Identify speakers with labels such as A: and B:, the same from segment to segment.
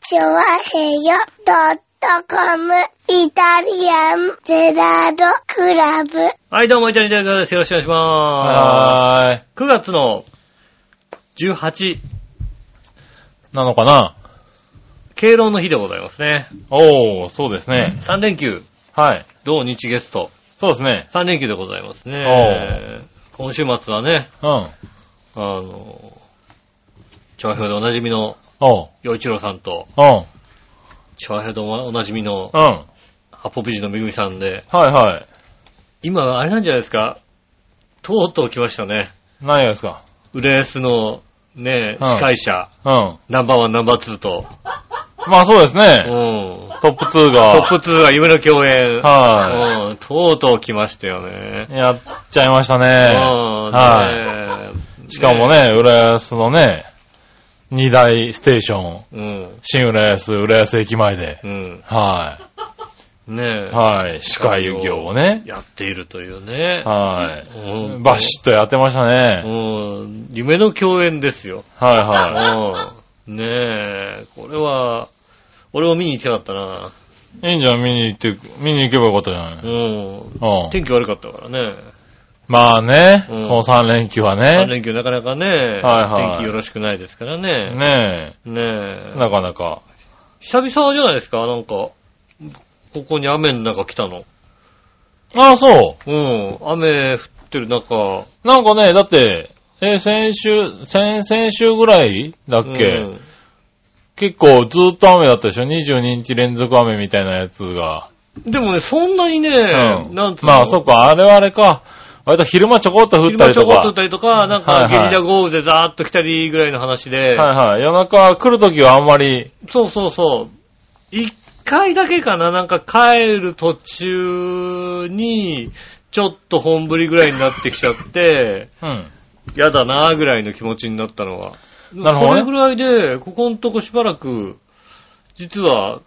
A: チョワヘヨドットコムイタリアンゼラードクラブ。
B: はい、どうも、イタリアンジャイアンです。よろしくお願いしま
C: はーい。
B: す。9月の18、
C: なのかな
B: 敬老の日でございますね。
C: おー、そうですね。
B: 3連休、
C: はい。
B: 土日月と
C: そうですね。
B: 3連休でございますね。今週末はね、
C: うん。
B: あの、長編でおなじみの
C: おう。
B: 洋一郎さんと、
C: うん。
B: 長編でおなじみの
C: うん。はい
B: 八方美人のめぐみさんで、
C: はい。
B: 今、あれなんじゃないですかとうとう来ましたね。
C: 何がですか
B: 浦安の、ね、
C: うん
B: 司会者、
C: うん。
B: ナンバーワン、ナンバーツーと、
C: まあそうです
B: う
C: ね。
B: ん。
C: トップ2
B: ト
C: が。
B: ップ2は夢の共演。
C: は
B: うん、とうとう来ましたよね。
C: い。やっちゃいましたね。
B: は
C: はしかも。ね、浦安のね、二大ステーション、
B: うん。
C: 新浦安、浦安駅前で
B: う、ん。
C: は
B: ね
C: い。
B: え。
C: はい。司会業をね、
B: やっているというね。
C: は
B: う
C: い。
B: ん
C: バシッとやってましたね。
B: うん。夢の共演ですよ。
C: はいうは
B: ん。ねえ。これは、俺も見に行きたかったな。
C: い。いいんじゃん、見に行って、見に行けばよかったじゃな
B: う
C: い。
B: ん。
C: うん。
B: 天気悪かったからね。
C: まあね、
B: うん
C: この3連休は
B: 3
C: ね、
B: 連休なかなかね、
C: はいはい
B: 天気よろしくないですからね。
C: ね
B: ねえ
C: え、。なかなか。
B: 久々じゃないですかなんか、ここに雨の中来たの。
C: ああ、そ
B: うん、雨降ってる中、
C: う。なんかね、だって、えー先週、先、先週ぐらいだっけ、
B: うん
C: 結構ずっと雨だったでしょ ?22 日連続雨みたいなやつが。
B: でもね、そんなにね、
C: うん
B: なんつうの、
C: まあ、そっか、あれはあれか。割と昼間ちょこっと降
B: 昼
C: った
B: 間
C: り
B: ちょ
C: と
B: こっと
C: か。
B: 降ったりとか、なん
C: は
B: か
C: い
B: ゲ
C: はい
B: リラ豪雨でザーッと来たりぐらいの話で、
C: はいはい。夜中来るときはあんまり、
B: そうそうそう、一回だけかな、なんか帰る途中に、ちょっと本降りぐらいになってきちゃって、
C: うん。
B: やだなーぐらいの気持ちになったのは。
C: なるほどね
B: それぐらいで、ここのとこしばらく、実は、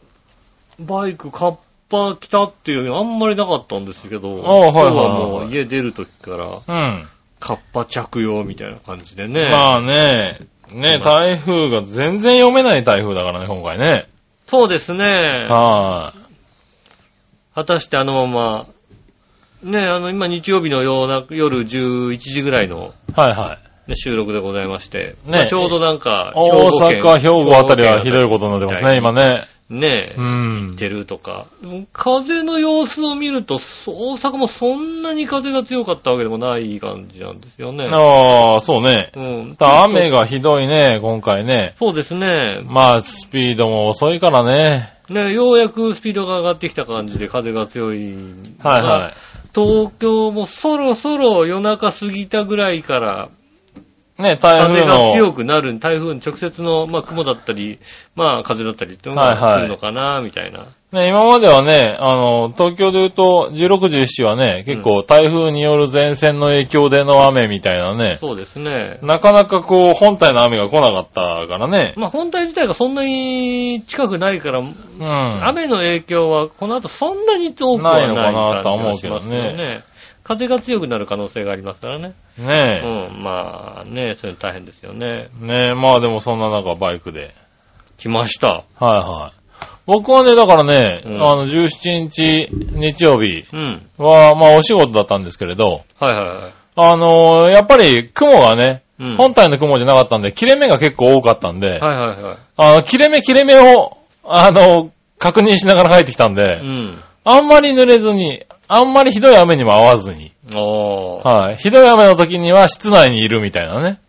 B: バイク、カッパ来たっていうのあんまりなかったんですけど、
C: ああはいはい
B: 今日はもう家出るときから、
C: うん。
B: カッパ着用みたいな感じでね。
C: まあね、ね、台風が全然読めない台風だからね、今回ね。
B: そうですね。
C: はい、
B: 果たしてあのまま、ね、あの、今日曜日のような夜11時ぐらいの、
C: はいはい。
B: ね収録でございまして、
C: ね
B: まあちょうどなんか、
C: 大阪、兵庫あたりはひどいことになってますね、今ね。
B: 今。ねえ
C: う、ん
B: っ。てるとか、でも風の様子を見ると、そう大阪もそんなに風が強かったわけでもない感じなんですよね。
C: ああ、そうね。
B: うん。
C: ただ雨がひどいね、今回ね。
B: そうですね。
C: まあ、スピードも遅いからね。
B: ね、ようやくスピードが上がってきた感じで風が強い。
C: はいはい。。
B: 東京もそろそろ夜中過ぎたぐらいから、
C: ね、台
B: 風
C: 風
B: が
C: の。
B: 強くなる、台風の直接の、まあ、雲だったり、まあ、風だったりっていうの
C: はいは
B: が
C: い
B: 来るのかな、みたいな。
C: ね、今まではね、あの、東京で言うと、16、17はね、結構台風による前線の影響での雨みたいなね。
B: そうですね。
C: なかなかこう、本体の雨が来なかったからね。
B: まあ、本体自体がそんなに近くないから、
C: うん。
B: 雨の影響は、この後そんなに多くはない
C: ないのかなとは思
B: 感
C: う
B: じ
C: け
B: が
C: ど
B: し
C: ね
B: ますよね。風が強くなる可能性がありますからね。う
C: ね
B: ん、まあね、それ大変ですよね。
C: え。ねえ、まあでもそんな中、バイクで。
B: 来ました。
C: はいはい。僕はね、だからね、
B: うん
C: あの、17日、日曜日
B: うん。
C: は、まあお仕事だったんですけれど、
B: はいはいはい。
C: あのーやっぱり雲がね、
B: うん。
C: 本体の雲じゃなかったんで、切れ目が結構多かったん
B: は
C: で、
B: いはいはい。
C: あの、切れ目切れ目を、あの、確認しながら帰ってきたんで、
B: うん。
C: あんまり濡れずに、あんまりひどい雨にも合わずに、
B: おー。
C: はい。ひどい雨の時には室内にいるみたいなね。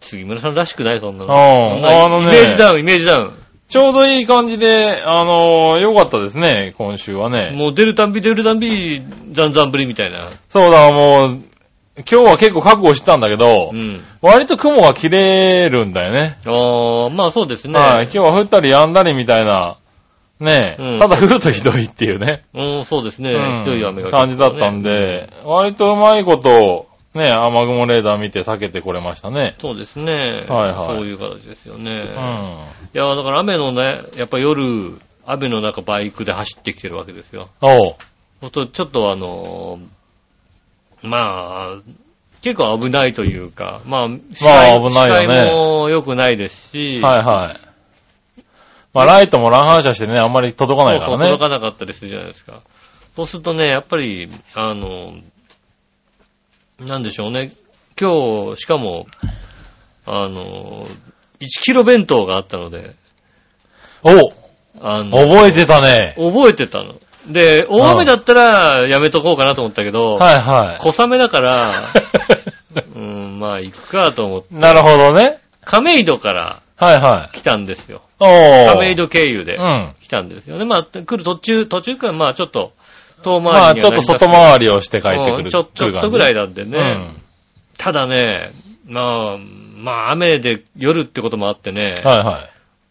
B: 杉村さんらしくない、そんなの。
C: う
B: そ
C: ん
B: んな
C: あのね
B: イメージダウン、イメージダウ
C: ちょうどいい感じで、あのー良かったですね、今週はね
B: ン。。もう出るたんび出るたんび、ざんざんぶりみたいな。
C: そうだ、もう、今日は結構覚悟してたんだけど、
B: うん。
C: 割と雲が切れるんだよね。
B: あー、まあそうですね。
C: はい。今日は降ったり止んだりみたいな、ねえ、
B: うん
C: ただ降るとひどいっていうね、
B: うん、そうですね。
C: うん
B: ひどい雨が、
C: 感じだったん。で、割とうまいこと、ね、雨雲レーダー見て避けてこれましたね。
B: そうですね。
C: はいはい
B: そういう形ですよね。
C: うん。
B: いや、だから雨のね、やっぱ夜、雨の中バイクで走ってきてるわけですよ。
C: おう。
B: そうすると、ちょっとあのーまあ、結構危ないというか、まあ、視界
C: まあ危ないよね
B: 視界も良くないですし、
C: はいはい。まあ、ライトも乱反射してね、あんまり届かないか
B: そうそう、
C: ら
B: 届
C: ね。
B: かなかったりするじゃないですか。そうするとね、やっぱり、あの、なんでしょうね。今日、しかも、あの、1キロ弁当があったので、あ
C: お
B: の、
C: 覚えてたね。
B: 覚えてたの。で、大雨だったらやめとこうかなと思ったけど、
C: はいは
B: 小雨だ から、
C: い。
B: うん、まあ行くかと思って、
C: なるほどね。
B: 亀戸から
C: はいはい。
B: 来たんですよ。
C: おー。
B: 亀戸経由で
C: うん。
B: 来たんですよね。まあ来る途中、途中からまあちょっと遠回りには
C: ま
B: な
C: あ、
B: り
C: ちょっと
B: ますけど
C: 外回りをして帰ってく
B: うん
C: る。
B: ちょちょっとぐらい
C: だ
B: なんでね。ただね、まあ、まあ雨で夜ってこともあってね、
C: うん。はいはい。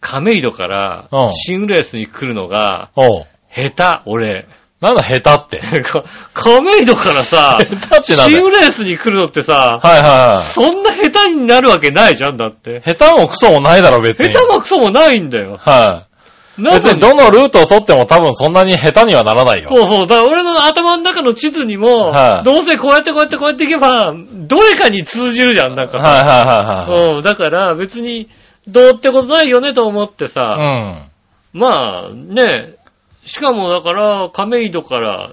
B: 亀戸から
C: うん
B: シングレースに来るのが、
C: おう。
B: 下手、俺。
C: なんだ、下手って。
B: か亀戸からさ、
C: 下手って な
B: シ
C: んだ
B: ン
C: よ
B: グレースに来るのってさ、
C: はいはいはい。
B: そんな下手になるわけないじゃんだって。
C: 下手もクソもないだろ、別
B: 下
C: に。
B: 手もクソもないんだよ。
C: は。
B: ないのに
C: 別にどのルートを取っても多分そんなに下手にはならないよ。
B: そうそう。だから俺の頭の中の地図にも、
C: はい
B: どうせこうやってこうやってこうやっていけば、どれかに通じるじゃん、なんかさ。
C: はいはいはいはい。
B: うん、だから別に、どうってことないよねと思ってさ、
C: うん。
B: まあね、しかもだから、亀戸から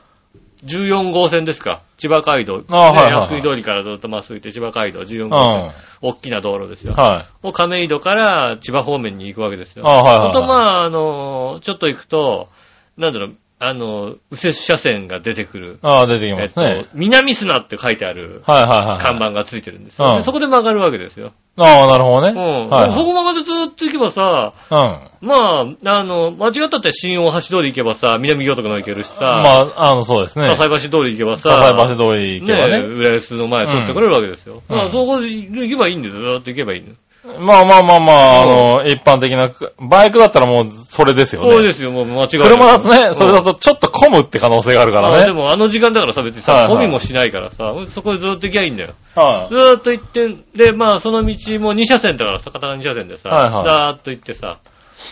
B: 14号線ですか、千葉街道、ね、
C: あはいはいはい
B: 安井通りからずっとまっすぐ行って千葉街道14
C: うん。
B: 号線、
C: は
B: 大きな道路です
C: い。
B: よ。
C: あ
B: を亀戸から千葉方面に行くわけですよ。
C: はいはいは
B: あ
C: い。
B: とまあ、あの、ちょっと行くと、なんだろう、あの、右折車線が出てくる、
C: ああ、出てき
B: え
C: ま
B: っ
C: す
B: と
C: ね。、
B: 南砂って書いてある
C: はいはいはい。
B: 看。板がついてるんですよ、
C: うん
B: でそこで曲がるわけですよ。
C: ああ、なるほどね。
B: うん。
C: はい
B: そこまでずっと行けばさ、
C: はい。うん。
B: まあ、あの、間違ったって新大橋通り行けばさ、南行徳の方行けるしさ、
C: まあ、あの、そうですね。
B: 葛西橋通り行けばさ、
C: 葛西橋通り行けば
B: ね、
C: ね。
B: 浦安の前取ってくれるわけですよ。
C: うん
B: ま
C: う
B: あ、
C: ん
B: そこで行けばいいんだよ。ずーっと行けばいいんだよ。
C: まあまあまあまあ、あの、一般的な、バイクだったらもうそれですよ
B: そうで
C: ね。
B: すよ、もう間違いなく
C: 車だとね、それだ
B: うん
C: とちょっと混むって可能性があるか
B: まあ
C: ら
B: で
C: ね。
B: もあの時間だからさ、別に
C: はい
B: さ、
C: はい
B: 混みもしないからさ、そこでずーっと行けばいいんだよ。
C: は
B: ずーっと行って、で、まあその道も2車線だからさ、片側2車線でさ、
C: はいはい
B: だーっと行ってさ、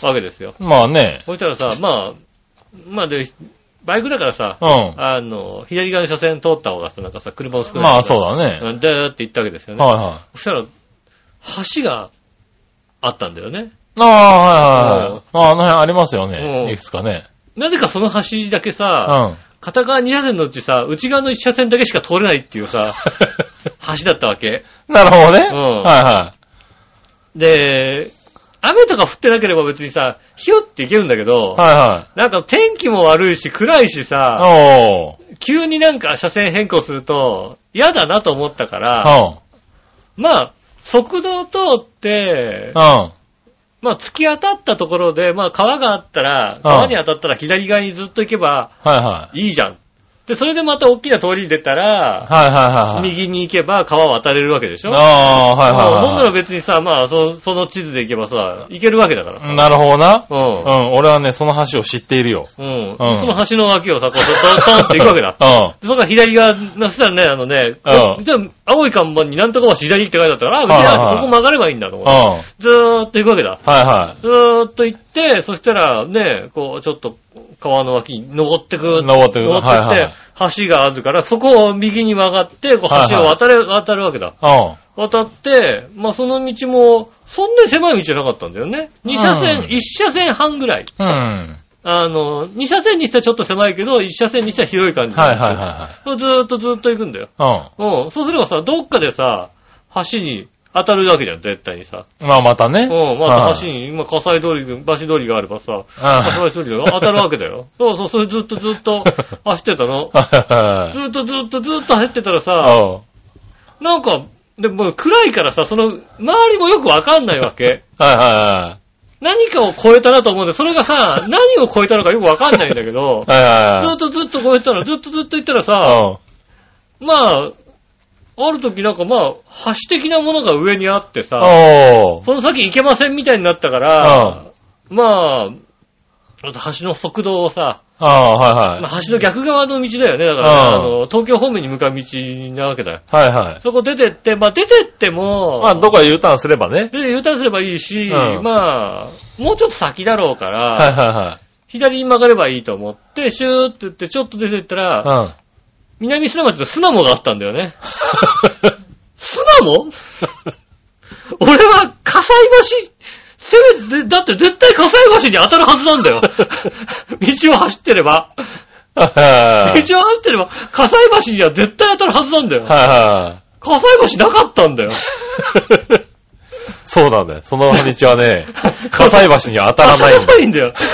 B: わけですよ。
C: い。まあね。
B: そしたらさ、まあ、まあで、バイクだからさ、
C: うん。
B: あの、左側の車線通った方がさ、なんかさ、車を少ない。
C: まあそうだね。
B: うん。だーって行ったわけですよね。
C: はいはい。
B: そしたら、橋があったんだよね。
C: ああ、はいはいはい。まあ、あの辺ありますよ
B: うん
C: ね。いくつかね。
B: なぜかその橋だけ
C: う
B: さ、
C: ん。
B: 片側2車線のうちさ、内側の1車線だけしか通れないっていう さ、橋だったわけ。
C: なるほどね。
B: うん
C: は
B: で、雨とか降ってなければ別にさ、ひよって行けるんだけど、
C: いはい。は
B: なんか天気も悪いし暗いし
C: い
B: さ、
C: はい。おー。
B: 急になんか車線変更すると嫌だなと思ったから、
C: う
B: まあ、側道を通って、
C: ん。うん。
B: まあ、突き当たったところで、まあ、川があったら、川に当たったら左側にずっと行けば
C: はいはい。
B: いいじゃん。で、それでまた大きな通りに出たら、
C: はいはいはいはい。
B: 右に行けば川を渡れるわけでしょ
C: ああ、はいはいはい。
B: うんほんなら別にさ、まあ、そその地図で行けばさ、行けるわけだからさ。
C: なるほどな。
B: う
C: うんん。。俺はね、その橋を知っているよ。
B: うん。
C: うん。
B: その橋の脇をさ、こう、トントンって行くわけだ
C: うん。
B: でそこから左側、なそしたらね、あのね、
C: うん
B: じゃあ青い看板になんとかは左って書いてあったから、あ、別に
C: はいはい
B: あここ曲がればいいんだと
C: う
B: 思
C: ん。
B: って。
C: はい
B: ずーっと行くわけだ。
C: は
B: ずーっと行って、そしたらね、こう、ちょっと川の脇に登ってく。
C: 登ってく
B: 登ってって、
C: はいはい
B: 橋があるから、そこを右に曲がって、こう
C: はい
B: 橋
C: はい
B: を渡れ、渡るわけだ。
C: い。
B: 渡って、まあ、その道も、そんなに狭い道じゃなかったんだよね。2車
C: う
B: 線、
C: ん
B: 1車線半ぐらい。
C: うん。うん。
B: あの、2車線にしてはちょっと狭いけど、1車線にしては広い感じ。。
C: はいはいはい
B: ずーっとずーっと行くんだよ。
C: いは
B: うん。そうすればさ、どっかでさ、橋に当たるわけじゃん、絶対にさ。
C: い。うん。まあまたね。
B: うん、まあ、橋
C: に。
B: に、今、火災通り、橋通りがあればさ、
C: はい
B: 火災通りが当たるわけだよ。そうそう、それずっとずっと走ってた の。
C: はい
B: ずっとずっとずっと走ってたら
C: は
B: さ、
C: い。うん
B: なんか、でも暗いからさ、その、周りもよくわかんないわけ。
C: はいは
B: 何かを超えたなと思うんで、それがさ、何を超えたのかよくわかんないんだけど
C: い、はい。はいはい
B: ず
C: は
B: っ
C: い。
B: とずっと超えてたら、ずっとずっと行ったら
C: う
B: さ、
C: ん。
B: まあ、ある時なんかまあ、橋的なものが上にあってさ、
C: おー。
B: その先行けませんみたいになったから、まあ、あと橋の側道をさ、
C: ああ、はい
B: ま
C: はい。
B: あ橋の逆側の道だよね。だから、
C: うん
B: あの東京方面に向かう道なわけだよ。
C: はいはい。
B: そこ出てって、まあ出てっても、
C: まあ、どこか U ターンすればね。
B: で U ターンすればいいし、
C: うん
B: まあ、もうちょっと先だろうから、
C: はいは
B: 左に曲がればいいと思って、シューって言ってちょっと出てった
C: い
B: ら、
C: はい。うん。
B: 南砂町のスナモがあったんだよね。 スナモ俺は火災せめて、だって絶対火災橋に当たるはずなん だよ。道を走ってれば。道を
C: はい
B: 走ってれば、火災橋には絶対当たるはずなんだよ。
C: はい。
B: 火災橋なかったんだよ。
C: そうなんだよ。その道 はね、 火災橋には当たらないんだよ。
B: んだよ。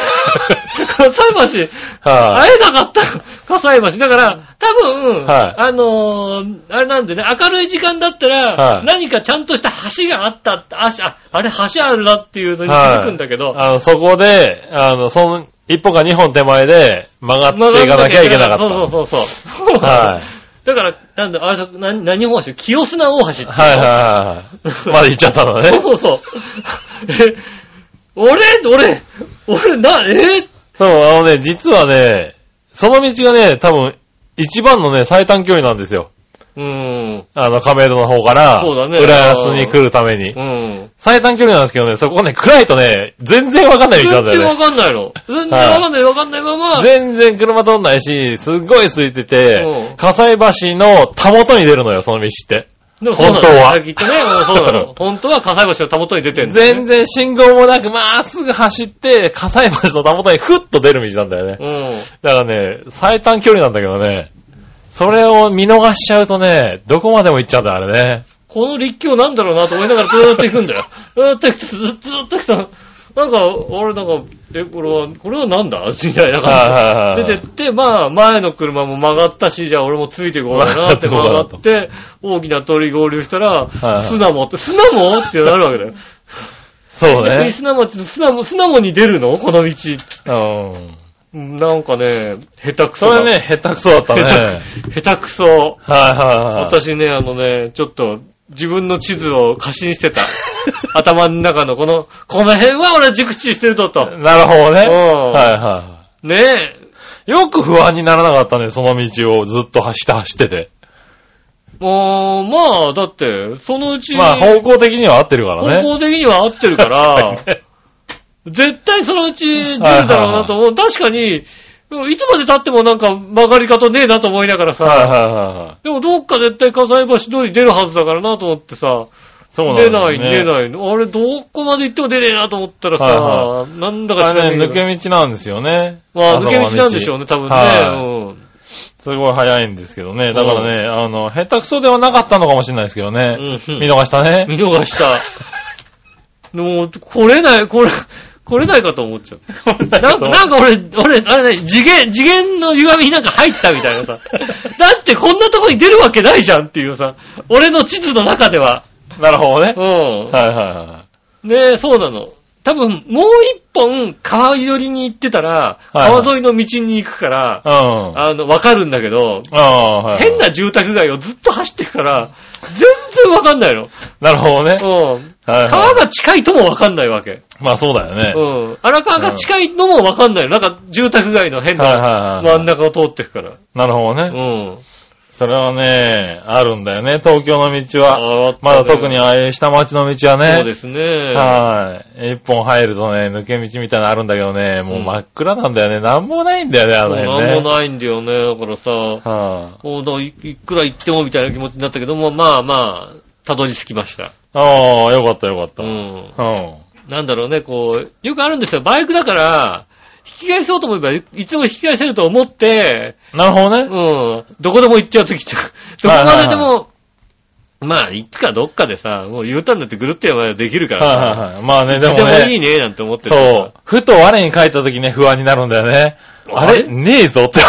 B: 火災橋、
C: はい
B: 会えなかった。火災橋。だから、多分、
C: はい
B: あのーあれなんでね、明るい時間だったら、
C: はい
B: 何かちゃんとした橋があったって、あしああれ橋あるなっていうのに気づくんだけど、
C: あの、そこで、あの、その、一歩か二本手前で曲がっていかなきゃいけなかった。
B: そうそうそうそう。
C: はい。
B: だから、なんだ、あれ、何、何大橋清砂大橋っていうの
C: はいはいはい。まだ行っちゃったのね。
B: そうそうそう。え、俺、俺、俺、な、え
C: そう、あのね、実はね、その道がね、多分、一番のね、最短距離なんですよ。
B: うーん、
C: あの、亀戸の方から、
B: そうだね
C: 浦安に来るために
B: う。ん。
C: 最短距離なんですけどね、そこね、暗いとね、全然わかんない道な
B: 全
C: んだ
B: 然
C: よ
B: わ
C: ね。
B: かんないの。全然わかんない、わかんないまま、
C: 全然車通んないし、すっごい空いて
B: う
C: て
B: ん、
C: 火災橋のたもとに出るのよ、その道って。
B: でもそうなの
C: 本当は
B: きっとね、うんそうな の。本当は火災橋のたもとに出てるんだよね
C: 全然信号もなく、まっすぐ走って、火災橋のたもとにふっと出る道なんだよね。
B: うん。
C: だからね、最短距離なんだけどね、それを見逃しちゃうとね、どこまでも行っちゃうんだ、あれね。
B: この立教なんだろうなと思いながらずーっと行くんだよ。ずーっと行くと、ずーっとずーっと行くと、なんか、俺なんか、え、これは、これはなんだみたいな感
C: はいはいはい
B: じで。出てって、まあ、前の車も曲がったし、じゃあ俺もついていこうかな って
C: 曲
B: 曲
C: が
B: が
C: った
B: って、大きな通り合流したら
C: はい、
B: 砂もって、砂もってなるわけだよ。
C: そう
B: 逆
C: ね
B: に。砂も、砂も、砂もに出るのこの道。
C: うん。
B: なんかね、下手くそ
C: そ
B: だ。
C: れね、下手くそだったね。はい
B: 下手、下手くそ。
C: はいはい。
B: 私ね、あのね、ちょっと、自分の地図を過信して た。頭の中のこの、この辺は俺は熟知してるぞと。
C: なるほどね。
B: うん
C: はいは
B: ねえ。
C: い。よく不安にならなかったね、その道をずっと走って走ってて。
B: もう、まあ、だって、そのうち、
C: まあ、方向的には合ってるから
B: 方
C: ね。
B: 向的には合ってる から
C: 確、かにね
B: 絶対そのうち出るだろうなと思う。確かに、いつまで経ってもなんか曲がり方ねえなと思いながら
C: はい
B: さ、
C: はいはいはい。
B: でもどっか絶対火災橋通り出るはずだからなと思ってさ、
C: そうなん
B: 出
C: だ、
B: ない、
C: ね。
B: 出ないの。あれ、どこまで行っても出ねえなと思ったら
C: は
B: さ、なんだか
C: あ
B: 知らな
C: れ
B: い
C: ね、
B: け
C: 抜
B: ど
C: け道なんですよね。
B: まあ、抜け道なんでしょうね、多分
C: は
B: ね。
C: すごい早いんですけどね。だからね、あの、下手くそではなかったのかもしれないですけどね。
B: うん
C: 見逃したね。
B: 見逃した。もう、来れない、これ、来れないかと思っちゃう。なんか、なんか俺、俺、あれね、次元、次元の歪みになんか入ったみたいな さ。だってこんなとこに出るわけないじゃんっていうさ、俺の地図の中では。
C: なるほどね
B: う。ん。
C: はいはいはい。
B: ねえ、そうなの。多分、もう一本、川寄りに行ってたら、
C: はいはい
B: 川沿いの道に行くから、
C: うん。あ
B: あの、わかるんだけど、
C: あ、はい。
B: 変。な住宅街をずっと走ってくから、全然わかんないの。
C: なるほどね。
B: うん。
C: はいはい。
B: 川が近いともわかんないわけ。
C: まあそうだよね。
B: うん。荒川が近いのもわかんないの。なんか住宅街の変
C: はい
B: な
C: はいはい。
B: 真ん中を通ってくから。
C: なるほど
B: う
C: ね。
B: ん。
C: それはね、あるんだよね。東京の道は。
B: あー
C: まだ特にああいう下町の道はね。
B: そうですね。
C: はい。一本入るとね、抜け道みたいなのあるんだけどね、もう真っ暗なんだよね。なんもないんだよね、あ
B: そう
C: の辺ね。
B: なんもないんだよね。だからさ、
C: は
B: こうどういいくら行ってもみたいな気持ちになったけども、まあまあ、たどり着きました。
C: い。ああ、よかったよかっ
B: う
C: た。
B: ん。
C: うん。
B: なんだろうね、こう、よくあるんですよ。バイクだから、引き返そうと思えば、いいつも引き返せると思って、
C: なるほどね。
B: うん。どこでも行っちゃう ときって、どこまででも、まあ、いつかどっかでさ、もう U ターンだってぐるってやればできるからさ。
C: はいはいはい。まあね、
B: で
C: でも
B: も
C: ね。
B: いいね、なんて思ってるから
C: そう。ふと我に返った時ね、不安になるんだよね。あ
B: あれ
C: れねえぞって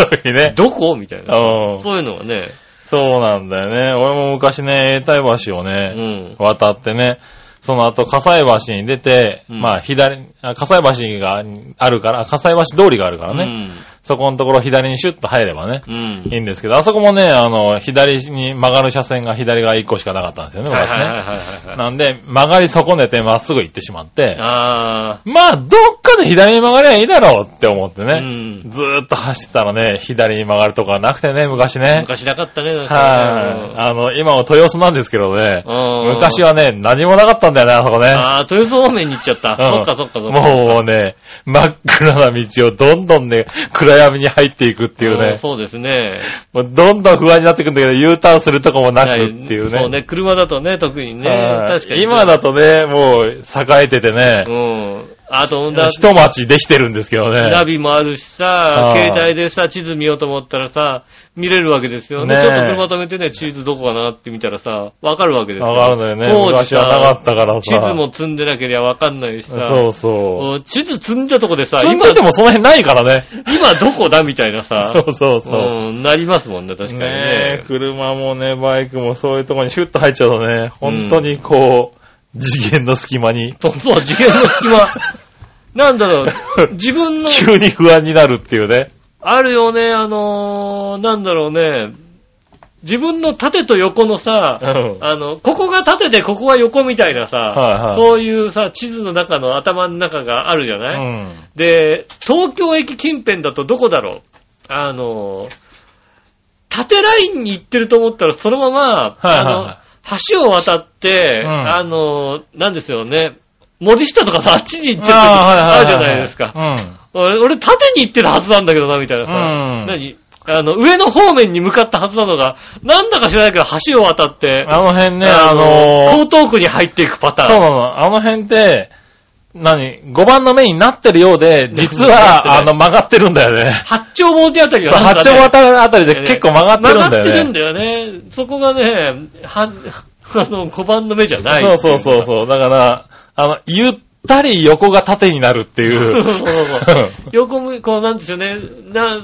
C: 思う時ね。
B: どこみたいうな。
C: ん。
B: そういうのはね、
C: そうなんだよね。俺も昔ね、永代橋を
B: う
C: ね、
B: ん。
C: 渡ってね、その後、火災橋に出て、
B: うん
C: まあ左、あ火災橋があるから、火災橋通りがあるからね、そこのところ左にシュッと入ればね、
B: うん。うん
C: い。いんですけど、あそこもね、あの、左に曲がる車線が左側1個しかなかったんですよね、
B: はい
C: 昔
B: はいはい
C: ね。
B: はいはい。
C: なんで、曲がり損ねてまっすぐ行ってしまって、
B: あ
C: まあ、どっかで左に曲がりゃいいだろうって思って
B: ー、う
C: ね。
B: ん。
C: ずーっと走ってたらね、左に曲がるとかなくてね、昔ね。
B: 昔なかったね、なん
C: はい。
B: か
C: あの、今は豊洲なんですけどね。
B: ね。
C: 昔
B: は。
C: はね、何もなかったんだよね、あそこね。
B: あー、豊洲方面に行っちゃった。
C: う
B: そ
C: ん
B: っかそっかそっか。
C: もうね、真っ暗な道をどんどんね、暗闇に入っていくっていう
B: もう
C: ね。
B: そうですね。
C: もうどんどん不安になっていくんだけど、U ターンするとこもなくっていう
B: そう
C: ね。
B: ね、車だとね、特にね。
C: はい
B: 確かに。
C: 今だとね、もう栄えてて
B: う
C: ね、
B: ん。あと、だ
C: 一町できてるんですけどね。
B: ナビもあるしさ
C: は、い
B: 携帯でさ、地図見ようと思ったらさ、見れるわけですよね。
C: ねえ
B: ちょっと車止めてね、地図どこかなって見たらさ、わかるわけですよ。
C: わかるんだよね。
B: 当時
C: 昔はな
B: さ
C: かっ、たからさ。
B: 地図も積んでなければわかんないしさ、
C: そうそう。
B: うん地図積んだとこでさ、
C: 住ん
B: 今、
C: でてもその辺ないからね。
B: 今どこだみたいなさ、
C: そうそうそう。
B: うんなりますもんね、確かに
C: ねえ
B: ね、。
C: 車もね、バイクもそういうとこにシュッと入っちゃうとね、本当にこう、次元の隙間に
B: そうそう、次元の隙 間。なんだろう、自分の、
C: 急に不安になるっていうね。
B: あるよね、あのーなんだろうね、自分の縦と横のさ、
C: うん
B: あの、ここが縦でここが横みたいなさ、
C: はいはい
B: そういうさ、地図の中の頭の中があるじゃ
C: う
B: ない、
C: ん。
B: で、東京駅近辺だとどこだろうあのー縦ラインに行ってると思ったらそのまま、
C: はいはいはい
B: あの、橋を渡って、
C: うん
B: あのーなんですよね、森下とかさ、あっちに行っち
C: あ
B: ゃ
C: あ
B: ってる時あるじゃないですか。
C: う
B: 俺、俺縦に行ってるはずなんだけどな、みたいなさ。
C: うん
B: 何あの、上の方面に向かったはずなのが、なんだか知らないけど橋を渡って
C: ん。、あの辺ね、あのー、
B: 江東区に入っていくパターン。
C: そうなの。あの辺って、何 ?5 番の目になってるようで、実は、
B: なってない
C: あの、曲がってるんだよね。
B: 八丁門ってあたりがなん
C: 八
B: かね、
C: 丁渡あたりで結構曲がってるんだよね。
B: 曲がってるんだよね。そこがね、は、 あの、5番の目じゃない。
C: そうそうそうそう。だから、あの、ゆったり横が縦になるってい
B: そう
C: う。
B: そうそう。横向いこうなんですよね。な、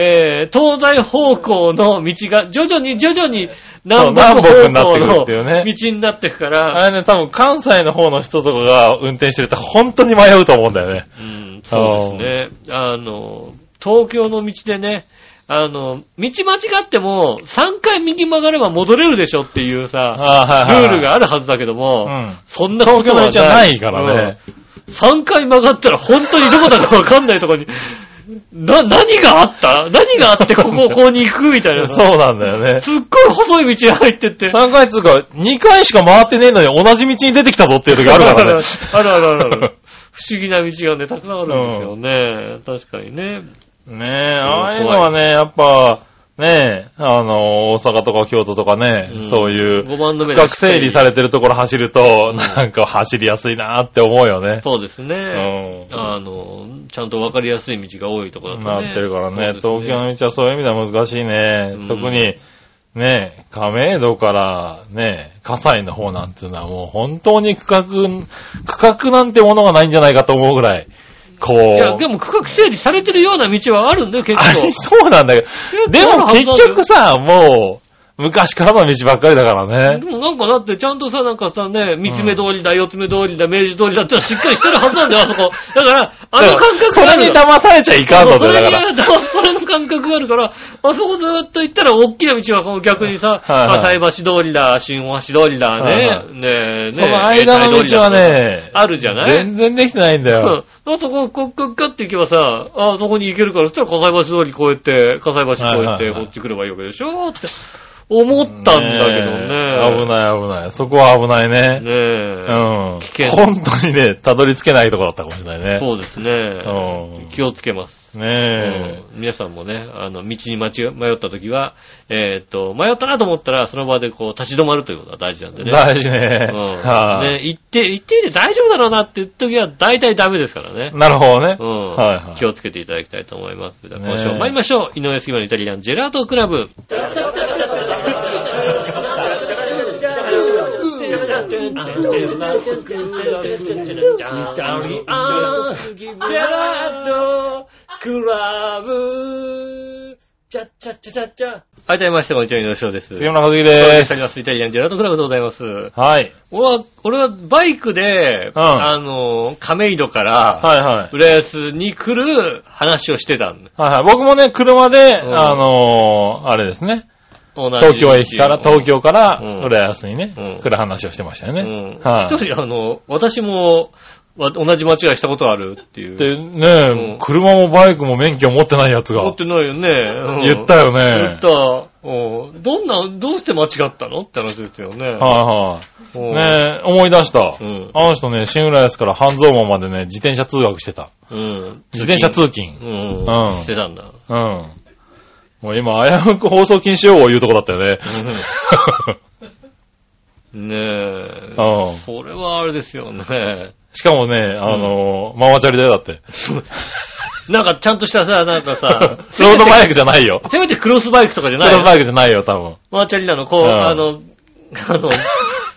B: えー、東西方向の道が徐々に徐々に南北方
C: そう南北になっ
B: 向
C: てくる
B: の
C: っていうね
B: 道になっていくから、
C: あれね、多分関西の方の人とかが運転してると本当に迷うと思うんだよね。
B: うん、そうですね。あの、東京の道でね、あの、道間違っても、3回右曲がれば戻れるでしょっていうさ、
C: あ
B: ル
C: あ、はいはい、
B: ールがあるはずだけども、
C: うん
B: そんなこ
C: 東
B: と
C: 京
B: は
C: のじゃないからね。。
B: 3回曲がったら本当にどこだかわかんないとこに、な、何があった何があってこ こ、ここに行くみたいな。
C: そうなんだよね。
B: すっごい細い道に入ってって。
C: 3回つうか、2回しか回ってねえのに同じ道に出てきたぞっていう時あるからね。
B: あるあるあるある。不思議な道がね、たくさんあるんですよね。確かにね。
C: ねえ、ああいうのはね、やっぱ、ねえ、あの、大阪とか京都とかね、
B: うん
C: そういう、
B: 5番の目で
C: 区画整理されてるところ走ると、なんか走りやすいなーって思うよね。
B: そうですね。
C: う
B: あの、ちゃんと分かりやすい道が多いところだ
C: ん。
B: とね。
C: なってるからね
B: そうで
C: 東
B: す
C: 京の道はそういう意味では難しいね。
B: うん
C: 特に、ね、亀戸からね、葛西の方なんていうのはもう本当に区画、区画なんてものがないんじゃないかと思うぐらい、こう。
B: いや、でも区画整理されてるような道はあるんだよ、結
C: あり
B: 構。
C: そうなんだけど。でも結局
B: さ、
C: さ、もう、昔からの道ばっかりだから
B: で
C: ね。
B: もなんかだってちゃんとさ、なんかさね、三つ目通りだ、四つ目通りだ、明治通りだってのはしっかりしてるはずなんだよ、あそこ。だから、あの感覚
C: そ
B: があ
C: れ
B: る
C: に
B: よ。
C: 騙されちゃいかんの
B: そ
C: だ
B: うそ
C: よ、
B: れ
C: だ
B: に
C: から。
B: それの感覚があるから、あそこずーっと行ったら大きな道はこう逆にさ、
C: はいはい
B: 葛西橋通りだ、新大橋通りだ、
C: はいは
B: ね、ねね
C: その間の道は、ね、
B: あるじゃない
C: 全然できてないんだよ。
B: うん。あそこ、こっかっかって行けばさ、あそこに行けるから、そしたら火災橋通り越えて、火災橋越
C: はい
B: え
C: はい
B: て、
C: は
B: こ
C: い
B: っち来ればいいわけでしょって思ったんだけどね。
C: 危ない危ない。そこは危ないね。
B: ねえ。
C: うん。
B: 危険
C: 本当にね、たどり着けないとこだったかもしれないね。
B: そうですね。
C: うん
B: 気をつけます。
C: ね
B: うん皆さんもね、あの、道に間違迷った時は、えーっと、迷ったなと思ったら、その場でこう、立ち止まるということが大事なんで
C: え。
B: ね。
C: 大事ね。
B: うん
C: は
B: ね、行って、行ってみて大丈夫だろうなって言った時は、大体ダメですからね
C: い。。なるほどね
B: う。ん
C: はいはい
B: 気をつけていただきたいと思います。では
C: ね
B: 今週も参りましょう。井上杉村のイタリアンジェラートクラブ。はい、どうもまして、こんにちは、井上翔です。
C: 杉村和樹
B: お
C: で
B: り
C: す。
B: ます。イタリアンジェラートクラブでございます。
C: はい。
B: 俺は、俺はバイクで、
C: うん
B: あの、亀戸から、
C: はいはい。
B: 浦安に来る話をしてたんだ。
C: はいはい。僕もね、車で、
B: ん
C: あのーあれですね。
B: 同じ
C: 東京駅から、東京から
B: うん、
C: 浦安にね、
B: うん
C: 来る話をしてましたよ
B: う
C: ね。
B: ん。一、
C: はい、
B: 人、あの、私も、わ同じ間違いしたことあるっていう。
C: で、ね、
B: うん
C: 車もバイクも免許持ってないやつ
B: 思っ
C: が、
B: てないよね。うん
C: 言ったよね。
B: 言った。おうどんな、どうして間違ったのって話ですよね。
C: はいいはい。ねえ、思い出した。
B: うん
C: あの人ね、新浦安から半蔵門までね、自転車通学してた。
B: うん。
C: 自転車通勤
B: う。ん。
C: うん
B: してたんだ。
C: うん。もう今、危うく放送禁止用語を言うとこだったよね。
B: ねえ。
C: うん
B: それはあれですよね。
C: しかもね、あの、ママチャリだよ、だって。、
B: なんかちゃんとしたさ、なんかさ
C: ロードバイクじゃないよ。
B: せめてクロスバイクとかじゃ
C: ロ
B: ない
C: ード
B: の
C: バイクじゃないよ、多分。
B: マーチャリなの、こう、
C: うん
B: あの、 あの、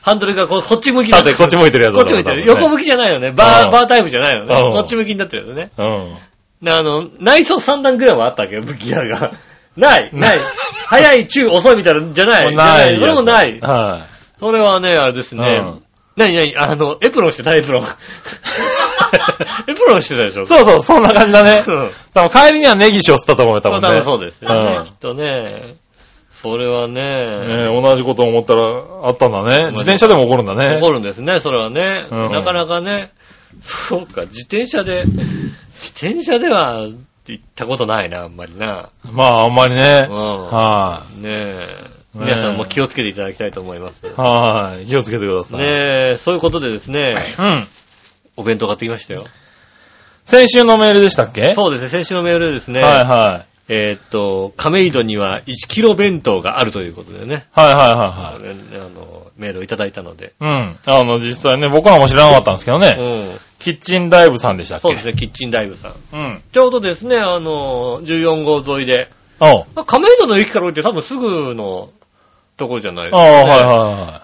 B: ハンドルがこうこっち向きな
C: だって、こっち向いてるやつ
B: こ
C: だ
B: っち向いてる。横
C: 多分
B: 向きじゃないよね。
C: う
B: バ
C: ん
B: ー、バータイプじゃないよね。
C: うん
B: こっち向きになってるよね。
C: ね
B: であの、内装3段ぐらいはあったわけよ、武器屋が。 ない、 ない。早い、中、遅いみたいな、じゃな
C: うん。
B: い。
C: ない。
B: それもない。
C: は
B: それはね、あれですね。
C: うん
B: なになにあの、エプロンしてた、エ プロン。エプロンしてたでしょ
C: い。そうそう、そんな感じだね。
B: うん。
C: 多分帰りにはネギ塩吸ったと思うよ、多
B: まあ
C: 分
B: 多
C: ね
B: 分。そうですよね。
C: うん
B: きっとね。それはね
C: ねえ同じこと思ったら、あったんだね。自転車でも起こるんだね。
B: 怒るんですね、それはね。
C: うん
B: なかなかね、そうか、自転車で、自転車では行ったことないな、あんまりな。
C: まあ、あんまりね。
B: うん
C: は
B: ねえ。
C: ねえ
B: 皆さんも気をつけていただきたいと思います。
C: い。はい。気をつけてください。
B: ねえ、そういうことでですね、
C: うん。
B: お弁当買ってきましたよ。
C: 先週のメールでしたっけ
B: そうですね、先週のメールでですね、
C: はいはい。
B: えーっと、亀戸には1キロ弁当があるということでね、
C: はいはい
B: あの
C: は
B: あのメールをいただいたので、
C: いはい。うん。あの、実際ね、僕らも知らなかったんですけど
B: う
C: ね。
B: ん、
C: キッチンライブさんでしたっけ
B: そうですね、キッチンライブさん。
C: うん。
B: ちょうどですね、あの、14号沿いで、
C: おう
B: まあ亀戸の駅から降りて多分すぐのところじゃないです
C: ああ、
B: か、ね。
C: は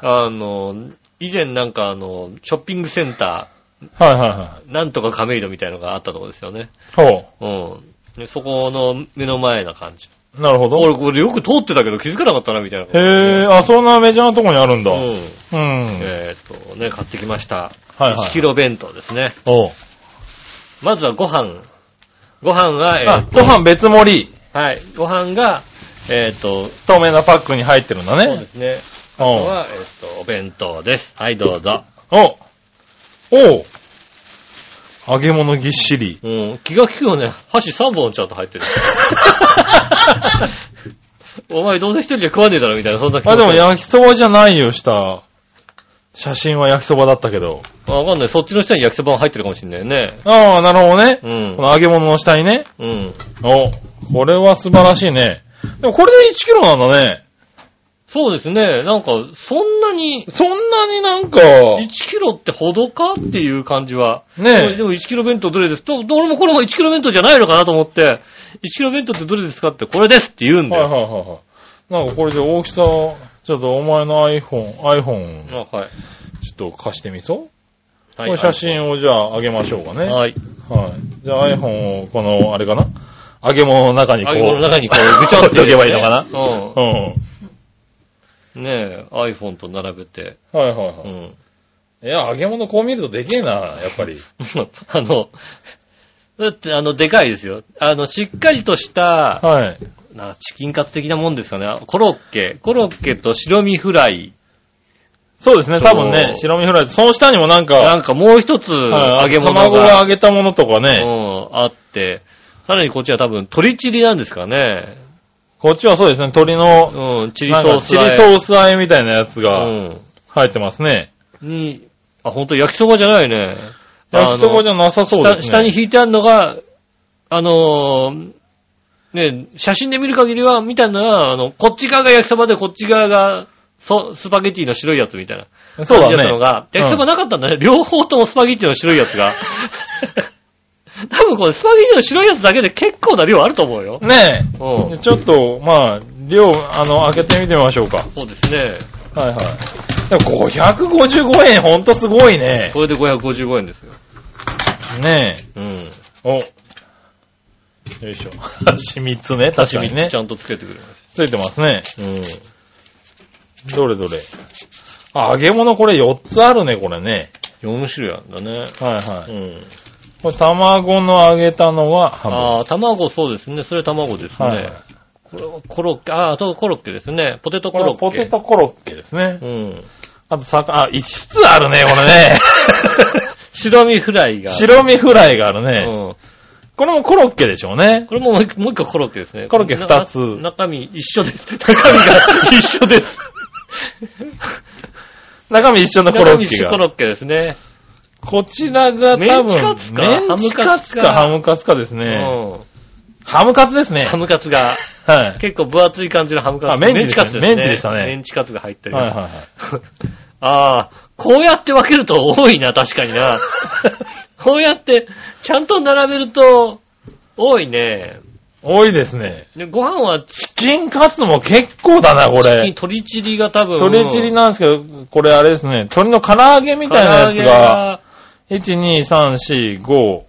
C: いは
B: あの、以前なんかあの、ショッピングセンタ
C: いはい。はいはいは
B: ー、なんとか亀戸みたいのがあったところですよね。
C: い。ほ
B: うん。でそこの目の前な感じ。
C: う。なるほど。
B: 俺これよく通ってたけど気づかなかったな、みたいな。
C: へえ、あ、そんなメジャーなとこにあるんだ。
B: う
C: うん。
B: ん。えーっと、ね、買ってきました。
C: はいは
B: 1キ
C: い。
B: ロ弁当ですね。
C: おう。
B: まずはご飯。ご飯が、えー
C: あ
B: っ、と
C: ご飯別盛り。
B: はい。ご飯が、えーっと、
C: 透明なパックに入ってるんだ
B: そうで
C: ね。
B: すね。
C: お
B: 今日
C: う。
B: は、えっと、お弁当です。はい、どうぞ。
C: おう。おう。揚げ物ぎっしり。
B: うん、気が利くよね。箸3本ちゃんと入 ってる。お前どうせ一人じゃ食わねえだろみたいな、そんな気持
C: あ、
B: ち
C: でも焼きそばじゃないよ、下。写真は焼きそばだったけど。
B: あわかんない。そっちの下に焼きそばが入ってるかもしんないね。
C: ああ、なるほどね。
B: うん
C: こ。の揚げ物の下にね。
B: うん。
C: お、これは素晴らしいね。でもこれで1キロなんだね。
B: そうですね。なんか、そんなに、
C: そんなになんか、
B: 1キロってほどかっていう感じは。
C: ね
B: でも1キロ弁当どれですと、俺もこれも1キロ弁当じゃないのかなと思って、1キロ弁当ってどれですかって、これですって言うん
C: え。
B: だ
C: はいはい
B: よ。
C: はいはい。なんかこれで大きさ、ちょっとお前の iPhone、iPhone、ちょ
B: あはい。
C: っと貸してみそう
B: はい。
C: これ写真をじゃああげましょうかね。
B: はい。
C: はい。じゃあ iPhone をこの、あれかな揚げ物の中にこ
B: 揚
C: う。
B: げ物の中にこう、ぐちょっと
C: 置いとけばいいのかな
B: な
C: うん。
B: うん。ねえ、iPhone と並べて。
C: はいはいは
B: う
C: い。
B: ん。
C: いや、揚げ物こう見るとでけえな、やっぱり。
B: あの、だって、あの、でかいですよ。あの、しっかりとした、
C: はい。
B: なチキンカツ的なもんですかね。コロッケ。コロッケと白身フライ。
C: そうですね、
B: そう
C: 多分ね、白身フライと、その下にもな
B: な
C: んか、
B: んかもう一つ
C: はい
B: 揚げ物
C: 卵が
B: が、
C: 揚げたものとか
B: う
C: ね、
B: ん、あって、さらにこっちは多分鶏チリなんですかね。
C: こっちはそうですね、鶏の、
B: うん、チリソ
C: なんか
B: ース
C: チ
B: 和え。
C: リソース和えみたいなやつが
B: うん。
C: 入ってますね。
B: に、あ、ほんと焼きそばじゃないね。
C: 焼きそばじゃなさそうですね。
B: 下下に引いてあるのが、あのーね、写真で見る限りは、みたいなのは、あの、こっち側が焼きそばで、こっち側が、そ、スパゲティの白いやつみたいな。
C: そうだ
B: 感じったの
C: ね。
B: が、
C: うん
B: 焼きそばなかったんだね。両方ともスパゲティの白いやつが。 多分これ、スパゲティの白いやつだけで結構な量あると思うよ。
C: ね
B: う
C: え。
B: ん。
C: ちょっと、まあ、量、あの、開けてみてみましょうか。
B: そうですね。
C: はいはい。でも555円、ほんとすごいね。
B: これで555円ですよ。
C: ね
B: うん。
C: え。お。よいしょ。蜂蜜ね、確かにね
B: ち。ゃんとつけてくれま
C: ついてますね。
B: す。うん。
C: どれどれ。あ、揚げ物これ4つあるね、これね。
B: 4種類あるんだね。
C: はいは
B: う
C: い。
B: ん。
C: これ卵の揚げたのはハ
B: ああ、卵そうですね。それ卵です
C: ム。
B: ね。
C: はい。
B: これはコロッケ、ああ、あとコロッケですね。ポテト
C: こ
B: コ
C: れ
B: ロッ
C: は
B: ケ。
C: ポテトコロッケですね
B: う。 ん。
C: あと、さか、あ、5つあ るね、これね。
B: 白身フライが。
C: 白身フライがある
B: う
C: ね。
B: ん。
C: これもコロッケでしょうね。
B: これももう一もう一個コロッケですね。
C: コロッケ二つ
B: な中身一緒 です。中身が一緒です。
C: 中身一緒のコロ
B: 中身
C: ッケ
B: 一緒コ
C: が。
B: ロッケですね。
C: こちらが多分、
B: メンチカツか
C: メンチカツかハ
B: ハ
C: ムカツかです
B: う
C: ね。
B: ん。
C: ハムカツですね
B: ハ。ムカツが、
C: はい。
B: 結構分厚い感じのハムカツ。
C: あメンチ
B: カツです
C: メンチでしたね
B: メンチカツが入ってる。
C: はいはいはい。
B: ああ、こうやって分けると多いな、確かに な。こうやって、ちゃんと並べると、多いね。
C: 多いですね。
B: でご飯はチ
C: チキンカツも結構だな、こ
B: キン、
C: れ。
B: 鶏チリが多分。
C: 鶏チリなんですけど、これあれですね。鶏の唐揚げみたいなやつが、1、2、3、4、5、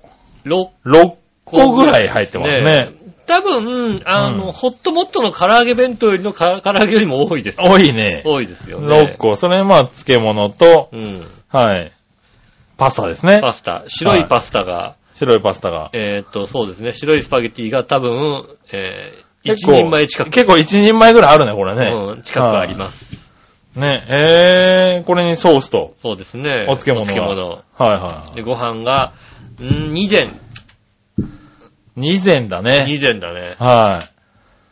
B: 6
C: 6個ぐらい入ってますね。
B: 多分、あの、
C: うん
B: ホットモットの唐揚げ弁当よりのか唐揚げよりも多いです。
C: 多いね。
B: 多いですよね。
C: 6個。それ、まあ、漬物と、
B: うん。
C: はい。パスタですね。
B: パスタ。白いパスタが、
C: 白いパスタが。
B: えーっと、そうですね。白いスパゲティが多分、えー、
C: 結
B: 一
C: 構
B: 人前近く、
C: 結構1人前ぐらいあるね、これね。
B: うん、近くあります。
C: す。ね、えー、これにソースと。
B: そうですね。
C: お漬物ははいはいは
B: で、ご飯が、ん2膳。
C: い。2膳だね。
B: 2膳だね。
C: は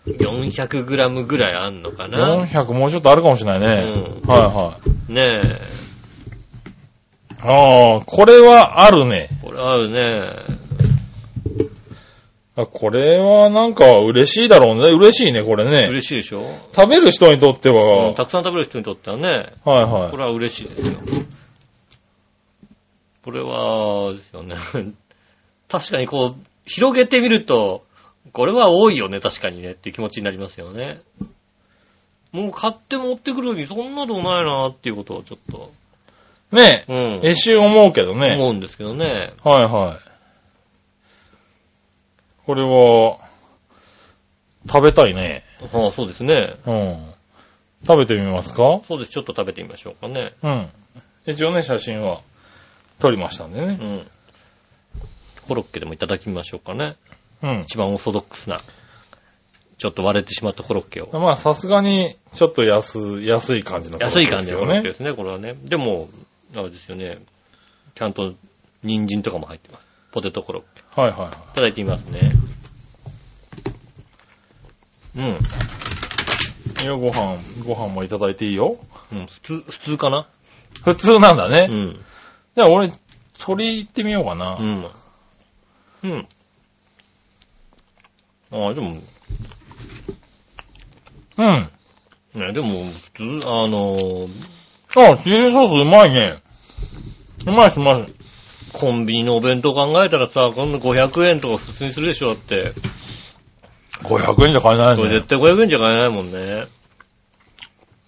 B: 400g ぐらいあんのか
C: い。
B: な。
C: 400もうちょっとあるかもしれないね。
B: うん
C: はいはい。
B: ねえ。
C: ああ、これはあるね。
B: これあるね。
C: あこれはなんか嬉しいだろうね。嬉しいね、これね。
B: 嬉しいでしょ、
C: 食べる人にとっては、
B: うんたくさん食べる人にとってはね、
C: はいはい
B: こ。れは嬉しいですよ。これは、ですよね。 確かにこう、広げてみると、これは多いよね、確かにね、っていう気持ちになりますよね。もう買って持ってくるのにそんなでもないなっていうことをちょっと、
C: ね
B: う
C: え、
B: ん、
C: 一瞬思うけどね。
B: 思うんですけどね。
C: はいはい。これは、食べたいね。
B: はあ、そうですね。
C: うん。食べてみますか
B: そうです、ちょっと食べてみましょうかね。
C: うん。一応ね、写真は撮りましたんで
B: う
C: ね。
B: ん。コロッケでもいただきましょうかね。
C: うん。
B: 一番オーソドックスな、ちょっと割れてしまったコロッケを。
C: まあ、さすがに、ちょっと安、安い感じの、
B: 安い感じのコロッケ
C: ね
B: で。すね、これはね。でも、あれですよね。ちゃんと、人参とかも入ってます。ポテトコロッケ。
C: はいはい
B: いただいてみますね。うん。
C: はい。いや、ご飯、ご飯もいただいていいよ。
B: うん、普通、普通かな
C: 普通なんだ
B: う
C: ね。
B: ん。
C: じゃあ、俺、鳥行ってみようか
B: う
C: な。
B: ん。うん。ああ、でも、
C: うん。
B: ね、でも、普通、あのー、
C: あ、チリソースうまいね。うまいしまい。
B: コンビニのお弁当考えたらさ、今度500円とか普通にするでしょだって。
C: 500円じゃ買えない
B: これ
C: ね
B: 絶。対500円じゃ買えないもんね。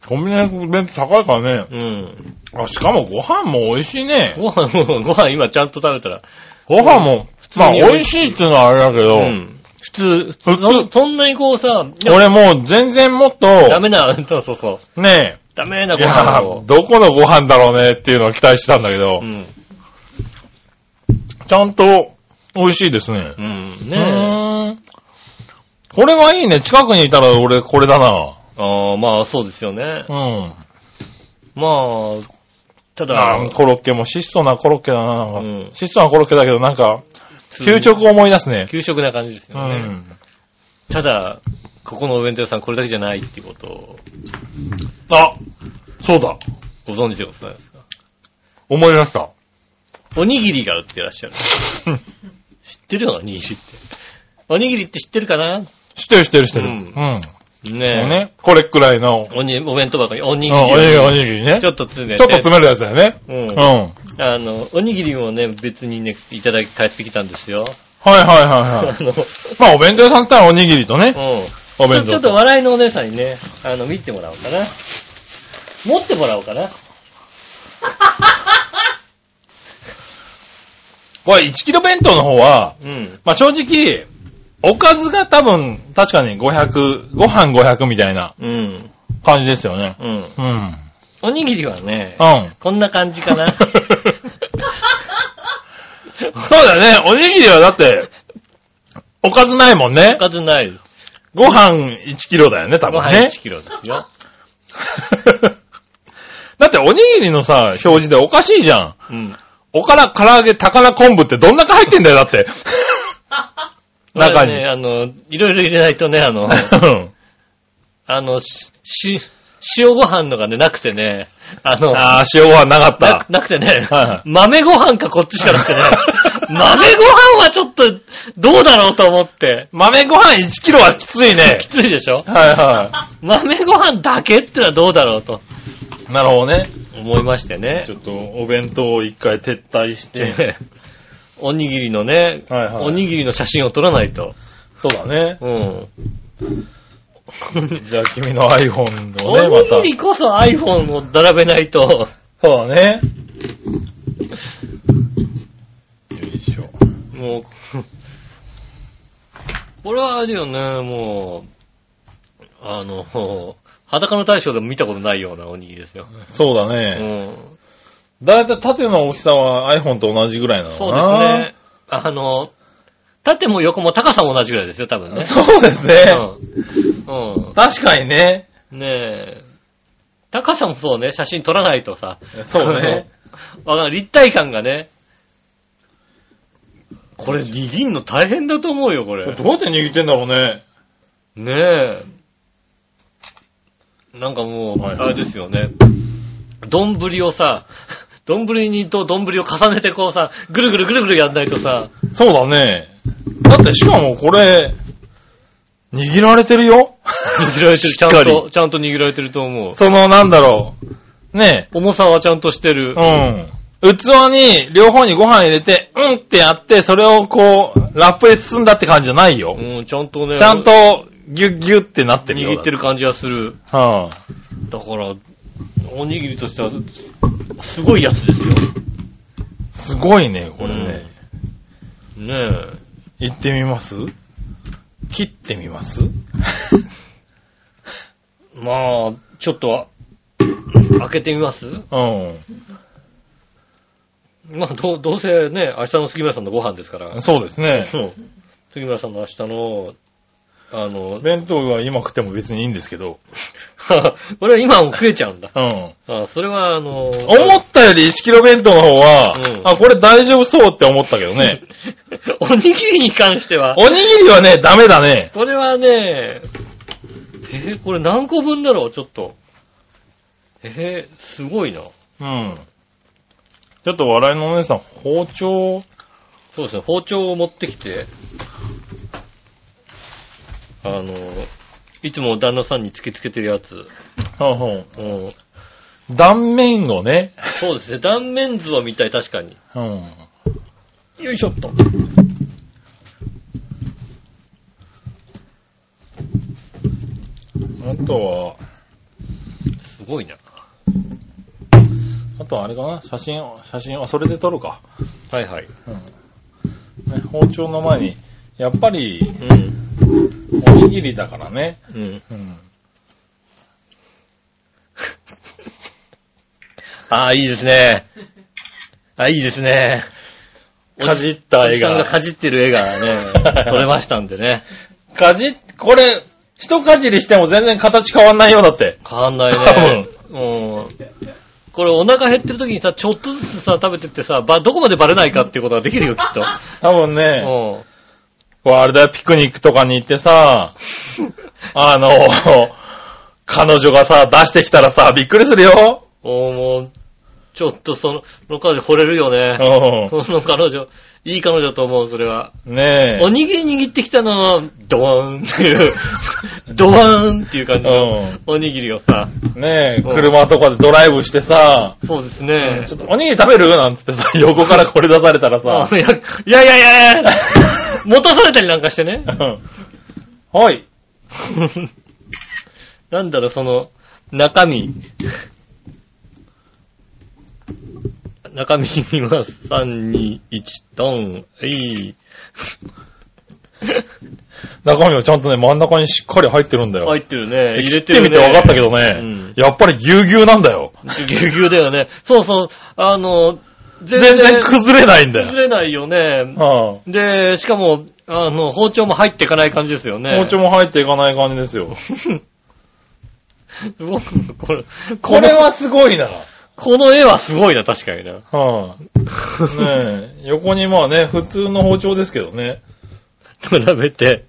C: コンビニの弁当高いからね。
B: うん。
C: あ、しかもご飯も美味しいね。
B: ご飯、 ご飯今ちゃんと食べたら。
C: ご飯も、
B: 通に
C: まあ美味しいっていうのはあれだけど、
B: うん。普通、普通
C: 普通
B: そ、そんなにこうさ、いや
C: 俺もう全然もっ
B: ダ
C: と、
B: メな、 そうそうそう。
C: ね
B: ダメな
C: え、い
B: ご
C: や
B: 飯を、。
C: どこのご飯だろうねっていうのを期待してたんだけど
B: う、ん。
C: ちゃんと美味しいですね。
B: うん。
C: う
B: ねえ。
C: ーん。これはいいね。近くにいたら俺これだな。
B: ああ、まあそうですよね。
C: うん。
B: まあ、ただ
C: あー、コロッケも質素なコロッケだな。
B: う
C: なん
B: ん
C: か質素なコロッケだけどなんか、
B: 普通
C: 究極を思い出すね。
B: 給食な感じです
C: う
B: よね。
C: ん。
B: ただ、ここのお弁当屋さんこれだけじゃないっていうことを
C: あ、そうだ。
B: ご存知でございますか
C: 思い出した。
B: おにぎりが売ってらっしゃる。知ってるのおにぎりって。おにぎりって知ってるかな
C: 知ってる知ってる知ってる。
B: う
C: うんん。
B: ね
C: ね、これくらいの、
B: え。おに、お弁当箱におに
C: う
B: ぎ
C: んおにぎ
B: り
C: り、お
B: を。
C: にぎりね。
B: ち
C: ち
B: ょ
C: ょっ
B: っと詰め
C: と
B: て。
C: 詰めるやつだよね。
B: うん
C: うん。はい
B: あの、おにぎりもね、別にね、いただき、帰ってきたんですよ。
C: はいはい
B: あ
C: はい。
B: の、
C: まあ、お弁当屋さんって言ったらおにぎりとね、
B: うん。
C: お
B: ち
C: 弁
B: ょ
C: 当。
B: ちょっと、笑いのお姉さんにね、あの、見てもらおうかな。持ってもらおうかな。
C: これ1キロ弁当の方は、
B: うん。
C: まあ正直、おかずが多分、確かに500、ご飯500みたいな
B: うん。
C: 感じですよね。
B: うん。
C: うん。うん。
B: おにぎりはね、
C: そう
B: こんな感じか な。
C: だよね。おにぎりはだって、おかずないもんね
B: お。かずない。
C: ご飯1キロだよね、多
B: ご
C: 分
B: 飯
C: ね。
B: 1キロですよ。
C: だっておにぎりのさ、表示でおかしいじゃん。
B: うん。
C: おから、唐揚げ、高菜昆布ってどんだけ入ってんだよ、だって。
B: 中
C: 中
B: に、
C: に
B: ね、あの、いろいろ入れないとね、あの、
C: うん
B: あの、し、し、塩ご飯のがね、なくてね、あの、
C: ああ、塩ご飯なかっ
B: な
C: た。
B: なくてね
C: はいはい、
B: 豆ご飯かこっちしかなく てね、豆ご飯はちょっと、どうだろうと思って、
C: 豆ご飯1キロはきついね
B: き。ついでしょ
C: はいは
B: 豆ご飯だけってのはどうだろうと
C: い。なるほどね。
B: 思いましてね
C: ち。ょっとお弁当を一回撤退 して。
B: でおにぎりのね、
C: はいはい
B: おにぎりの写真を撮らないと。
C: そうだね。
B: うん。
C: じゃあ君の iPhone を
B: お
C: ね、ま
B: に
C: た
B: ぎ。りこそ iPhone を並べないと、
C: そうだね。よいしょ。
B: もう、 これはあれよね、もう、あの、裸の大将でも見たことないようなおにぎりですよ。
C: そうだ
B: う
C: ね。
B: ん。
C: だいたい縦の大きさは iPhone と同じぐらいなの
B: そうで
C: かな。
B: すね。あの、縦も横も高さも同じぐらいですよ、多分ね。
C: そうですね。
B: うん。うん
C: 確かにね。
B: ねえ。高さもそうね、写真撮らないとさ。
C: そう ね。
B: あの。わかる立体感がね。これ握んの大変だと思うよ、こ
C: これ
B: れ
C: ど。うやって握ってんだろうね。
B: ねえ。なんかもう、
C: はい
B: あれですよね。丼をさ、 丼にと丼を重ねてこうさ、ぐるぐるぐるぐるやんないとさ、
C: そうだね。だってしかもこれ、握られてるよ
B: 握られてる。
C: し
B: ちゃ
C: っ
B: ん
C: かり
B: と、ちゃんと握られてると思う。
C: そのなんだろう。ね
B: 重さはちゃんとしてる。
C: え。うん。器に両方にご飯入れて、うんってやって、それをこう、ラップで包んだって感じじゃないよ。
B: うん、ちゃんとね。
C: ちゃんと、ギュッギュッってなってるよ。
B: 握ってる感じがする。
C: はあ、
B: だから、おにぎりとしては、すごいやつですよ。
C: すごいね、これね。
B: うん。ね
C: 行ってみます切ってみます
B: え。まあ、ちょっとは、開けてみます
C: う
B: まあ、どう、どうせね、明日の杉村さんのご飯ですから。
C: ん。そうですね。
B: うん杉村さんの明日の、あの、
C: 弁当は今食っても別にいいんですけど。
B: これは今も食えちゃうんだ。
C: うん。
B: あそれは、あの、
C: 思ったより1キロ弁当の方は、
B: うん
C: あ、これ大丈夫そうって思ったけど ね。
B: おにぎりに関しては、
C: おにぎりはね、ダメだね。
B: それはね、えーこれ何個分だろう、ちょっと。えーすごいな。
C: うん。ちょっと笑いのお姉さん、包丁、
B: そうですね、包丁を持ってきて、あの、いつも旦那さんに突きつけてるやつ。うん、
C: 断面をね、
B: そうですね、断面図は見たい、確かに。
C: うん。
B: よいしょっと。
C: あとは、
B: すごいな。
C: あとはあれかな、写真を、写真を、それで撮るか。
B: はいはい。
C: うん。ね、包丁の前に、やっぱり、
B: うん。
C: おにぎりだからね。
B: うん。
C: うん。
B: ああ、いいですね。ああ、いいですね。
C: かじった
B: おじ
C: 絵
B: さんが
C: が。
B: かじってる絵が ね、撮れましたんでね。
C: かじ、これ、一かじりしても全然形変わんないようだって。
B: 変わんないね。うん。これお腹減ってる時にさ、ちょっとずつさ、食べてってさ、ば、どこまでバレないかっていうことができるよ、きっと。
C: 多分ね、
B: うん。
C: こうあれだよ、ピクニックとかに行って さ、あの、彼女がさ、出してきたらさ、びっくりするよ。
B: おーもう、ちょっとその、その彼女惚れるよね。
C: う
B: その彼女、いい彼女だと思う、それは。
C: ん。ねえ。
B: おにぎり握ってきたのは、ドワーン っていう、ドワーンっていう感じの
C: う
B: おにぎりをさ、
C: ん。ねえ、
B: うん
C: 車とかでドライブしてさ、
B: そうですね
C: ち。ょっとおにぎり食べるなんつってさ、横からこれ出されたらさ
B: あ、いやいやいやいや いや持たされたりなんかしてね。
C: うんはい。
B: なんだろう、その、中身。中身は3、2、1、ドン、えい。
C: 中身はちゃんとね、真ん中にしっかり入ってるんだよ。
B: 入ってるね。入れて
C: 切っ
B: るね。
C: てみて分かったけどね、
B: うん
C: やっぱりぎゅうぎゅうなんだよ。
B: ぎゅうぎゅうだよね。そうそう、あの、全
C: 全然
B: 然
C: 崩れないんだよ。
B: 崩れないよね。
C: うん
B: で、しかも、あの、包丁も入っていかない感じですよね。
C: 包丁も入っていかない感じですよ。
B: すごくこれ、
C: こ
B: こ
C: れ
B: れは、
C: はすごいな。
B: この絵はすごいな、確かにな。
C: はい、ねえ、横にまあね、普通の包丁ですけどね。
B: 並べて、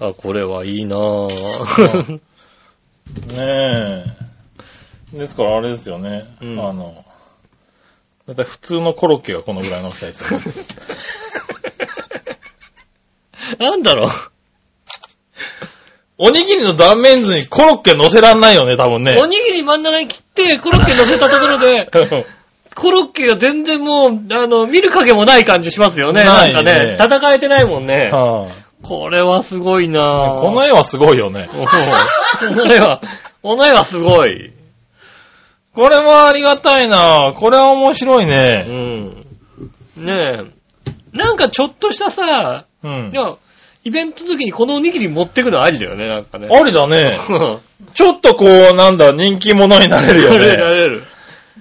B: あ、これはいいなぁ。
C: ねえ。ですからあれですよね。
B: うん
C: あの、だいたい普通のコロッケがこのぐらいの大きさですよね。
B: なんだろう
C: おにぎりの断面図にコロッケ乗せらんないよね、多分ね。
B: おにぎり真ん中に切って、コロッケ乗せたところで、 コロッケが全然もう、あの、見る影もない感じしますよね。
C: ない
B: なんかね、
C: ね
B: 戦えてないもんね。
C: はあ
B: これはすごいなぁ。
C: この絵はすごいよね。
B: おぉこの絵は、この絵はすごい。
C: これもありがたいなこれは面白いうね。
B: ん。ねえ。なんかちょっとしたさ、
C: うん
B: い。や、イベントの時にこのおにぎり持ってくのありだよね、なんかね。
C: ありだね。
B: うん
C: ちょっとこう、なんだ、人気者になれるよ
B: なれる、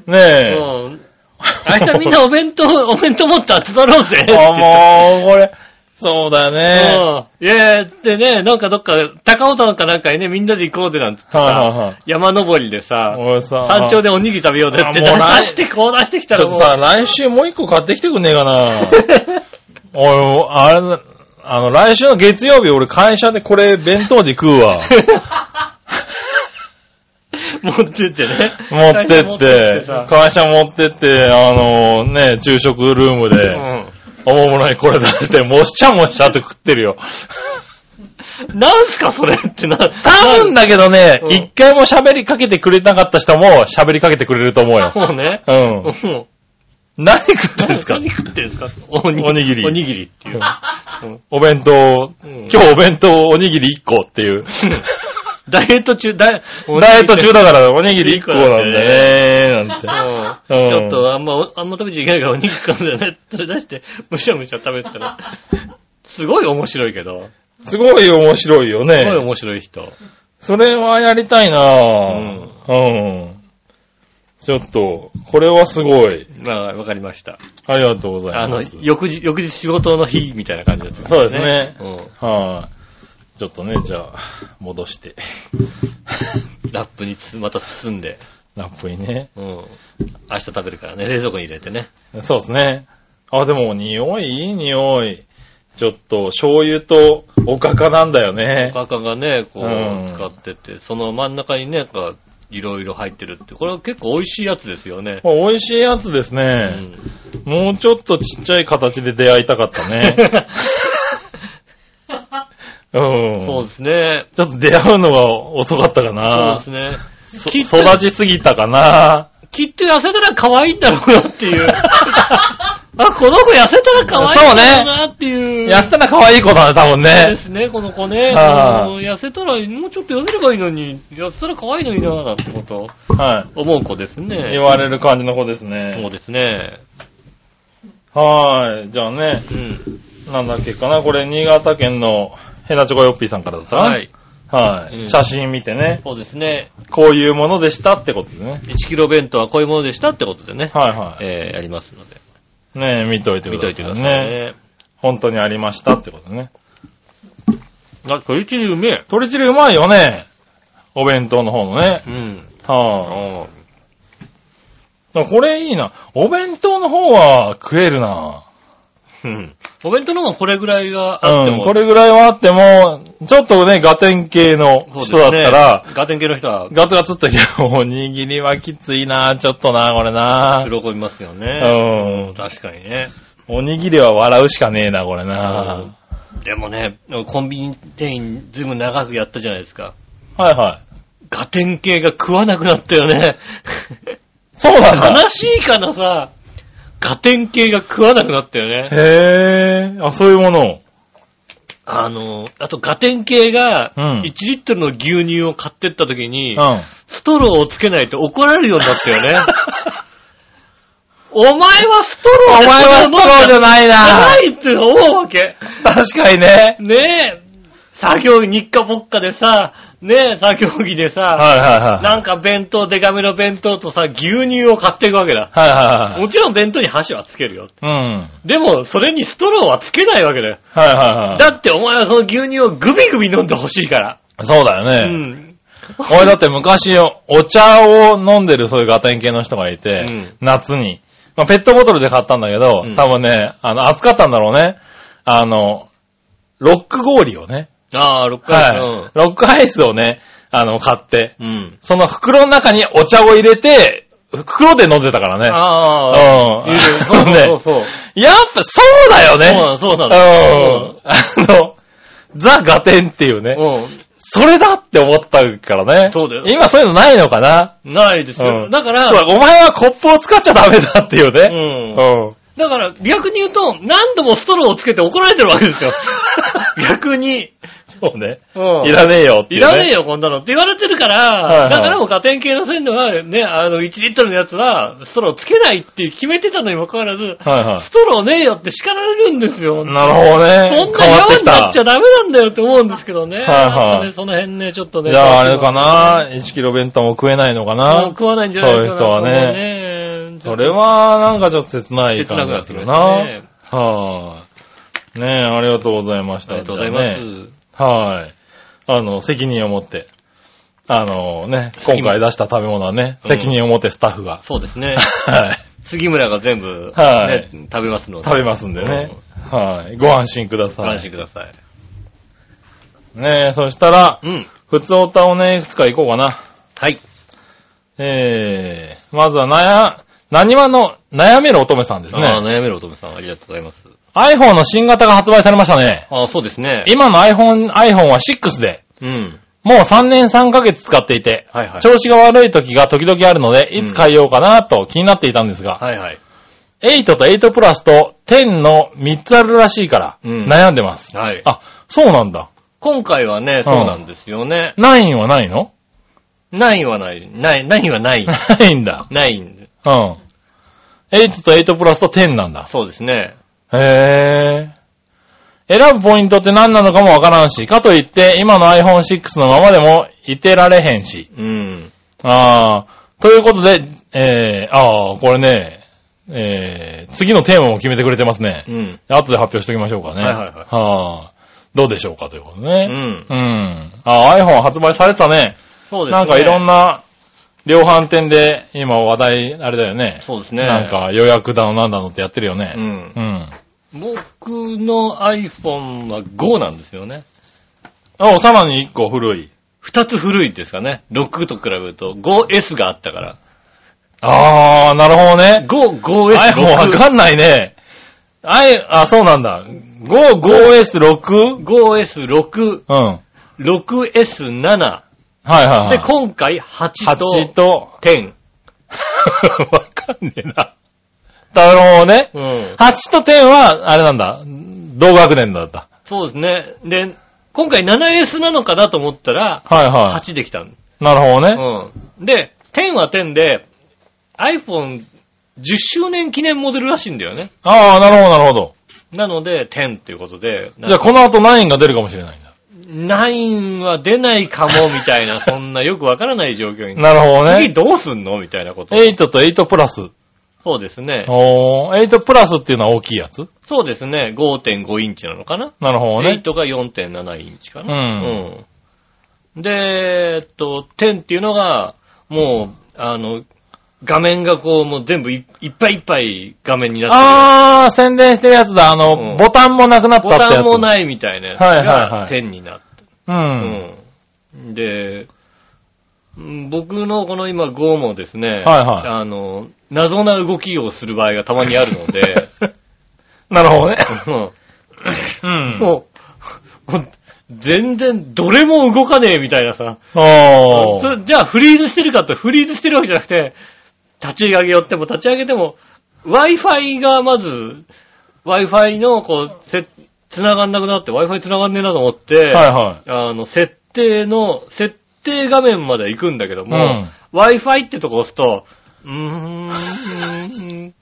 B: な
C: ね。
B: れる。
C: ね
B: うん。明日みんなお弁当、お弁当持って集まろうぜ。
C: え。あ、もう、これ、そうだ
B: う
C: ね。
B: ん。いやってね、なんかどっか、高尾山かなんかにね、みんなで行こうぜなんてさ、
C: はいはいはい
B: 山登りでさ、
C: 俺さ、
B: 山頂でおにぎり食べようぜって出
C: あもうない
B: して、こう出してきた
C: ち
B: ら
C: ょっ
B: も
C: と
B: う。
C: さ、来週もう一個買ってきてくんねえか なおい、あれ、あの、来週の月曜日俺会社でこれ弁当で食う わ。
B: 持ってってね。
C: 持って
B: 持
C: っ
B: ってって
C: て
B: さ、
C: 会社持ってって、あのね、昼食ルーム
B: う
C: で、
B: ん。
C: おもむろにこれ出して、もっしゃもっしゃって食ってるよ。
B: なんすかそれってな。
C: 多分だけどね、
B: うん
C: 一回も喋りかけてくれなかった人も喋りかけてくれると思うよ。
B: もうね。
C: うん。
B: うん。
C: 何食ってるんです か
B: 何食ってんですかお
C: おにぎり
B: おにぎりっていう。
C: お弁当、
B: うん
C: 今日お弁当おにぎり1個っていう。
B: ダイエット中、ダイエ
C: ダイエット中だからおにぎり1個なんだねなんて。
B: うんちょっとあんま、おあんま食べちゃいけないからおにぎり噛んでね。それ出して、むしゃむしゃ食べてたら。すごい面白いけど。
C: すごい面白いよ
B: すごい
C: ね。
B: 面白い人。
C: それはやりたいなぁ。うん。ちょっと、これはすごい。
B: まあ、わかりました。
C: ありがとうござ
B: あ
C: い
B: の
C: ます。、
B: 翌日、翌日仕事の日みたいな感じだった、
C: そうですね。
B: うん。
C: はい。ちょっとね、じゃあ、戻して。
B: ラップにつまた包んで。
C: ラップにね。
B: うん。明日食べるからね、冷蔵庫に入れてね。
C: そうですね。あ、でも、匂い、いい匂い。ちょっと、醤油とおかかなんだよね。
B: カカがね、こ
C: うん
B: う、使ってて、その真ん中にね、なんか、いろいろ入ってるって、これは結構美味しいやつですよね。
C: あ美味しいやつです
B: う
C: ね、
B: ん。
C: もうちょっとちっちゃい形で出会いたかっ たね。うん。
B: そうですね。
C: ちょっと出会うのが遅かったか
B: そう
C: な
B: で。すね。
C: そ
B: きっと
C: 育ちすぎたかな。
B: きっと痩せたら可愛いんだろうなって いう。あ、この子痩せたら可愛いんだろうなっていう。
C: 痩せたら可愛い子だね、多分
B: で
C: ね。
B: すね、この子ね。
C: は
B: あ
C: い
B: の痩せたら、もうちょっと痩せればいいのに、痩せたら可愛いのにななんてことを
C: はい。
B: 思う子ですね。
C: 言われる感じの子です
B: そう
C: ね。
B: ですね。
C: はーい。じゃあね、
B: うん。
C: なんだっけかな。これ、新潟県のヘナチョコヨッピーさんからだったかな
B: はい。
C: はい。
B: うん
C: 写真見てね、
B: そうですね。
C: こういうものでしたってことでね。
B: 1キロ弁当はこういうものでしたってことでね。
C: はいは
B: えー、やりますので。
C: い。ねえ、見といて
B: 見
C: く
B: と
C: だ
B: いて
C: さ
B: く
C: い
B: ださい
C: ね。
B: ね。
C: 本当にありましたってことね。
B: あ、これ一流うめえ。
C: 鶏汁うまいよね。お弁当の方のね
B: う。ん。
C: は
B: あ
C: あ。これいいな。お弁当の方は食えるな。
B: うん。お弁当の方はこれぐらいがあって
C: うん。
B: も。
C: これぐらいはあっても、ちょっとね、ガテン系の人だったら、
B: ガテン系の人は
C: ガツガツっといけるおにぎりはきついな、ちょっとな、これな。
B: 喜びますよ
C: う
B: ね。
C: ん。
B: 確かにね。
C: おにぎりは笑うしかねえな、これな。
B: でもね、コンビニ店員ずいぶん長くやったじゃないですか。
C: はいはい。
B: ガテン系が食わなくなったよね。
C: そうなんだ。
B: 悲しいかなさ、ガテン系が食わなくなったよね。
C: へえ、あ、そういうもの。
B: あの、あとガテン系が、
C: う
B: 1
C: ん
B: リットルの牛乳を買ってった時
C: う
B: に、
C: ん。あ
B: ストローをつけないと怒られるようになったよね。 お前はストロー
C: お前 はストローじゃないな
B: ないって思うわけ。
C: 確かにね。
B: ねえ、作業着日課ぼっかでさ、ねえ、作業着でさ、
C: はいはいはい。
B: なんか弁当、デカめの弁当とさ、牛乳を買っていくわけだ。
C: はいはいはい
B: も。ちろん弁当に箸はつけるよ。
C: うん。
B: でも、それにストローはつけないわけだよ。
C: はいはいはい。
B: だってお前はその牛乳をグビグビ飲んでほしいから。
C: そう
B: う
C: だよね。
B: ん。
C: 俺だって昔、お茶を飲んでるそういうガテン系の人がいて、
B: うん
C: 夏に。まあ、ペットボトルで買ったんだけど、
B: うん
C: 多分ね、あの、暑かったんだろうね。あの、ロック氷をね。
B: ああ、6回。
C: はい。ロックアイスをね、あの、買って、
B: うん。うん。
C: その袋の中にお茶を入れて、袋で飲んでたからね。
B: ああ、
C: うん
B: いるそう そうそうそう。
C: やっぱそうだよ
B: そうな
C: ね
B: の、そうな
C: うん
B: の。。
C: あの、ザ・ガテンっていうね。
B: うん。
C: それだって思ったからね。
B: そうだよ
C: 今そういうのないのかな
B: うん。ないです
C: う
B: よ。
C: ん
B: だから、
C: そうお前はコップを使っちゃダメだっていう
B: う。
C: ね。うんん。
B: だから、逆に言うと、何度もストローをつけて怒られてるわけ ですよ。逆に。
C: そうね。
B: うん
C: いらねえよってい、
B: いう
C: ね。
B: らねえよ、こんなのって言われてるから、
C: いはい
B: だからもうガテン系の線では、ね、あの、1リットルのやつは、ストローつけないって決めてたのにもかかわらず、
C: はいは
B: ストローねえよって叱られるんですよ。
C: い。なるほどね。
B: そんな
C: 変わ
B: 嫌
C: ってき
B: にな
C: た。
B: っちゃダメなんだよって思うんですけどね。
C: いはい
B: なんかねその辺ね、ちょっとね。
C: じゃああれかな ?1 キロ弁当も食えないのか
B: うん
C: な
B: 食わないんじゃないかな
C: そういう人はね
B: ね。
C: それはなんかちょっと切ない
B: 切な
C: 感
B: く
C: じ
B: な
C: が
B: ってきま
C: する
B: した
C: な。
B: ね。
C: はい。ねえ、ありがとうございまし
B: あ
C: た。
B: りがとうございます。
C: じゃあねはい。あの、責任を持って。あのね、今回出した食べ物はね、
B: うん
C: 責任を持ってスタッフが。
B: そうですね。
C: はい。
B: 杉村が全部、ね
C: はい
B: 食べますので。
C: 食べますんでね。はい。ご安心くだ
B: うん。
C: さ
B: ご安
C: い。
B: 心ください。
C: ねえ、そしたら、
B: うん。
C: 普通おたをね、いくつか行こうかな。
B: はい。
C: えー、まずはなや、なにわの悩める乙女さんです
B: ああ、
C: ね。
B: 悩める乙女さん、ありがとうございます。
C: iPhone の新型が発売されましたね。
B: ああ、そうですね。
C: 今の iPhone、iPhone は6で、
B: うん。
C: もう3年3ヶ月使っていて、
B: はいはい。
C: 調子が悪い時が時々あるので、いつ変えようかなと気になっていたんですが、
B: はいはい。
C: 8と8プラスと10の3つあるらしいから、
B: うん
C: 悩んでます。
B: はい。
C: あ、そうなんだ。
B: 今回はね、そうなんですよね。
C: 9はないの
B: ないはない。ない、ないは ない。
C: ないんだ。
B: ないんで。
C: うん。8と8プラスと10なんだ。
B: そうですね。
C: へー。選ぶポイントって何なのかもわからんし、かといって今の iPhone6 のままでもいてられへんし。
B: うん。
C: あー。ということで、えー、あー、これね、えー、次のテーマも決めてくれてますね
B: う。ん。
C: 後で発表しておきましょうかね。
B: はいはいはい
C: あどうでしょうかということ
B: う
C: ね。
B: ん。
C: うん。あ、iPhone 発売されてたね。
B: そうですね。
C: なんかいろ
B: な。
C: んな量販店で今話題、あれだよね。
B: そうですね。
C: なん。か予約だのなんだのってやってるよね。
B: うん。
C: うん。
B: 僕の iPhone は5なんですよね。
C: あ、さらに一個古い。
B: 二つ古いですかね。6と比べると 5S があったから。
C: あー、なるほどね。
B: 5、5S、
C: iPhone わかんないね。あい、あ、そうなんだ。5、5S6?
B: 5S、6、
C: うん。はい
B: 6S7。
C: はいは
B: で、
C: い。
B: 今回8
C: 8
B: と
C: と、
B: 10。
C: わかんねえな。なるほどね。
B: うん。
C: 8と10は、あれなんだ。同学年だった。
B: そうですね。で、今回 7S なのかなと思ったら、
C: はいは
B: 8できたん、
C: い。なるほどね。
B: うん。で、10は10で、iPhone10 周年記念モデルらしいんだよね。
C: ああ、なるほど、なるほど。
B: なので、10っていうことで、
C: じゃあ、この後9が出るかもしれないんだ。
B: 9は出ないかも、みたい な、そんなよくわからない状況に。
C: なるほど
B: 次
C: ね。
B: どうすんのみたいなこと。
C: 8と8プラス。
B: そうですね。
C: おー、8プラスっていうのは大きいやつ
B: そうですね。5.5インチなのかな
C: なるほどね。
B: 8が4.7インチかな。
C: うん
B: うんで、えっと、10っていうのが、もう、あの、画面がこう、もう全部いいっぱいいっぱい画面になって
C: あー、宣伝してるやつだ。あの、
B: うん
C: ボタンもなくなっ
B: る。
C: た
B: ボ
C: って
B: タ
C: や
B: ン
C: つ。
B: もないみたいなやつ
C: はいはいは
B: が
C: い
B: 10になって。
C: うん。
B: うんで、うん僕のこの今5もですね、
C: はい
B: あの、謎な動きをする場合がたまにあるの で、
C: なるほどね。
B: うん
C: うん。
B: もう、もう全然、どれも動かねえみたいなさ。
C: お
B: そ
C: ー。
B: れじゃあ、フリーズしてるかって、フリーズしてるわけじゃなくて、立ち上げよっても、立ち上げても、Wi-Fi がまず、Wi-Fi の、こう、せ、繋がんなくなって、Wi-Fi 繋がんねえなと思って、
C: はいはい。
B: あの、設定の、設定画面まで行くんだけども、
C: うん
B: Wi-Fi ってとこ押すと、うーんうーん、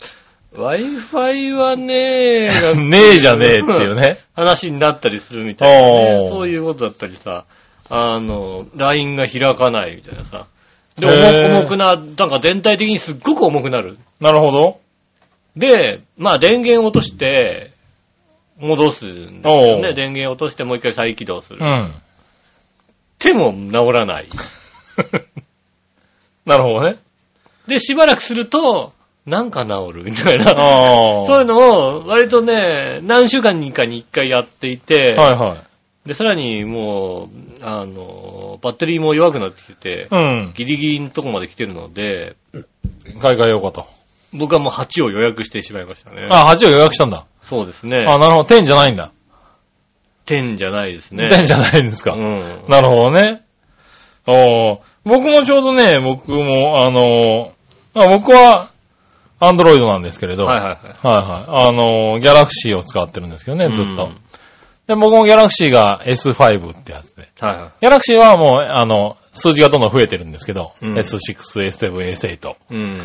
B: Wi-Fi はねえが、
C: ねえじゃねえっていうね。
B: 話になったりするみたいな、ね
C: お。ー
B: そういうことだったりさ、あの、LINE が開かないみたいなさ。で、
C: へー
B: 重重くな、なんか全体的にすっごく重くなる。
C: なるほど。
B: で、まあ電源を落として、戻すんですよ
C: お
B: ね。
C: う
B: 電源を落としてもう一回再起動す
C: う
B: る。
C: ん。
B: 手も治らない。
C: なるほどね。
B: で、しばらくすると、なんか治るみたいな。
C: ああ。
B: そういうのを、割とね、何週間にかに一回やっていて、
C: はいはい。
B: で、さらにもう、あの、バッテリーも弱くなってきてて、
C: うん。
B: ギリギリのとこまで来てるので、
C: 買い替えようかと。
B: 僕はもう8を予約してしまいましたね。
C: あ、8を予約したんだ。
B: そうですね。
C: あ、なるほど。10じゃないんだ。
B: 10じゃないですね。
C: 10じゃないんですか。
B: うん。
C: なるほどね。おー僕もちょうどね、僕も、あのーあ僕は、アンドロイドなんですけれど、
B: はい
C: はい
B: はいはい。
C: はい。あのーギャラクシーを使ってるんですけどね、ずっ
B: う
C: と
B: ん。
C: で、僕もギャラクシーが S5 ってやつで。
B: はいは
C: ギャラクシーはもう、あの、数字がどんどん増えてるんですけど、
B: うん
C: S6、S7、S8。
B: い。うん。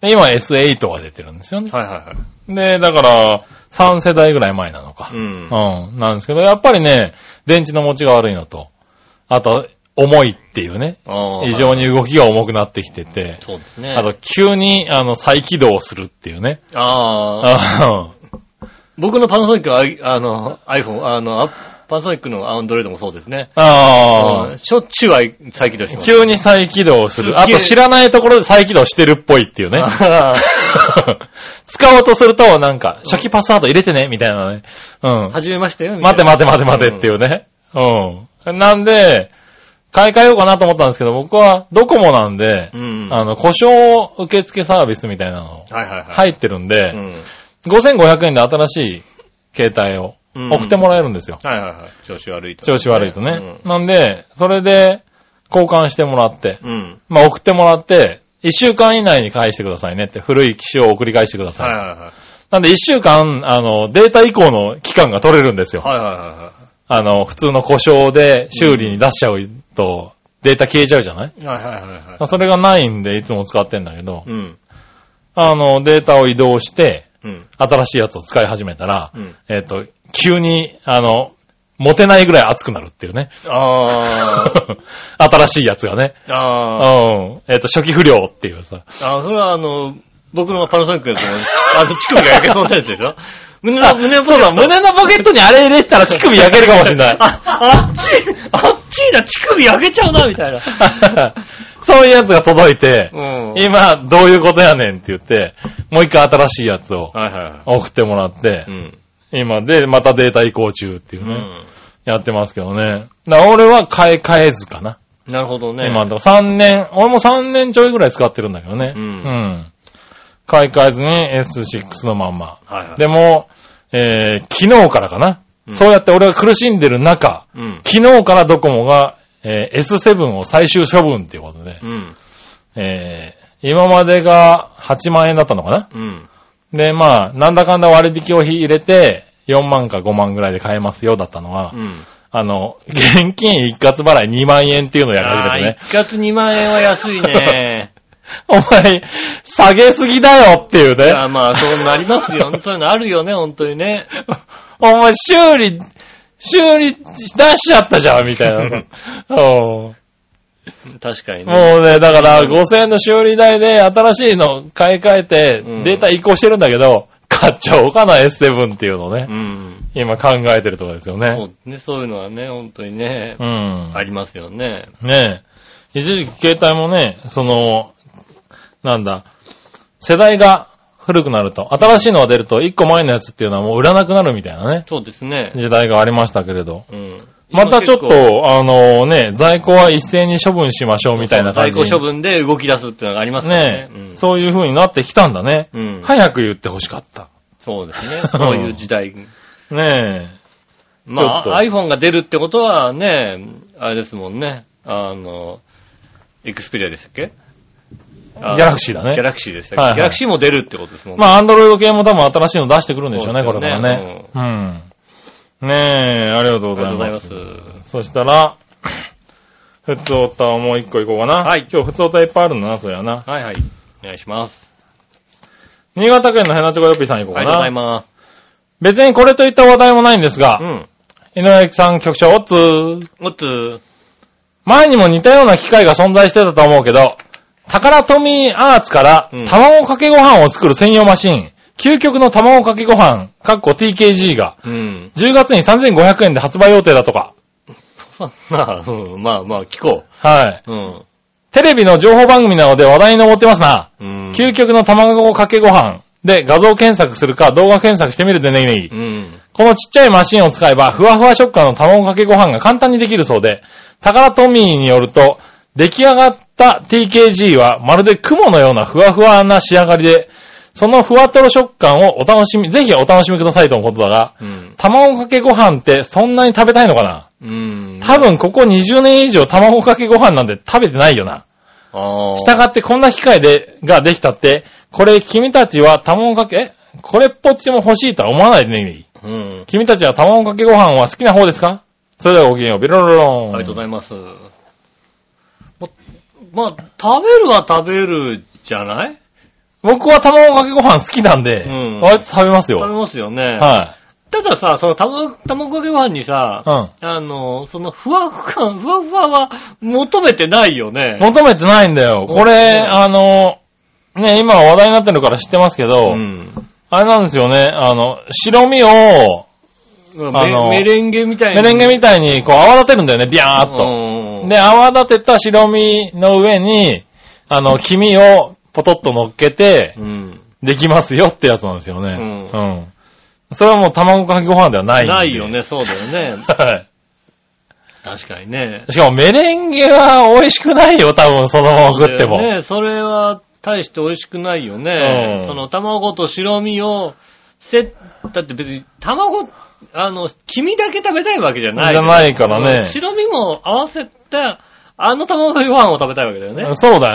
C: で、今 S8 が出てるんですよね。
B: はいはいはい。
C: で、だから、3世代ぐらい前なのか
B: う。ん。
C: うん、なんですけど、やっぱりね、電池の持ちが悪いのと、あと、重いっていうね、
B: ああ
C: 非常に動きが重くなってきてて、
B: そうですね。
C: あと、急に、あの、再起動するっていうね。
B: ああ、
C: あ
B: 僕のパナソニックは、ああの、iPhone、あの、あパナソニックのアンドロイドもそうですね。
C: あ
B: う
C: ー
B: ん、しょっちゅうあい再起動します。
C: 急に再起動す
B: すっ
C: る。
B: げえ
C: あと、知らないところで再起動してるっぽいっていうね。
B: あ
C: 使おうとすると、なんか、初期パスワード入れてね、みたいなね。う
B: あ
C: ん。
B: 始めましたよ。みたい
C: 待て
B: な
C: 待て待て待てっていうね。うん。なんで、買い替えようかなと思ったんですけど、僕はドコモなんで
B: う、ん。
C: あの、故障受付サービスみたいなの
B: はいはいはい。
C: 入ってるん
B: う
C: で、
B: ん。
C: 5500円で新しい携帯を
B: うん
C: 送ってもらえるんですよ。
B: はいはいはい。調子悪いと、
C: 調子悪いとね。なんで、それで交換してもらって、
B: うん。うん。
C: まあ送ってもらって、1週間以内に返してくださいねって、古い機種を送り返してくだ
B: はい
C: さい。
B: はいはい。
C: なんで1週間、あの、データ以降の期間が取れるんですよ。
B: はいはいは
C: あの、普通の故障で修理に出しちゃうと、データ消えちゃうじゃない、
B: いはい。はいはいはいはい。
C: それがないんで、いつも使ってんだけど、
B: うん。
C: あの、データを移動して、
B: うん。
C: 新しいやつを使い始めたら、
B: うん。
C: えっ、と、急に、あの、持てないぐらい熱くなるっていうね。
B: あ あ。
C: 新しいやつがね。う
B: あ
C: ん
B: あ。。
C: えっ、と、初期不良っていうさ。
B: あ、それはあの、僕のパナソニックですね。あの、乳首が焼けそうになるやつでしょ胸
C: あ
B: の、胸のポケット。
C: 胸のポケットにあれ入れてたら乳首焼けるかもしれない。
B: あ、あっち、あっちいな、乳首焼けちゃうな、みたいな。
C: そういうやつが届いて、
B: うん。はい
C: 今、どういうことやねんって言って、もう一回新しいやつを
B: はいは
C: 送ってもらって
B: い。う、ん。
C: 今で、またデータ移行中っていううね、
B: ん。
C: やってますけどね。だから俺は買い替えずかな。
B: なるほどね。
C: 今のとこ3年、俺も3年ちょいぐらい使ってるんだけどね。
B: うん
C: ん買い替えずに S6 のまんま。
B: はいはい。
C: でも、えー、昨日からかな。
B: うん
C: そうやって俺が苦しんでる中、
B: うん。
C: 昨日からドコモが、えー S7 を最終処分っていうことで
B: う、ん。
C: えー、今までが8万円だったのかな
B: うん。
C: で、まあ、なんだかんだ割引を入れて、4万か5万ぐらいで買えますよだったのは、
B: うん。
C: あの、現金一括払い2万円っていうのをやり始
B: あ
C: め
B: あ、
C: て
B: 一
C: ね。
B: 括2万円は安い ね。
C: お前、下げすぎだよっていう
B: い
C: ね。
B: や、まあ、そうなりますよ。そういうのあるよね、本当にね。
C: お前、修理、修理出しちゃったじゃんみたい な。うん
B: 確かにね。
C: もうね、だから5000円の修理代で新しいの買い替えて
B: うん
C: データ移行してるんだけど、買っちゃおうかな S7 っていうのをね
B: う。ん。
C: 今考えてるところですよ
B: そ
C: ね。
B: うね、そういうのはね、本当にね
C: う、ん。
B: ありますよね。
C: ねえ。一時期携帯もね、その、なんだ、世代が古くなると、新しいのが出ると、一個前のやつっていうのはもう売らなくなるみたいなね、
B: そうですね。
C: 時代がありましたけれど。
B: うん。
C: またちょっ
B: 今結構、
C: と、あのね、在庫は一斉に処分しましょうみたいな感じ
B: 在庫処
C: に。
B: 分で動き出すっていうのがありますよね
C: ね。
B: うん
C: え、そういう風になってきたんだね。
B: うん。
C: 早く言ってほしかった。
B: そうです ね。そういう時代。
C: ね
B: ま
C: ちょ
B: あ、
C: っ
B: iPhone が出るってことはね、あれですもんね。あの、エクスペリアでしたっけギ
C: ギャラクシーだね
B: ギャラクシーでしたっけ、
C: はいはい
B: ギャラクシーも出るってことですも
C: え。
B: んね。
C: まあ、アンドロイド系も多分新しいの出してくるんでしょうね、
B: そ
C: こ
B: うで
C: れ
B: す
C: か
B: よ
C: ら
B: ね
C: ね。うん。ねえ、ありがとうございます。
B: ありがとうございま
C: そしたら、 ふつおたをもう一個いこうかな。はい。今日ふつおたいっぱいあるんだな、そりゃな。
B: はいはい。お願いします。
C: 新潟県のヘナチョコヨッピーさんいこ
B: あ
C: うか
B: りがとうござい
C: な。
B: ます。
C: 別にこれといった話題もないんです
B: う
C: が、
B: ん。
C: 井上さん局長、おつー。
B: おっつ
C: 前にも似たような機械が存在してたと思うけど、タカラトミーアーツから
B: うん
C: 卵かけご飯を作る専用マシン、究極の卵かけご飯、かっこ TKG が、
B: うん。
C: 10月に3500円で発売予定だとか。
B: まあ、うんまあまあ、聞こ
C: はい。
B: う。うん。
C: テレビの情報番組なので話題に上ってますな。
B: うん。
C: 究極の卵かけご飯で画像検索するか動画検索してみるでネギネギ
B: う。ん。
C: このちっちゃいマシンを使えば、ふわふわ食感の卵かけご飯が簡単にできるそうで、タカラトミーによると、出来上がった TKG はまるで雲のようなふわふわな仕上がりで、そのふわとろ食感をお楽しみ、ぜひお楽しみくださいとのことだが、
B: うん。
C: 卵かけご飯ってそんなに食べたいのかな
B: うん。
C: 多分ここ20年以上卵かけご飯なんて食べてないよな。
B: ああ。
C: 従ってこんな機械で、ができたって、これ君たちは卵かけ、えこれっぽっちも欲しいとは思わないでね、
B: うん。
C: 君たちは卵かけご飯は好きな方ですかそれではごきげんよう、ビロロロン。
B: ありがとうございます。ま、まあ、食べるは食べるじゃない
C: 僕は卵かけご飯好きなんで、
B: うん
C: 割と食べますよ。
B: 食べますよね。
C: は
B: たださ、その卵、卵かけご飯にさ、
C: い。うん。
B: あの、そのふわふわ、ふわふわは求めてないよね。
C: 求めてないんだよ。これ、
B: うん
C: あの、ね、今話題になってるから知ってますけど、
B: うん。
C: あれなんですよね、あの、白身を、
B: まあ
C: あの
B: メメレンゲみたいな。
C: メレンゲみたいにこう泡立てるんだよね、ビャーっと。
B: と
C: で、泡立てた白身の上に、あの、黄身をポトッと乗っけて、
B: うん。
C: できますよってやつなんですよね。
B: う
C: うん。それはもう卵かけご飯ではないんで。
B: ないよね、そうだよね。
C: は
B: 確かにね
C: い。。しかもメレンゲは美味しくないよ、多分そのまま食っても。
B: だよね、それは大して美味しくないよね。
C: うん
B: その卵と白身を、せ、だって別に卵、あの、黄身だけ食べたいわけじゃない。
C: じゃないからね
B: 白身も合わせた、あの卵かけご飯を食べたいわけだよね。
C: そうだ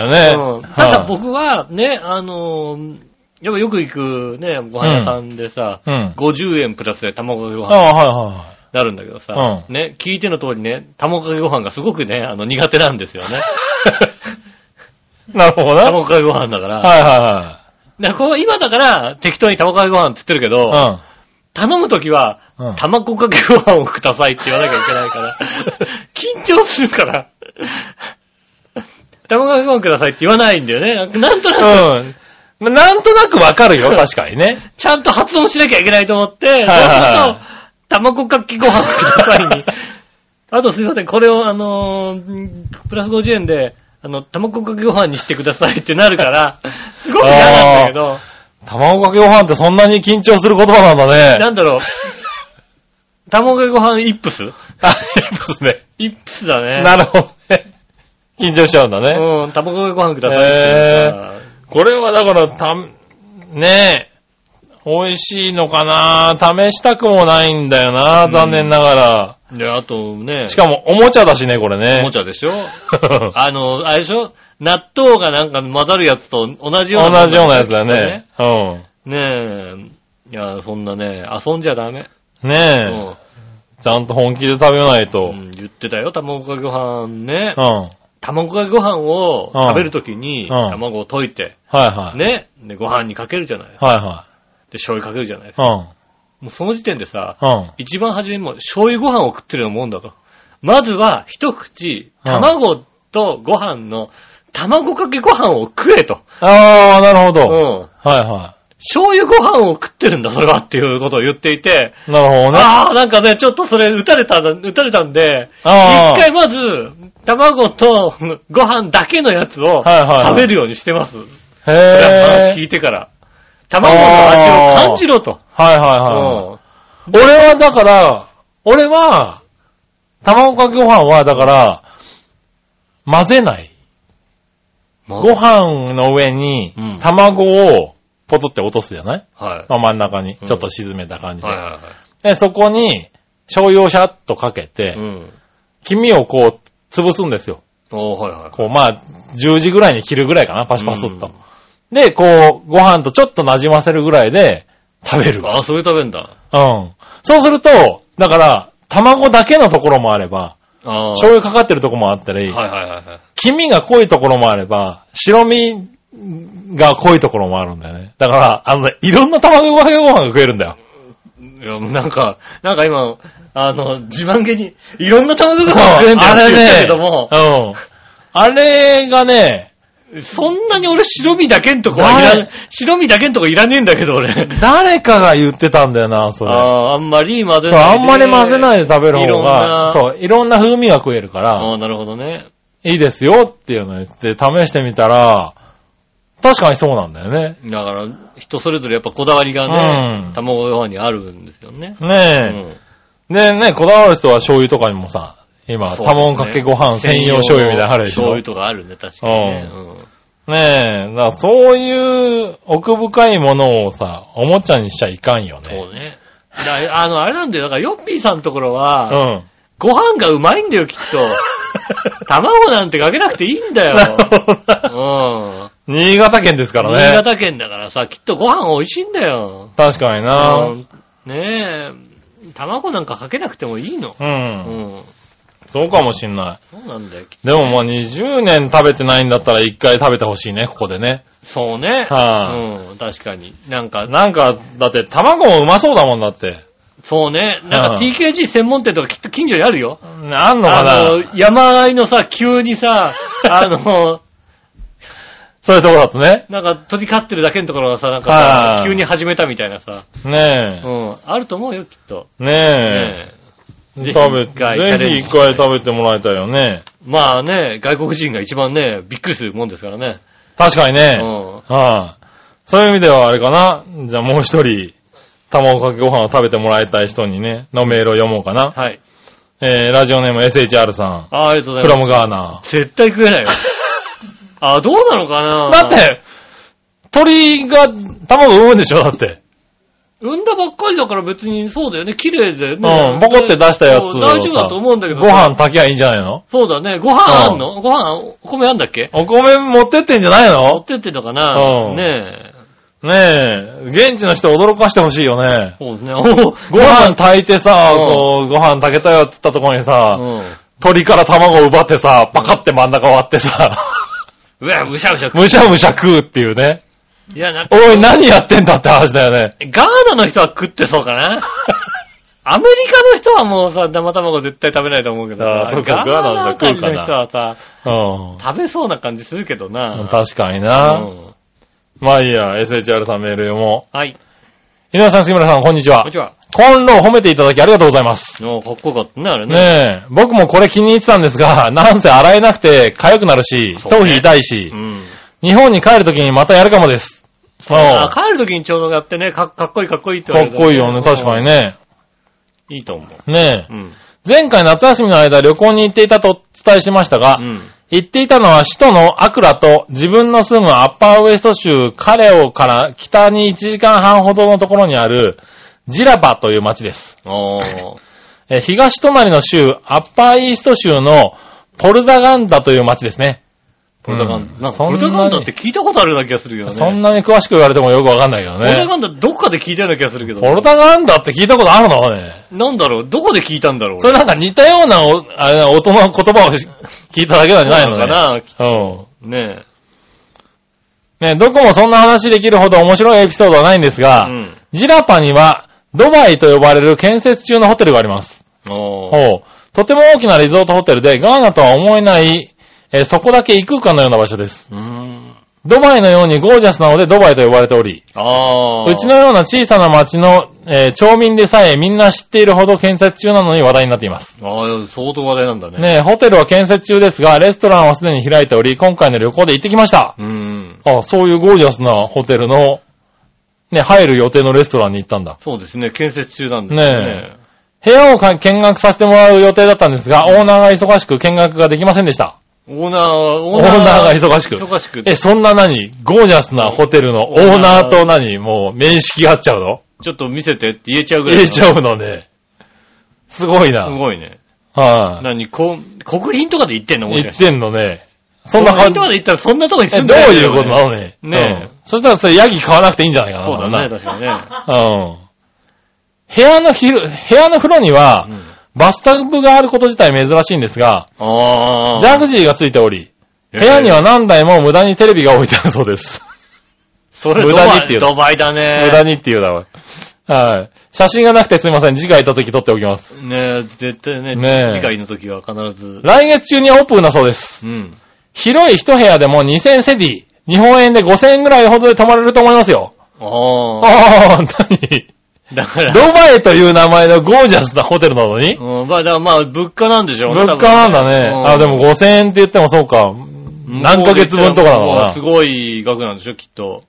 B: う
C: よ
B: ん
C: ね。
B: ただ
C: はい
B: 僕はね、あのー、やっぱよく行くね、ご飯屋さんでさ、
C: うん。
B: 50円プラスで卵かけご
C: あ
B: 飯に
C: あ、は
B: なるんだけどさ、
C: う
B: ね、聞いての通りね、卵かけご飯がすごくね、あの苦手なんですよね。
C: いはい。なるほどな。はい
B: 卵かけご飯だから。
C: は
B: だからこう今だから適当に卵かけご飯って言ってるけど、
C: いはい。
B: 頼むときは
C: うん、
B: 卵かけご飯をくださいって言わなきゃいけないから、 緊張するから、 卵かけご飯くださいって言わないんだよね。なんかなんとなく
C: うん。うん。なんとなくわ かるよ、確かにね。
B: ちゃんと発音しなきゃいけないと思って、そうする
C: はい
B: と、卵かけご飯くださいに。あとすいません、これをあのーんプラス50円で、あの、卵かけご飯にしてくださいってなるから、すごく嫌なんだけど、
C: 卵かけご飯ってそんなに緊張する言葉なんだね。
B: なんだろう、卵かけご飯イップス
C: あ、そうですね。
B: イップスだね。
C: なるほどね。緊張しちゃうんだね。
B: うん、卵かけご飯くださいって
C: これはだから、た、ねえ、美味しいのかな試したくもないんだよな残念ながら。
B: 言うから。で、あとね、
C: しかも、おもちゃだしね、これね。
B: おもちゃでしょ あの、あれでしょ納豆がなんか混ざるやつと同じような。
C: 同じようなやつだよね。。
B: ねえ。いや、そんなね、遊んじゃダメ。
C: うん。
B: う
C: ねえ、
B: ん。
C: ちゃんと本気で食べないと。う。
B: うんん言ってたよ、卵かけご飯ね。
C: はい
B: 卵かけご飯を
C: うん
B: 食べるときに、
C: ん
B: 卵を溶いて、
C: はい。
B: ね。で、ご飯にかけるじゃない。で、
C: はいは
B: 醤油かけるじゃないです
C: い。う
B: か。
C: ん。
B: もうその時点でさ、
C: うん。
B: 一番初めにもう醤油ご飯を食ってるようなもんだと。まずは、一口、卵とご飯の、卵かけご飯を食えと。
C: ああ、なるほ
B: う
C: ど。
B: ん。
C: はいは
B: 醤油ご飯を食ってるんだ、それはっていうことを言っていて、
C: い。なるほどね。
B: ああ、なんかね、ちょっとそれ、打たれた、打たれたんで、
C: あ
B: 一回まず、卵とご飯だけのやつを
C: はいはいはい
B: 食べるようにしてます。
C: あ、
B: そ
C: へ
B: れは話聞
C: え。
B: いてから。卵の味を感じろと。
C: はいはいはい。俺はだから、俺は、卵かけご飯はだから、混ぜない。
B: うん
C: ご飯の上に
B: うん、
C: 卵をポトって落とすじゃない、
B: はい。
C: まあ真ん中に、
B: うん
C: ちょっと沈めた感じで。
B: はいはいは
C: でそこに、醤油をシャッとかけて、
B: い。うん。
C: 黄身をこう、潰すんですよ。
B: おーはいはい。
C: こう、まあ、10時ぐらいに切るぐらいかな、パシパシっと。
B: うん
C: で、こう、ご飯とちょっと馴染ませるぐらいで、食べる。
B: ああ、それ食べんだ。
C: うん。そうすると、だから、卵だけのところもあれば、
B: ああ。
C: 醤油かかってるとこもあったり、
B: はいはいはいはい。
C: 黄身が濃いところもあれば、白身が濃いところもあるんだよね。だから、あのね、いろんな卵かけご飯が食えるんだよ。
B: いや、なんか、なんか今、あの、自慢げに、いろんな卵が
C: そう
B: 食えんだよ
C: あ
B: って
C: れ
B: 言った
C: ね
B: け、ども、
C: うん。あれがね、
B: そんなに俺白身だけんとこはいら、
C: なん
B: 白身だけんとこいらねえんだけど俺。
C: 誰かが言ってたんだよな、それ。
B: ああ、あんまり混ぜ
C: そう、
B: ない
C: あんまり混ぜない
B: い。
C: で食べる
B: いろ
C: 方
B: んな
C: が、そう、いろんな風味が食えるから、
B: ああ、なるほどね。
C: いいですよっていうのを言って試してみたら、確かにそうなんだよね。
B: だから、人それぞれやっぱこだわりがね、
C: うん
B: 卵ご飯にあるんですよね。う
C: ね
B: ん。
C: え。ねえねえ、こだわる人は醤油とかにもさ、今、
B: そうですね
C: 卵かけご飯専用醤油みたいなのあるでし
B: 醤
C: ょ。
B: 油とかあるね、確かにね。うん。
C: ねえ、だからそういう奥深いものをさ、おもちゃにしちゃいかんよね。
B: そうね。だからあの、あれなんだよ。だから、ヨッピーさんのところは、
C: うん。
B: ご飯がうまいんだよ、きっ と。卵なんてか けなくていいんだよ。うん。
C: 新潟県ですから
B: 新
C: ね。
B: 潟県だからさ、きっとご飯美味しいんだよ。
C: 確かにな。
B: うんねえ、卵なんかかけなくてもいいの。
C: う。
B: うんん。
C: そうかもしんない。
B: そうなんだよ、きっ
C: でももう20年食べてないんだったら一回食べてほしいね、ここでね。
B: とそうね。
C: は
B: うん、確かに。なんか、
C: なんか、だって卵もうまそうだもんだって。
B: そうね。なんか
C: は
B: TKG 専門店とかきっと近所にあるよ。
C: あんのか
B: あの
C: な、
B: 山あいのさ、急に さ、あの、
C: そういうとこだとね。
B: なんか鳥飼ってるだけのところがさ、なんかさ
C: は、い
B: 急に始めたみたいなさ。う
C: ね
B: ん、あると思うよ、きっと。
C: え。ね
B: ねえ
C: え。
B: ぜひ
C: 食べ、ぜ
B: 一回チャレンジ
C: ひ一回食べてもらいたいよね。
B: まあね、外国人が一番ね、びっくりするもんですからね。
C: 確かに
B: う
C: ね。
B: ん。
C: はい、そういう意味ではあれかな。じゃあもう一人、卵かけご飯を食べてもらいたい人にね、のメールを読もうかな。
B: はい。
C: えー、ラジオネーム SHR さん。
B: あありがとうござ
C: フ
B: い
C: ロ
B: ま
C: ムガーナ
B: す。絶対食えない よ。あ、どうなのかな
C: ー。だって、鳥が卵産むでしょだって。
B: 産んだばっかりだから別にそうだよね、綺麗でね。
C: うん、ボコって出したやつ
B: そ
C: をさ
B: う大丈夫だと思うんだけど。
C: ご飯。炊きゃいいんじゃないの
B: そうだね。ご飯あんのご飯、お米あんだっけ
C: お米持ってってんじゃない
B: 持っ
C: の
B: てってんのかな
C: うん
B: ねえ。
C: ねえ、現地の人驚かしてほしいよね。
B: そうですね。お
C: ご飯炊いてさ、
B: うん
C: こう、ご飯炊けたよって言ったところにさ、
B: うん。
C: 鳥から卵を奪ってさ、パカって真ん中割ってさ、
B: うわ、むしゃむしゃ。
C: むしゃむしゃ食うっていうね。
B: いや、なんか、
C: おい、何やってんだって話だよね。
B: ガーナの人は食ってそうか な。アメリカの人はもうさ、生卵絶対食べないと思うけど。
C: あーそう
B: ガ
C: か
B: ーナ
C: ガーナ
B: の
C: の人は食うかな
B: の人はさ、
C: う
B: 食べそうな感じするけど
C: ん。
B: な。
C: 確かに
B: う
C: な。
B: ん
C: まあいいや、SHR さんメール読も
B: はい。
C: う。井上さん、杉村さん、こんにち
B: こ
C: は
B: んに。ちは。
C: コンロを褒めていただきありがとうございます。
B: おかっこよかったね、あれね。
C: ねえ、僕もこれ気に入ってたんですが、 なんせ洗えなくて、痒くなるし、
B: そうね
C: 頭皮痛いし
B: う、ん。
C: 日本に帰るときにまたやるかもです。そう。
B: あ帰るときにちょうどやってね、かかっこいいかっこいいって言
C: か
B: われ
C: ってこいいよね、確かに。ね。
B: いいと思う。
C: ねえ
B: う。ん。
C: 前回夏休みの間旅行に行っていたとお伝えしましたが、
B: うん。
C: 行っていたのは首都のアクラと自分の住むアッパーウエスト州カレオから北に1時間半ほどのところにあるジラパという町です。
B: おー。
C: えー東隣の州、アッパーイースト州のポルダガンダという町ですね。
B: ポルタガン
C: う
B: ダ。
C: ん
B: なんか
C: そ
B: ポ
C: んなに
B: ルタガンダって聞いたことあるような気がするよね。
C: そんなに詳しく言われてもよくわかんないけど
B: ポルタ
C: ね。
B: ガンダどっかで聞いたような気がするけど。
C: ポルダガンダって聞いたことあるのね。
B: なんだろうどこで聞いたんだろう
C: それなんか似たようなお、あれな音の言葉をし聞いただけなんじゃないの
B: か
C: ね。
B: な
C: うん。
B: ね
C: ね、どこもそんな話できるほど面白いエピソードはないんです
B: え。
C: が、
B: うん。
C: ジラパには、ドバイと呼ばれる建設中のホテルがあります。
B: おー。
C: ほう。とても大きなリゾートホテルで、ガーナとは思えない、えーそこだけ異空間のような場所です。
B: うーん。
C: ドバイのようにゴージャスなのでドバイと呼ばれており、
B: あー。
C: うちのような小さな町の、えー町民でさえみんな知っているほど建設中なのに話題になっています。
B: ああ、相当話題なんだね。
C: ねえホテルは建設中ですが、レストランはすでに開いており、今回の旅行で行ってきました。
B: うーん。
C: あそういうゴージャスなホテルの、ね、入る予定のレストランに行ったんだ。
B: そうですね、建設中なんです
C: ね部屋をか見学させてもらう予定だったんですが、オーナーが忙しく見学ができませんでした。
B: オーナーは、オ
C: オーナーが忙しく。
B: 忙しく。
C: え、そんな何ゴージャスなホテルのオーナーと何もう面識があっちゃうの
B: ちょっと見せてって言えちゃうぐらいの。
C: えちゃうのね。すごいな。
B: すごいね。
C: はい、
B: 何、こ、国賓とかで行ってんのもし
C: 言
B: か
C: っ
B: して。
C: てんのね。そんな
B: 国賓
C: 感じ
B: と。かで行ったらそんなとこに
C: え、
B: 住ん
C: ど
B: で
C: う
B: る
C: いうことなの
B: ね。
C: ね。
B: ねえ
C: うんそしたらそれヤギ買わなくていいんじゃないかな。
B: そうだね、確かにね。
C: うん。部屋のひる、部屋の風呂には、
B: うん
C: バスタブがあること自体珍しいんですが、
B: ああ。
C: ジャグジーがついており、部屋には何台も無駄にテレビが置いてあるそうです。
B: それ
C: 無
B: ド
C: 駄に
B: バ
C: っ
B: イ
C: ていうの
B: ドバイだね。
C: 無駄にっていうだろ。はい。写真がなくてすいません。次回行った時撮っておきます。
B: ねえ、絶対ね、
C: ねえ
B: 次回の時は必ず。
C: 来月中にはオープンだそうです。
B: うん。
C: 広い一部屋でも2000セディ、日本円で5000円ぐらいほどで泊まれると思いますよ。
B: ああ。
C: ああ、何
B: だから、
C: ドバイという名前のゴージャスなホテルなのに
B: うん、まあ、だからまあ、物価なんでしょうね。
C: 物価なんだね。あ、でも
B: 5
C: 5000円って言ってもそうか。何ヶ月分とかなのかな
B: す。ごい額なんでしょ、きっと。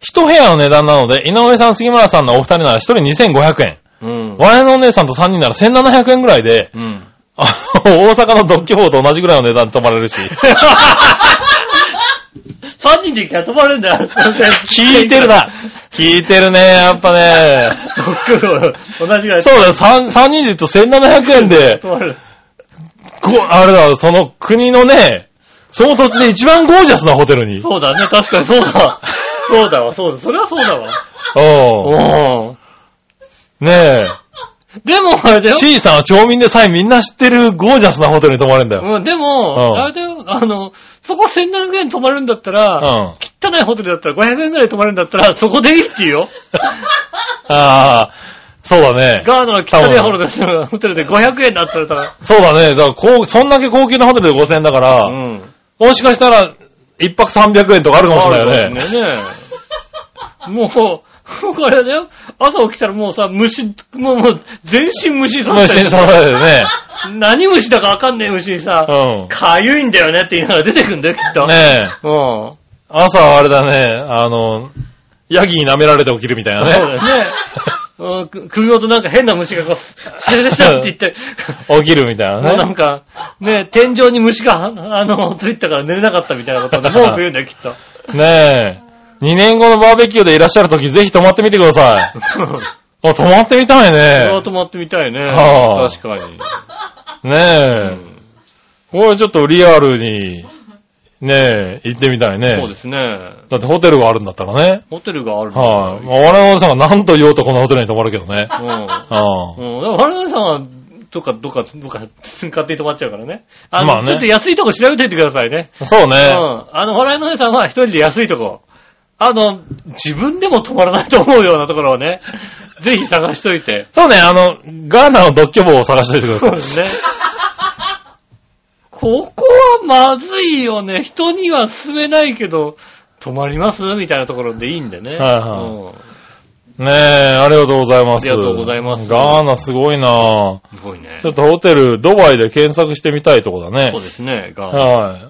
C: 一部屋の値段なので、井上さん、杉村さんのお二人なら一人2500円。
B: うん。
C: 我のお姉さんと3人なら1700円ぐらいで、
B: うん。
C: あの大阪のドッキホーと同じぐらいの値段で泊まれるし。
B: 3人で雇われるんだよ。
C: 聞い てるな。聞いてるね、やっぱね。
B: 僕も同じぐらい
C: そうだよ、3, 三人で言うと1700円で、
B: 雇われる。
C: こあれだ、その国のね、その土地で一番ゴージャスなホテルに。
B: そうだね、確かにそうだ。そうだわ、そうだ。それはそうだわ。
C: おう
B: お
C: ね
B: でも、あれだ
C: え。
B: よ。
C: C さんは町民でさえみんな知ってるゴージャスなホテルに泊まれるんだよ。
B: うん、で
C: う
B: も、
C: ん
B: あれだよ、あの、そこ1700円泊まるんだった
C: う
B: ら、
C: ん。
B: 汚いホテルだったら500円くらい泊まるんだったら、そこでいいって言うよ。
C: ああ、そうだね。
B: ガーナの汚いホテルで ホテルで500円だったら
C: そうだね。だからこう、そんだけ高級なホテルで5000円だから、
B: さ、ん。
C: もしかしたら、一泊300円とかあるかもしれないよね。
B: ね。もう、 これだよ。朝起きたらもうさ、虫、もう、もう全身虫さ
C: もう新鮮だよね。
B: 何虫だかわかんねえ虫にさ、
C: う
B: かゆいんだよねって言いながら出てくんだよ、きっと。
C: ん。ねえ。
B: うん。そ
C: 朝はあれだね、あの、ヤギに舐められて起きるみたいうな
B: だよ
C: ね。
B: ね。うんく首元なんか変な虫がこう、シャシャシャって言って、
C: 起きるみたい
B: もう
C: な
B: なん
C: ね。
B: か、ね、天井に虫が、あの、ついてたから寝れなかったみたいなことを文句言うんだよ、きっ と。
C: ねえ。2年後のバーベキューでいらっしゃるとき、ぜひ泊まってみてください。あ、泊まってみたい
B: それ
C: ね
B: は。泊まってみたいね。
C: はあ
B: 確かに。う
C: ねえ。
B: ん
C: これちょっとリアルに、ねえ、行ってみたいね。
B: そうですね。
C: だってホテルがあるんだったらね。
B: ホテルがあるんだから
C: はい。まあ、我々さんが何と言おうとこのホテルに泊まるけどね。あ
B: うん。うん。だから、原田さんは、どっか、どっか、どっか、勝手に泊まっちゃうからね。あの、
C: まあね
B: ちょっと安いとこ調べておいてくださいね。
C: あ。そう
B: う
C: ね。
B: ん。あの、笑いのお姉さんは一人で安いとこ。あの、自分でも泊まらないと思うようなところをね、ぜひ探しといて。
C: そうね、あの、ガーナの独居房を探しておいてくだ
B: そう
C: さ
B: で
C: い。
B: すね。 ここはまずいよね。人には勧めないけど、泊まりますみたいなところでいいんでね。
C: はいはい
B: うん
C: ねえ、ありがとうございます。
B: ありがとうございます
C: ガーナすごいなぁ。
B: すごいね
C: ち。ょっとホテル、ドバイで検索してみたいとこだね
B: そう。ですね、が。あ
C: はい。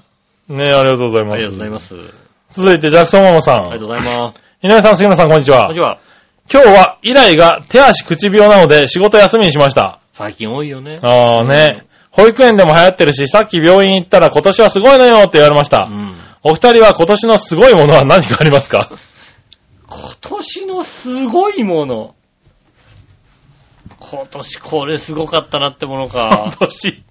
C: ねえ、ありがとうございます。
B: りがとうございます。あり
C: す。続いて、ジャクソンママさ。
B: がとうんございます。
C: 井上さん、杉村さん、こんにちは
B: こんに。ちは。
C: 今日は、イライが手足口病なので仕事休みにしました。
B: 最近多いよね。
C: ああね。保育園でも流行ってるし、さっき病院行ったら今年はすごいのよって言われまし
B: う
C: た。
B: ん。
C: お二人は今年のすごいものは何かありますか
B: 今年のすごいもの。今年これすごかったなってもの
C: 今
B: か。
C: 年。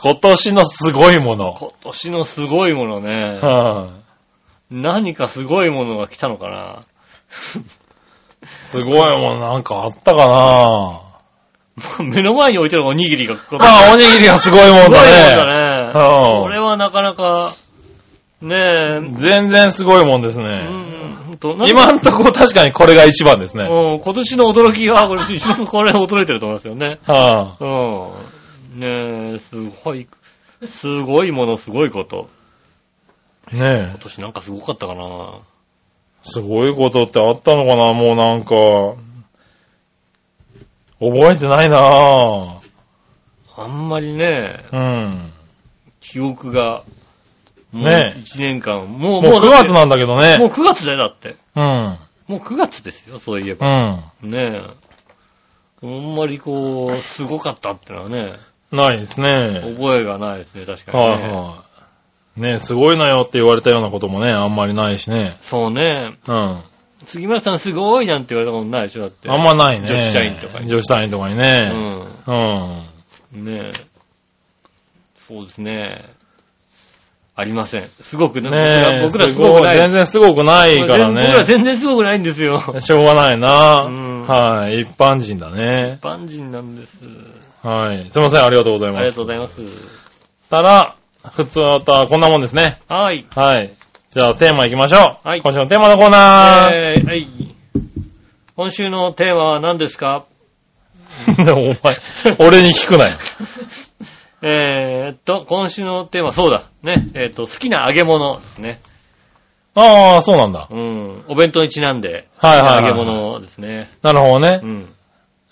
C: 今年のすごいもの。
B: 今年のすごいものね。
C: は
B: 何かすごいものが来たのかな。
C: いすごいものなんかあっ たかな
B: 目の前に置いてるおにぎりがこ
C: ああ、おにぎりがすごいも
B: すごい
C: ん
B: もの
C: だね。
B: だね。
C: うん
B: これはなかなか、ね
C: 全然すごいもんです
B: え、う
C: ね。
B: ん、ほんとなんか
C: 今んとこ確かにこれが一番ですね。は
B: うん、今年の驚きが、これ、一番これ驚いてると思いますよね。
C: あ
B: うん。ねえ、すごい、すごいもの、すごいこと。
C: ねえ
B: 今。年なんかすごかったかな。
C: すごいことってあったのかなもうなんか。覚えてないなぁ。
B: あんまりね、
C: うん。
B: 記憶が、もう
C: ねえ
B: 1年間、もう、
C: もう9
B: だっ
C: 月
B: て
C: なんだけどね
B: もう。9月だよ、だって。
C: うん。
B: もう9月ですよ、そういえ
C: う
B: ば。
C: ん。
B: ねえ。あんまりこう、すごかったってのはね、
C: ないですね。
B: 覚えがないですね、確かに、ね。
C: はいはい。ねえすごいなよって言われたようなこともね、あんまりないしね。
B: そうね。
C: うん。
B: 杉村さんすごいなんて言われたことないでしょ、だって。
C: あんまないね。
B: 女子社員とかに
C: 女子社員とかに
B: う
C: ね。
B: ん。
C: うん。
B: ねえ。そうですね。ありません。すごくね、
C: ねえ、
B: 僕ら僕らすごくない
C: 全然すごくない
B: 僕
C: から
B: 僕ら
C: ね。
B: 全然すごくないんですよ。
C: しょうがないな
B: うん
C: はい。一般人だね
B: 一。般人なんです。
C: はい。すいません、ありがとうござい
B: あ
C: ま
B: りが
C: す
B: とう。ございます。
C: たら、普通はこんなもんですね。
B: はい。
C: はい。じゃあ、テーマ行きましょう。
B: はい
C: 今週のテーマのコーナー。
B: えーはい。今週のテーマは何ですか
C: で もお前、俺に聞くなよ。
B: えーっと、今週のテーマ、そうだ。ね。えーっと、好きな揚げ物ですね。
C: ああ、そうなんだ。
B: うん。お弁当にちなんで、
C: はいはい、
B: 揚
C: はい。
B: げ物ですね。
C: なるほどね
B: う。ん。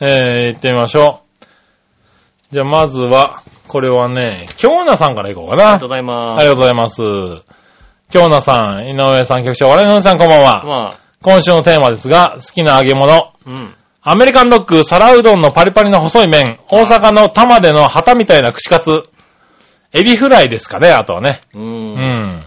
C: えー、行ってみましょう。じゃあ、まずは、これはね、京奈さんから行こうか
B: あり
C: な
B: がと。うございま
C: あり
B: す。
C: がとうございます。京奈さん、井上さん、局長、我々の皆さん、こんばんは。
B: まあ、
C: 今週のテーマですが、好きな揚げ物。
B: うん。
C: アメリカンドッグ、皿うどんのパリパリの細い麺、大阪の玉での旗みたいな串カツ、エビフライですかね、あとはね。
B: う。
C: うんん。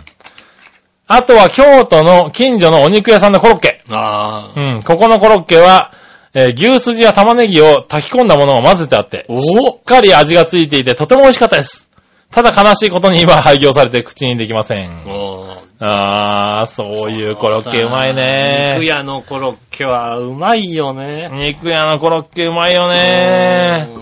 C: あとは京都の近所のお肉屋さんのコロッケ。
B: ああ。
C: うん、ここのコロッケは、えー牛すじや玉ねぎを炊き込んだものを混ぜてあって、
B: お
C: しっかり味がついていてとても美味しかったです。ただ悲しいことに今廃業されて口にできません。
B: お
C: あー、そういうコロッケうまい
B: 肉
C: ね。
B: 屋のコロッケはうまいよね。
C: 肉屋のコロッケうまいよね。
B: う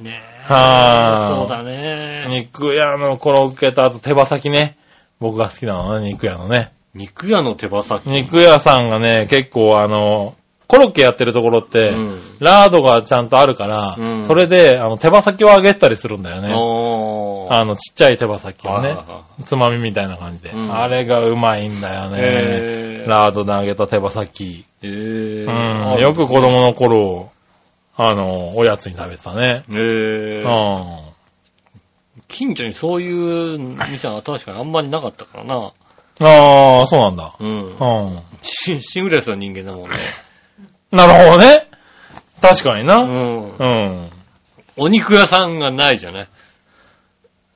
B: んねえ。
C: はあ
B: そうだね。
C: 肉屋のコロッケとあと手羽先ね。僕が好きなのね、肉屋のね。
B: 肉屋の手羽先。
C: 肉屋さんがね、結構あの、コロッケやってるところって、
B: うん
C: ラードがちゃんとあるから、
B: うん
C: それで、あの、手羽先をあげてたりするんだよね。
B: おー。
C: あの、ちっちゃい手羽先を
B: はい
C: ね
B: はい、は
C: つまみみたいな感じで。
B: うん
C: あれがうまいんだよ
B: い
C: ね。
B: へー
C: ラードで揚げた手羽先。
B: え
C: う
B: ー
C: ん、よく子供の頃、あの、おやつに食べてたね。
B: え
C: う
B: ー
C: ん。
B: 近所にそういう店は確かにあんまりなかったからな。
C: ああ、そうなんだ。
B: うん。
C: うん。
B: シシングレスの人間だもんね。
C: なるほどね。確かにな。うん。
B: うん。お肉屋さんがないじゃない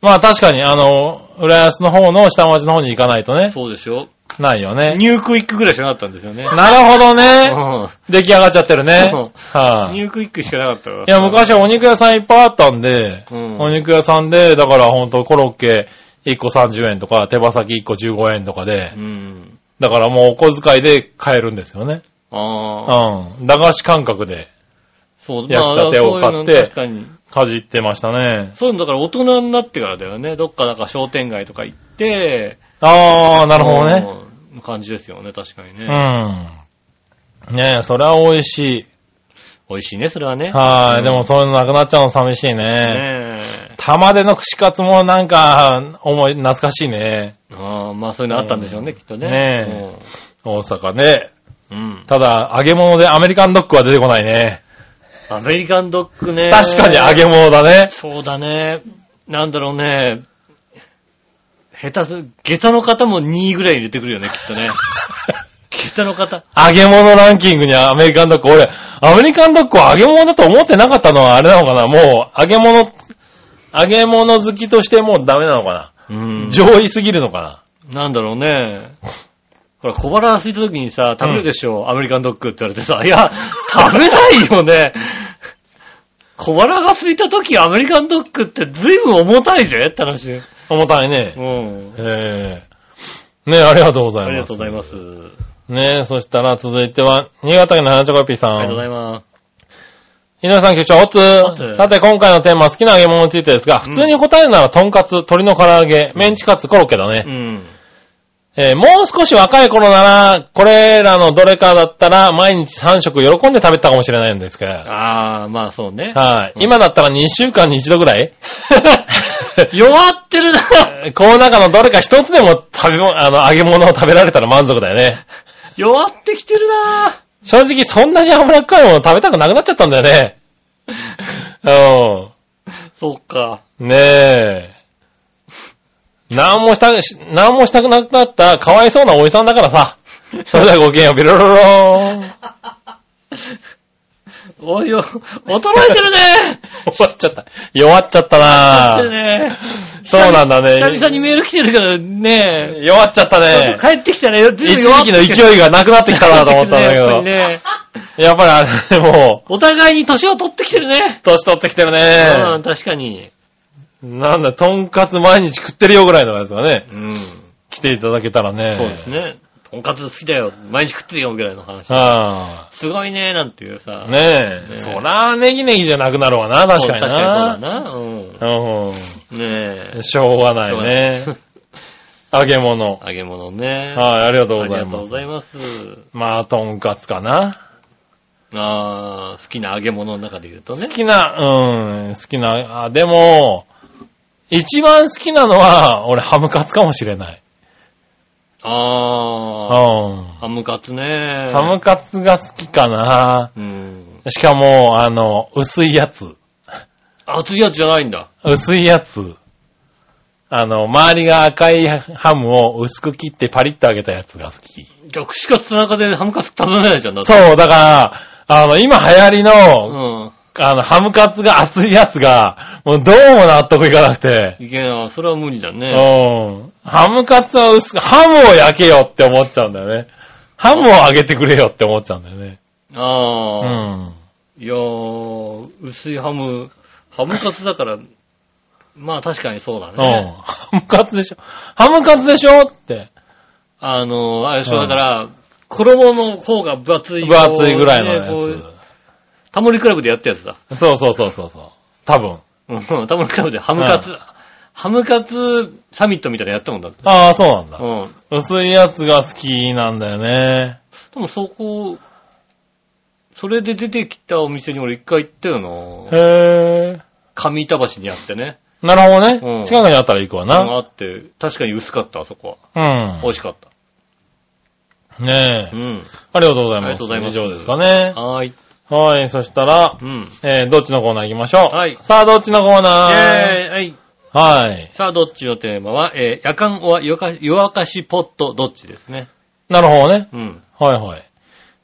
C: まあ確かに、あの、浦安の方の下町の方に行かないとね、
B: そうでしょ
C: ないよね。
B: ニュークイックぐらいしかなかったんですよね。
C: なるほどね。
B: う
C: 出来上がっちゃってるね。
B: そん。
C: はい、
B: ニ
C: い
B: ュークイックしかなかったから。
C: や、昔はお肉屋さんいっぱいあったんで、
B: うん
C: お肉屋さんで、だからほんとコロッケ1個30円とか、手羽先1個15円とかで
B: う、ん。
C: だからもうお小遣いで買えるんですよね。
B: ああ。
C: うん。駄菓子感覚で
B: そう、
C: 焼きたてを
B: ま
C: 買って
B: あそういうの確かに。
C: かじってましたね。
B: そういうのだから大人になってからだよね。どっかなんか商店街とか行って、
C: あー、なるほどね。
B: うん。感じですよね、確かにね。
C: うん。ねえ、それは美味し
B: 美味しいね、それはね。
C: い。はい、
B: うん
C: でもそういうのなくなっちゃうの寂しいね。
B: ねえ。
C: 玉での串カツもなんか、思い、懐かしいね。
B: ああ、まあそういうのあったんでしょうね、きっとね。
C: ね大阪ね。
B: え。うん。
C: ただ、揚げ物でアメリカンドッグは出てこないね。
B: アメリカンドッグね。
C: 確かに揚げ物だね。
B: そうだね。なんだろうね。下手す、下駄の方も2位ぐらい入れてくるよね、きっと ね。下駄の方。
C: 揚げ物ランキングにアメリカンドッグ。俺、アメリカンドッグは揚げ物だと思ってなかったのはあれなのかなもう、揚げ物、揚げ物好きとしてもうダメなのか
B: うん
C: な上位すぎるのか
B: なんだろうね。ほら、小腹空いた時にさ、食べるでしょ、アメリカンドッグって言われてさ、いや、食べないよね。小腹が空いた時アメリカンドッグって随分重たいぜって話。
C: な重たいね
B: う。ん。
C: ええねありがとうござい
B: あ
C: ます。。
B: りがとうございますす。
C: ねそしたら続いては、新潟県の花チョコヨッピーさん。
B: ありがとうございます。
C: 井上さん、局長、おつ
B: おつ
C: さて、今回のテーマ、好きな揚げ物についてですが、普通に答えるなら、とんかつ、鶏の唐揚げ、メンチカツ、コロッケだね
B: う。ん。
C: えーもう少し若い頃なら、これらのどれかだったら、毎日3食喜んで食べてたかもしれないんですが、
B: ああ、まあそうね。
C: はい。
B: うん
C: 今だったら2週間に1度ぐらい
B: 弱ってるな
C: この中のどれか一つでも食べ物、あの、揚げ物を食べられたら満足だよね。
B: 弱ってきてる な
C: 正直そんなに脂っこいもの食べたくなくなっちゃったんだよね。う
B: そっか。
C: ん。ねえ。なんもしたく、しなんもしたくなくなった、かわいそうなおじさんだからさ。それではごきげんよう、ビロロローン。
B: おいよ、衰えてるね
C: 終わっちゃった。弱っちゃったな
B: ってね
C: そうなんだね
B: 久々にメール来てるからね
C: 弱っちゃっ
B: ち
C: た
B: ょっ
C: ね
B: と。帰ってきたらよ、
C: 一時期の勢いがなくなってきたなと思ったんだけど。
B: ね。
C: やっぱりあれ、もう、
B: お互いに年を取ってきてるね。
C: 年取ってきてる
B: うん、
C: ね。
B: 確かに。
C: なんだ、とんかつ毎日食ってるよぐらいのやつがね、
B: うん。
C: 来ていただけたらね。
B: そうです。ね。とんかつ好きだよ。毎日食ってるよ、ぐらいの話。
C: は
B: すごいね、なんていうさ。
C: あ。ね
B: ね
C: え。そら、ネギネギじゃなくなるわな、確かに
B: そう確かにそうだ
C: な。
B: な。うん。
C: う
B: ねえ
C: ん。。しょうがないね。揚げ物。はい、
B: 揚げ物ね。
C: ありがと
B: あ
C: うご
B: り
C: ざい
B: がとう
C: ま
B: ご
C: す。
B: ざいます。
C: まあ、とんかつかな。
B: あー好きな揚げ物の中で言うと
C: 好
B: ね。
C: きな、うん、好きな、あ、でも、一番好きなのは、俺、ハムカツかもしれない。
B: ああ、
C: う
B: ハムカツね。
C: ん。ハムカツが好きかな。
B: うん。
C: しかも、あの、薄いやつ。
B: 熱いやつじゃないんだ。
C: 薄いやつ。あの、周りが赤いハムを薄く切ってパリッと揚げたやつが好き。
B: じゃあ、串カツ田中でハムカツ食べられないじゃん、だって。
C: そう、だから、あの、今流行り
B: う
C: の、
B: ん。
C: あの、ハムカツが熱いやつが、もうどうも納得いかなくて。
B: いけない。それは無理だ
C: う
B: ね。
C: ん。ハムカツは薄く、ハムを焼けよって思っちゃうんだよね。ハムを揚げてくれよって思っちゃうんだよね。う
B: ああ、
C: ん。
B: いやー、薄いハム、ハムカツだから、 まあ確かにそうだ
C: うん
B: ね。。
C: ハムカツでしょハムカツでしょって。
B: あのー、あれでしょ、
C: う
B: だ
C: ん
B: から、衣の方が分厚い。
C: 分厚いぐらい
B: こ
C: の
B: うね
C: や
B: こうタモリクラブでやったやつだ。
C: つ。そうそうそうそうそう。多分。
B: うん、タモリクラブでハムカツ、ハムカツサミットみたいなのやったもんだって。
C: ああ、そうなんだ
B: う。ん。
C: 薄いやつが好きなんだよね。
B: でもそこ、それで出てきたお店に俺一回行ったよな。
C: へえ。
B: 上板橋にあってね。
C: なるほどね。
B: うん
C: 近くにあったら行くわ
B: うん
C: な。
B: あって、確かに薄かった、あそこは。美
C: う
B: 味しかった。
C: ん。ねえ
B: う。ん。
C: ありがとうございます。
B: ありがとうございます
C: 以上ですかね。
B: はーい。
C: はい、そしたら
B: う、ん。
C: えー、どっちのコーナー行きましょう。
B: はい
C: さあ、どっちのコー
B: えー
C: ナー
B: はい。
C: はい。
B: さあ、どっちのテーマは、えー、夜間は夜か夜明かしポット、どっちですね。
C: なるほどね。
B: うん。
C: はいはい。行っ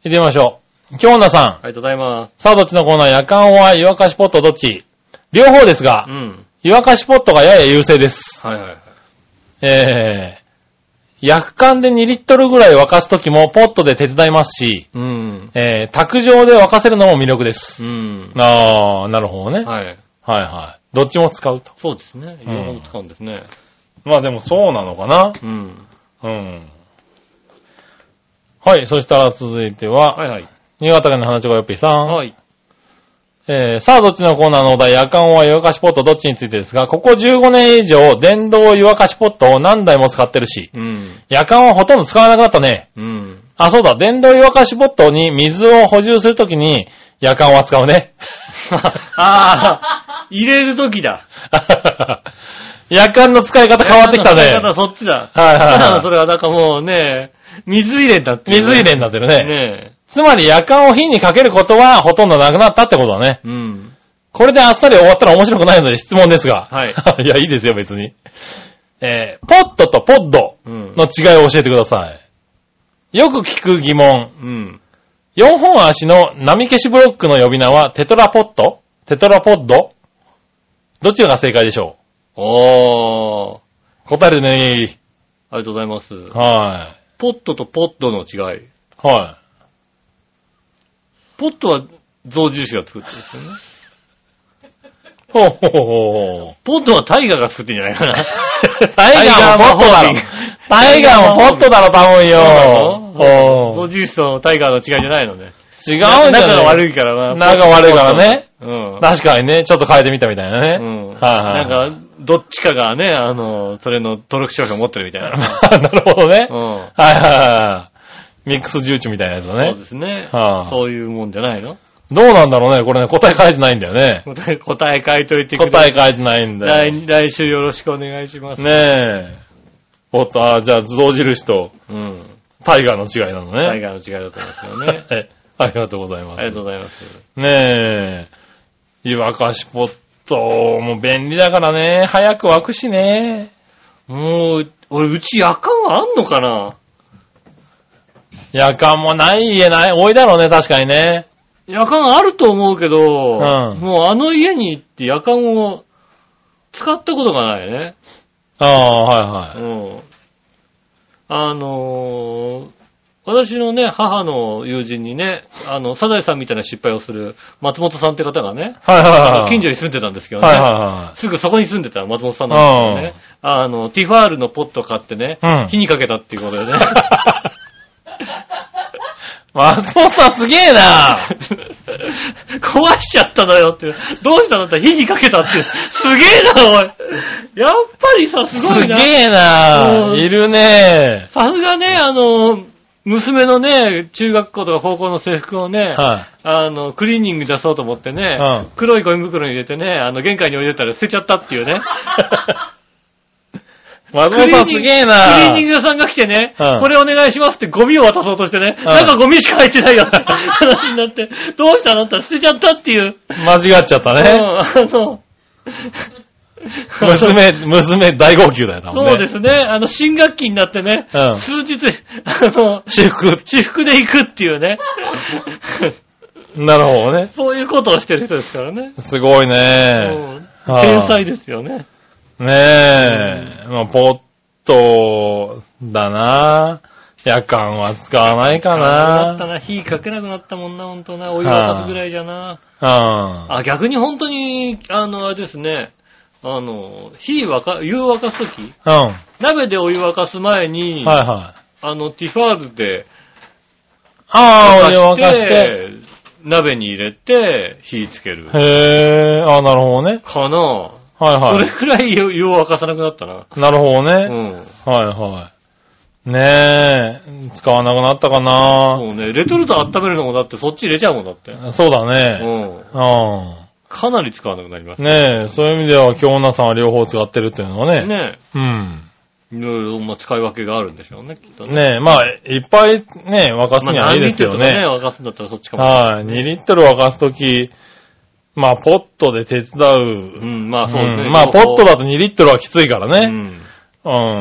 C: てみましょう。京奈さん。
B: ありがとうございま
C: さあ、どっちのコーナー夜間は湯沸かしポットどっち両方ですが
B: す。う、ん。
C: 湯沸かしポットがやや優勢です。
B: はいはいはい。
C: えー、薬缶で2リットルぐらい沸かすときもポットで手伝いますし、
B: うん。
C: えー、卓上で沸かせるのも魅力です。
B: うん。
C: あー、なるほどね。はい、
B: はい。
C: はいはいどっちも使うと。
B: そうですね。
C: うん
B: 両方使うんですね。
C: まあでもそうなのかな。
B: うん。
C: うん。はい、そしたら続いては、
B: はいはい。
C: 新潟県の花ちごよっぴーさん。
B: はい。
C: えー、さあどっちのコーナーのお題、夜間は湯沸かしポットどっちについてですが、ここ15年以上、電動湯沸かしポットを何台も使ってるし、
B: うん。
C: 夜間はほとんど使わなくなったね。
B: うん。
C: あ、そうだ、電動湯沸かしポットに水を補充するときに、夜間は使う ね。
B: ああ、入れるときだ。
C: 夜間の使い方変わってきた
B: ただ
C: ね。
B: そっちだ。
C: はいはいはい
B: ただそれはなんかもうね、水入れんだっていうね。
C: 水入れになってるね。
B: ね
C: つまり夜間を火にかけることはほとんどなくなったってことだね。
B: え。うん。
C: これであっさり終わったら面白くないので質問ですが。
B: はい
C: いや、いいですよ、別に。えー、ポットとポッド
B: うん。
C: の違いを教えてください。よく聞く疑問。
B: うん。
C: 4本足の波消しブロックの呼び名はテトラポットテトラポッドどちらが正解でしょ
B: おー。
C: う答えるね
B: ありがとうございます。
C: は
B: ポットとポットの違い。
C: い。は
B: ポットは象印が作ってるんですよね。
C: い。ほうほうほうほう。
B: ポットはタイガーが作ってんじゃないかな。
C: タイガーもポットだろ。タイガーもポットだろ、多分よ。
B: 象
C: ほう
B: 印とタイガーの違いじゃないのね。
C: 違うんじゃ
B: 仲が
C: ない
B: 悪いからな。
C: 仲悪いからね。
B: うん。
C: 確かにね、ちょっと変えてみたみたいなね。
B: うん。
C: はいはい。
B: なんか、どっちかがね、あの、それの登録商標持ってるみたいな。
C: なるほどね。
B: うん。
C: はいはいはい。ミックス重中みたいなやつだ
B: そう
C: ね
B: で。すね
C: はあ。
B: そういうもんじゃないの
C: どうなんだろうね。これね、答え書いてないんだよね。
B: 答え、答え書いといてくだ
C: 答
B: さ
C: え
B: い。
C: 書いてないんだよ。
B: 来、
C: ね
B: 来週よろしくお願いします。
C: え。おっと、あじゃあ、象印と
B: うん。
C: タイガーの違いなの
B: タイ
C: ね。
B: ガーの違いだと思いますよ ね。
C: はいありがとうございま
B: ありが
C: す。
B: とうございます。
C: ねえ。湯沸かしポットも便利だからね。早く沸くしね。
B: もう、俺、うち夜間はあんのかな
C: 夜間もない家ない、多いだろうね、確かにね。
B: 夜間あると思うけど、
C: うん
B: もうあの家に行って夜間を使ったことがないね。
C: ああ、はいはい。
B: うん。あのー私のね、母の友人にね、あの、サザエさんみたいな失敗をする松本さんって方がね、
C: はいはいはい。
B: 近所に住んでたんですけどね、
C: はいは
B: すぐそこに住んでた松本さんなんですけどね、あの、ティファールのポット買ってね、
C: いはい。うん
B: 火。にかけたっていうこと でね。
C: 松本さんすげえな
B: 壊しちゃったのよって。どうしたのって火にかけたって。すげえな、おい。やっぱりさ、すご
C: す
B: い
C: げ
B: な。
C: えな
B: うん
C: いるね
B: さすがね、あの、娘のね、中学校とか高校の制服をね、
C: は
B: あの、クリーニング出そうと思ってね、
C: うん
B: 黒い ゴミ袋に入れてね、あの、玄関に置いてたら捨てちゃったっていうね。
C: 松本さんすげえな
B: クリーニング屋さんが来てね、
C: うん
B: これお願いしますってゴミを渡そうとしてね、
C: ん
B: なんかゴミしか入ってないよって話になって、どうしたあなた捨てちゃったっていう。
C: 間違っちゃっ
B: う
C: た
B: ん
C: ね。
B: あの、
C: 娘、娘大号泣だよ、多分ね。
B: そうですね。あの、新学期になってね、
C: うん
B: 数日、あの、
C: 私服。
B: 私服で行くっていうね。
C: なるほどね。
B: そういうことをしてる人ですからね。
C: すごいね。
B: うん
C: ああ
B: 天才ですよね。
C: ねえ。まあ、ポットだな。夜間は使わないか
B: なった
C: な。
B: な。火かけなくなったもんな、ほんとな。お湯沸かすぐらいじゃな。
C: うん。
B: あ、逆に本当に、あの、あれですね。あの、火沸か、湯沸かすとき
C: う
B: 鍋でお湯沸かす前に、
C: ん。はいはい。
B: あの、ティファールで
C: ああ、お湯沸
B: 沸
C: か
B: か
C: し。
B: してて、鍋に入れて火つける。
C: へえ、ああ、なるほどね。
B: かな
C: はい
B: そ
C: は
B: れくらい湯湯を沸かさなくなったな。
C: い。なるほど
B: う
C: ね。
B: ん。
C: はいはい。ねえ、使わなくなったかな。
B: もうね、レトルト温めるのもだってそっち入れちゃうもんだって。
C: そうだ
B: う
C: ね。
B: ん。
C: う
B: かなり使わなくなります
C: ん。ねえ、そういう意味では、京女さんは両方使ってるっていうのはね。
B: ね。
C: うん。
B: いろいろ、まあ、使い分けがあるんでしょうね、きっとね。
C: ねえ、まあ、いっぱいね、沸かすに
B: まあ
C: はい
B: 何
C: いで
B: リッ
C: す
B: ト
C: け
B: ル
C: ど
B: とかね、
C: ね。
B: 沸かすんだったらそっちかも。
C: はい、2リットル沸かすとき、まあ、ポットで手伝う。
B: うん、まあそうね。
C: うんまあ、ポット
B: だ
C: だと2リットルはきついから
B: ね。う
C: ね。
B: ん。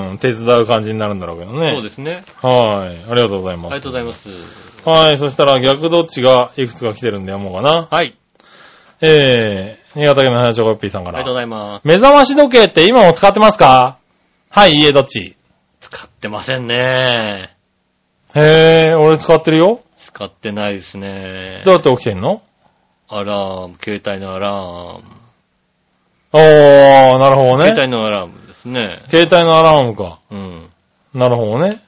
C: うん、手伝う感じになるんだろうけどね。
B: そうですね。
C: はい。ありがとうございま
B: あり
C: す。。
B: がとうございますす。
C: はい。そしたら逆どっちがいくつか来てるんでやもうかな。
B: はい。
C: えー、新潟県の花チョコヨッピーさん
B: あ
C: か
B: りがとうご
C: ら。
B: ざいます。
C: 目覚まし時計って今も使ってますかはい、いいえ、どっち
B: 使ってませんね。
C: へー、俺使ってるよ。
B: 使ってないですね
C: ど。うやって起きてんの
B: アラーム、携帯のアラーム。
C: おー、なるほど
B: 携
C: ね。
B: 帯のアラームですね。
C: 携帯のアラームか。
B: うん。
C: なるほどね。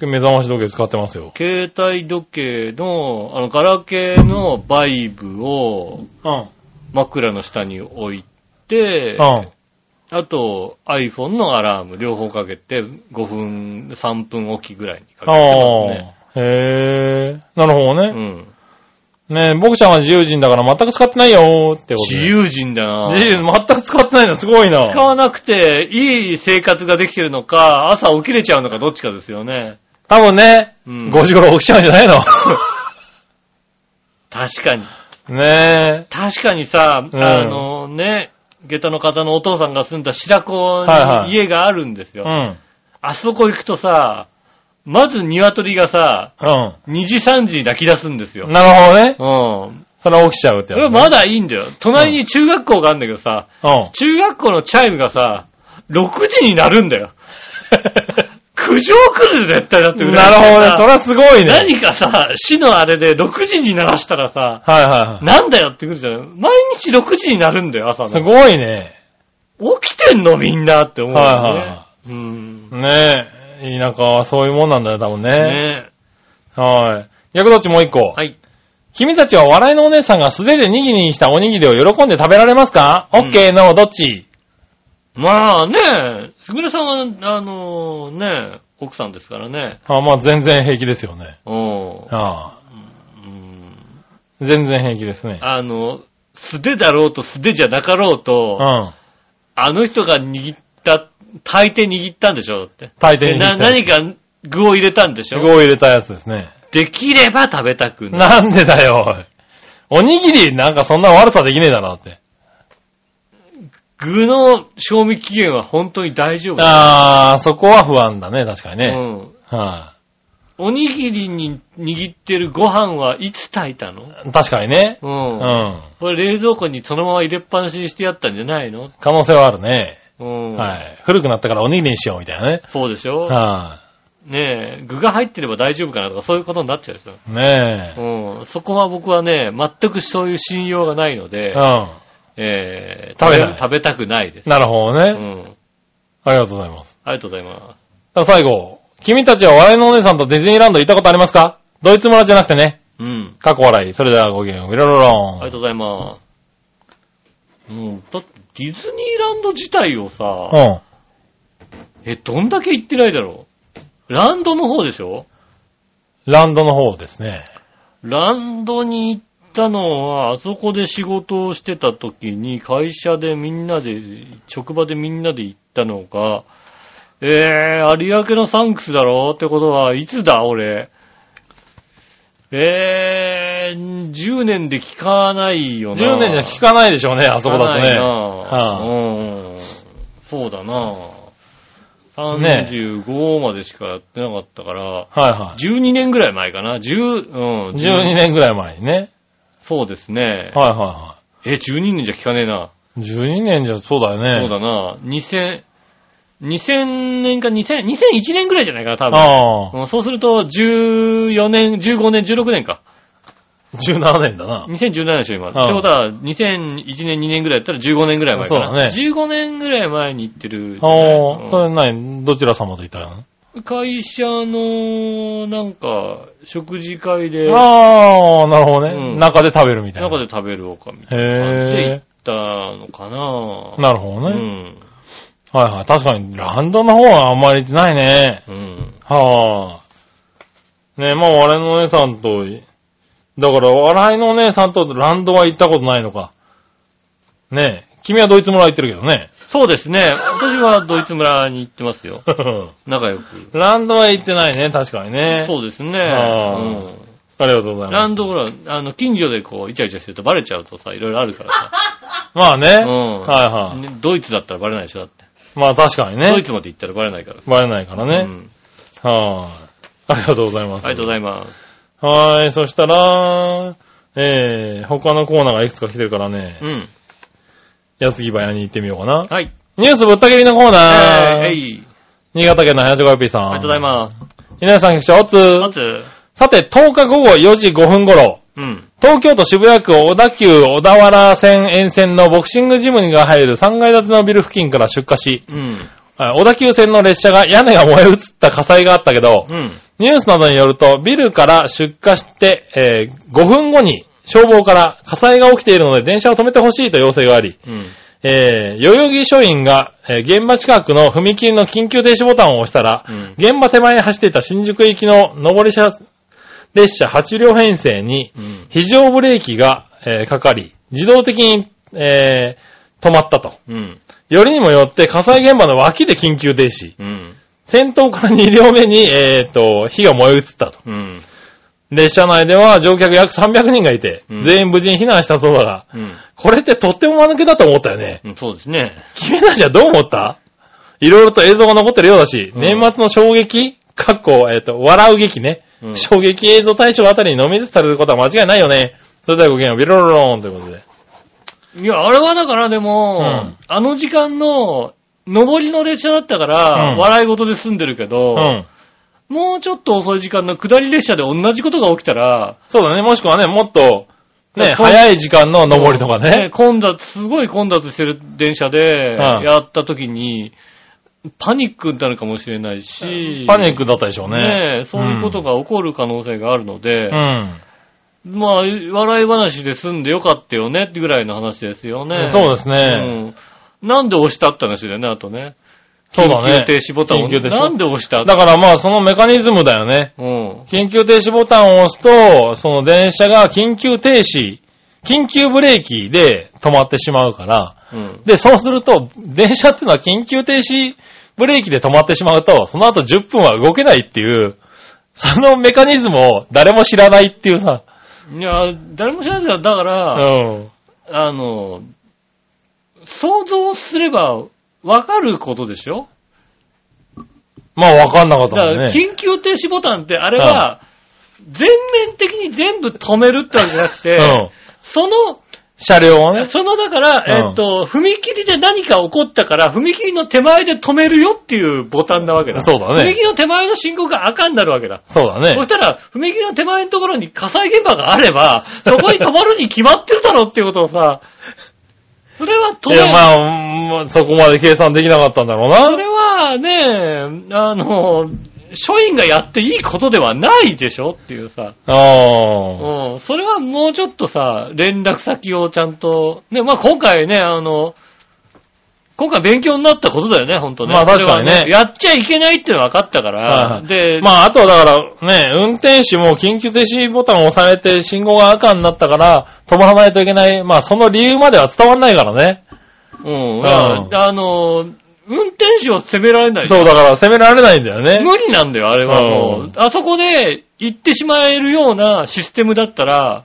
C: 目覚まし時計使ってますよ。
B: 携帯時計の、あの、ガラケーのバイブを
C: うん。
B: 枕の下に置いて、
C: うん。
B: あと iPhone のアラーム両方かけて5分、3分おきぐらいにかけてますね。
C: あー。へー。なる
B: う
C: ほどね。
B: ん。
C: ねえ、僕ちゃんは自由人だから全く使ってないよーってことで。
B: 自由人だな
C: 自由、全く使ってないの、すごいな。
B: 使わなくて、いい生活ができてるのか、朝起きれちゃうのか、どっちかですよね。
C: 多分ね、
B: うん
C: 5時頃起きちゃうんじゃない の
B: 確かに。
C: ね
B: 確かにさ、
C: うん
B: あのね、下駄の方のお父さんが住んだ白子
C: はいは
B: に
C: い
B: 家があるんです
C: え。
B: よ。
C: うん。
B: あそこ行くとさ、まず鶏がさ、
C: う
B: 2時3時に泣き出すんですよ
C: ん。。なるほどね。
B: うん。
C: それは起きちゃうって
B: そ
C: や
B: れ
C: つ、ね。
B: まだいいんだよ。隣に中学校があるんだけどさ、
C: うん。
B: 中学校のチャイムがさ、6時になるんだよ。 苦情来る絶対だって。
C: なるほどね。それはすごいね。はい
B: 何かさ、市のあれで6時に鳴らしたらさ、
C: はいは
B: なんだよってくるじゃん。毎日6時になるんだよ、朝
C: い。す
B: の。
C: ごいね。
B: 起きてんのみんなって思う、ね。
C: はいはいは
B: うん。
C: ねえ。田舎はそういうもんなんだよ、多分ね。
B: ね
C: はい。逆どっちもう一個。
B: はい。
C: 君たちは笑いのお姉さんが素手でにぎにぎしたおにぎりを喜んで食べられますか、
B: うん
C: オッケーのどっち
B: まあね、すぐれさんは、あのね、奥さんですからね。
C: あまあ全然平気ですよね。
B: うん。
C: ああ
B: うん
C: 全然平気ですね。
B: あの、素手だろうと素手じゃなかろう
C: う
B: と、
C: ん。
B: あの人が握った、大抵握ったんでしょだって。
C: 大抵
B: で
C: に
B: な何か具を入れたんでし
C: 具
B: ょ
C: を入れたやつですね。
B: できれば食べたくない。
C: なんでだよ、おいおにぎりなんかそんな悪さできねえだろって。
B: 具の賞味期限は本当に大丈夫。
C: あー、そこは不安だね、確かに
B: う
C: ね。
B: ん。
C: は
B: おにぎりに握ってるご飯はいつ炊いたの
C: い。確かにね。
B: う。
C: うんん。
B: これ冷蔵庫にそのまま入れっぱなしにしてやったんじゃないの
C: 可能性はあるね。
B: うん。
C: はい。古くなったからおにぎりにしようみたいなね。
B: そうでしょ
C: は
B: ねえ、具が入ってれば大丈夫かなとかそういうことになっちゃうでしょ。
C: い。ねえ。
B: うん。そこは僕はね、全くそういう信用がないので、
C: う
B: えー、食
C: 食べ
B: べ、
C: ない
B: 食べたくないです。
C: ん。なるほど
B: う
C: ね。
B: ん。
C: ありがとうございます。
B: ありがとうございま
C: さあ最後。君たちは笑いのお姉さんとディズニーランド行ったことありますかドイツ村じゃなくてね。
B: す。うん。
C: 過去笑い。それではごきげんよう。ビロロ
B: あ
C: ロ
B: りが
C: ン。
B: とうございます。うん。だって、ディズニーランド自体を
C: う
B: さ、
C: ん。
B: え、どんだけ行ってないだろうランドの方でしょ
C: ランドの方ですね。
B: ランドに行ったのは、あそこで仕事をしてた時に、会社でみんなで、職場でみんなで行ったのが、えー、有明のサンクスだろってことは、いつだ、俺。えー、10年で聞かないよな。
C: 10年じゃ聞かないでしょうね、あそこだとね
B: 聞かない。な
C: は
B: うん。そうだな35までしかやってなかったから、
C: はいは
B: 12年ぐらい前かな。10、うん。
C: い。12。年ぐらい前にね。
B: そうですね。
C: はいは
B: え、12年じゃ聞かねえな。
C: いはい。12年じゃそうだよね。
B: そうだな。2000、2000年か2000、2001年ぐらいじゃないかな、多分。
C: ああ。
B: うんそうすると、14年、15年、16年か。
C: 17年だな。
B: 2017年でしょ、今。っ
C: ん
B: てことは、2001年、2年ぐらいだったら15年ぐらい前かな。
C: そうだね
B: 15年ぐらい前に行ってるじゃない。
C: お
B: う
C: ー、
B: ん
C: それ何どちら様といたの
B: 会社の、なんか、食事会で、
C: ああ、なるほどね、
B: うん
C: 中で食べるみたいな。
B: 中で食べるおかみたいな感じで行
C: へ
B: ったのか
C: え。
B: な
C: なるほどね、
B: ね。
C: はいはい。確かに、ランドの方はあんまり行ってないね。
B: うん。うん。
C: はあ。ねえ、まあ、我のお姉さんと、だから、笑いのお姉さんとランドは行ったことないのか。ねえ、君はドイツ村行ってるけどね。
B: そうですね。私はドイツ村に行ってますよ。仲良く。
C: ランドは行ってないね、確かにね。
B: そうですね。
C: あー
B: う
C: ありがとうござ
B: ん。
C: います。
B: ランドほら、あの、近所でこう、イチャイチャしてるとバレちゃうとさ、いろいろあるからさ。
C: まあね、
B: うん。
C: はいはい
B: ねドイツだったらバレないでしょ、だって。
C: まあ確かに
B: ドイ
C: ね。
B: ツまで行ったらバレないからさ。
C: バレないからね。
B: うん
C: はい、あ。りがとうございます。
B: ありがとうございます。
C: はーい、そしたら、えー、他のコーナーがいくつか来てるからね
B: う、ん。
C: 安木早に行ってみようかな。
B: はい。
C: ニュースぶった切りのコーナー、
B: えー、えい。
C: 新潟県の早川 P さん。
B: ありがとうございます。
C: す。稲田さん、局長、おつ
B: まず、
C: さて、10日午後4時5分頃、
B: うん。
C: 東京都渋谷区小田急小田原線沿線のボクシングジムが入る3階建てのビル付近から出火し、
B: うん。
C: あ小田急線の列車が屋根が燃え移った火災があったけど、
B: うん。
C: ニュースなどによると、ビルから出火して、えー5分後に消防から火災が起きているので電車を止めてほしいと要請があり、
B: うん。
C: えー、代々木署員が、えー現場近くの踏切の緊急停止ボタンを押したら、
B: うん
C: 現場手前に走っていた新宿行きの上り車、列車8両編成に
B: うん。
C: 非常ブレーキが、えーかかり、自動的に、えー止まったと。
B: うん。
C: よりにもよって火災現場の脇で緊急停止。
B: うん。
C: 先頭から2両目に、えー、と、火が燃え移ったと。
B: うん。
C: 列車内では乗客約300人がいて、
B: うん
C: 全員無事に避難したそうだが、
B: うん。
C: これってとっても間抜けだと思ったよね。
B: うん。そうですね。
C: 君たちはどう思ったいろいろと映像が残ってるようだし、
B: うん
C: 年末の衝撃かっこ、えっ、と、笑う劇ね。
B: うん
C: 衝撃映像大賞あたりにノミネートされることは間違いないよね。それではごきげんよう、ビロロローンということで。
B: いや、あれはだからでも、
C: うん
B: あの時間の、上りの列車だったから、
C: うん
B: 笑い事で済んでるけど、
C: うん。
B: もうちょっと遅い時間の下り列車で同じことが起きたら、
C: そうだね、もしくはね、もっと、ね、
B: こん
C: 早い時間の上りとかね。
B: 混雑、すごい混雑してる電車で、
C: うん
B: やった時に、パニックになるかもしれないし、
C: パニックだったでしょうね。
B: ねえそういうことが起こる可能性があるので、
C: うん。
B: まあ、笑い話で済んでよかったよねってぐらいの話ですよね。
C: そうですね。
B: うん。なんで押したって話だよね、あとね。
C: そうだね
B: 緊急停止ボタンを。
C: 緊急停止
B: なんで押した
C: だからまあ、そのメカニズムだよね。
B: うん。
C: 緊急停止ボタンを押すと、その電車が緊急停止、緊急ブレーキで止まってしまうから、
B: うん。
C: で、そうすると、電車っていうのは緊急停止ブレーキで止まってしまうと、その後10分は動けないっていう、そのメカニズムを誰も知らないっていうさ、
B: いや、誰も知らないけど、だか
C: う
B: ら、
C: ん。
B: あの、想像すればわかることでしょ
C: まあ、わかんなかっ
B: だか
C: たもん
B: ら、
C: ね。
B: 緊急停止ボタンって、あれは、全面的に全部止めるってわけじゃなくて、
C: うん。
B: その、
C: 車両をね。
B: その、だから、
C: うん
B: えっと、踏切で何か起こったから、踏切の手前で止めるよっていうボタンなわけだ。
C: そうだ
B: 踏
C: ね。
B: 切の手前の信号が赤になるわけだ。
C: そうだ
B: そ
C: ね
B: し。たら、踏切の手前のところに火災現場があれ ば、そこに止まるに決まってるだろうっていうことをさ、それは止
C: い
B: め、
C: や、まあうんまあ、そこまで計算できなかったんだろうな。
B: それはね、あの、署員がやっていいことではないでしょっていうさ、
C: ああ。
B: うん、それはもうちょっとさ、連絡先をちゃんと、ね、まあ今回ね、あの、今回勉強になったことだよね、本当ね。
C: まあ確かにね
B: それはやっちゃいけないってのは分かったから、
C: はいはい
B: で、
C: まあ、あとはだから、ね、運転手も緊急停止ボタンを押されて信号が赤になったから、止まらないといけない。まあ、その理由までは伝わんないからね。
B: うん。だから
C: うん
B: あの、運転手を責められない。
C: そう、だから責められないんだよね。
B: 無理なんだよ、あれはも
C: う。
B: うんあそこで行ってしまえるようなシステムだったら、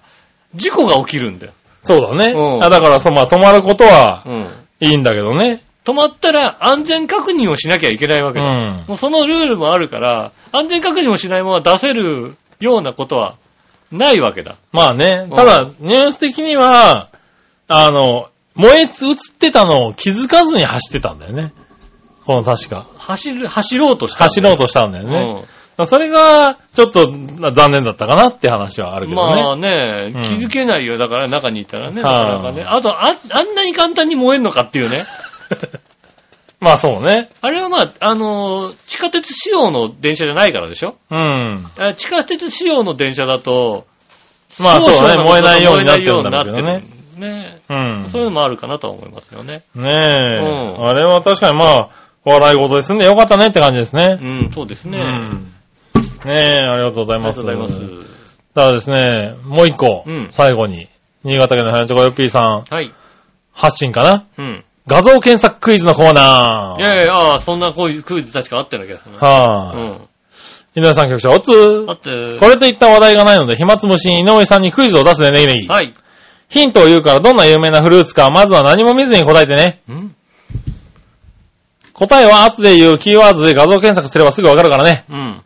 B: 事故が起きるんだよ。
C: そうだね。
B: うん
C: あだから、そう、まあ、止まることは
B: うん。
C: いいんだけどね。
B: 止まったら安全確認をしなきゃいけないわ
C: う
B: けだ。
C: ん。
B: もうそのルールもあるから、安全確認をしないまま出せるようなことはないわけだ。
C: まあね
B: ん。
C: ただ、ニュース的には、あの、燃えつ、映ってたのを気づかずに走ってたんだよね。この確か。
B: 走る、走ろうとした。
C: 走ろうとしたんだよね。だか
B: ね。
C: らそれが、ちょっと残念だったかなって話はあるけどね。
B: まあね、
C: うん
B: 気づけないよ。だから中にいたらね、な
C: は
B: か
C: あ
B: なかね。あと、あ、あんなに簡単に燃えんのかっていう ね。
C: まあそうね。
B: あれはまあ、あのー地下鉄仕様の電車じゃないからでしょ
C: うん。
B: あ地下鉄仕様の電車だと、
C: まあ
B: 少々
C: そうだね。
B: の
C: 燃えないようになっ
B: 燃
C: てるんだろうけ
B: え
C: ど
B: ないよう
C: ね
B: に。なってるね
C: うん。
B: そういうのもあるかなとは思いますよね。う
C: ねえ、
B: ん
C: あれは確かにまあ、笑い事で済んでよかったねって感じです
B: う
C: ね。
B: ん、そうですね。
C: う
B: あ
C: んねえ、ありがとうござい
B: りが
C: ま
B: と
C: す。
B: うございます。
C: ただですね、もう一個、
B: うん
C: 最後に、新潟県の花チョコヨッピーさん、
B: はい。
C: 発信かな
B: うん。
C: 画像検索クイズのコーナー。
B: いやいや、ああ、そんなこういうクイズ確かあったような気がするな。う
C: はい、
B: ん。
C: 井上さん局長、おつ
B: だって、
C: これといった話題がないので、暇つぶしに井上さんにクイズを出すね、ネギネギ。
B: はい。
C: ヒントを言うからどんな有名なフルーツか、まずは何も見ずに答えてね。
B: うん
C: 答えは後で言うキーワードで画像検索すればすぐわかるからね。
B: うん。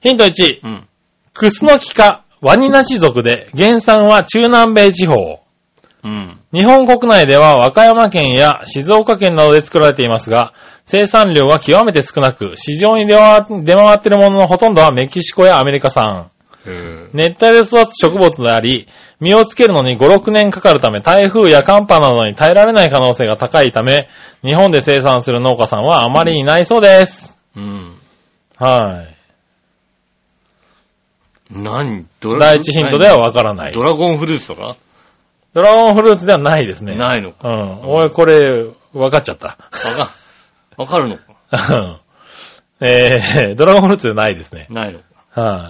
C: ヒント1、
B: うん。
C: クスノキ科、ワニナシ属で、原産は中南米地方。
B: うん。
C: 日本国内では和歌山県や静岡県などで作られていますが、生産量は極めて少なく、市場に出回出回っているもののほとんどはメキシコやアメリカ産。熱帯で育つ植物であり、実をつけるのに5、6年かかるため、台風や寒波などに耐えられない可能性が高いため、日本で生産する農家さんはあまりいないそうです。
B: うん。
C: はい。
B: 何ドラ
C: 第一ヒントではわからない
B: ド。ラゴンフルーツとか
C: ドラゴンフルーツではないですね。
B: ないのか。
C: うん。俺、これ、わかっちゃった。
B: わか、わかるのか。
C: うん えー、ドラゴンフルーツじゃないですね。
B: ないのか。
C: は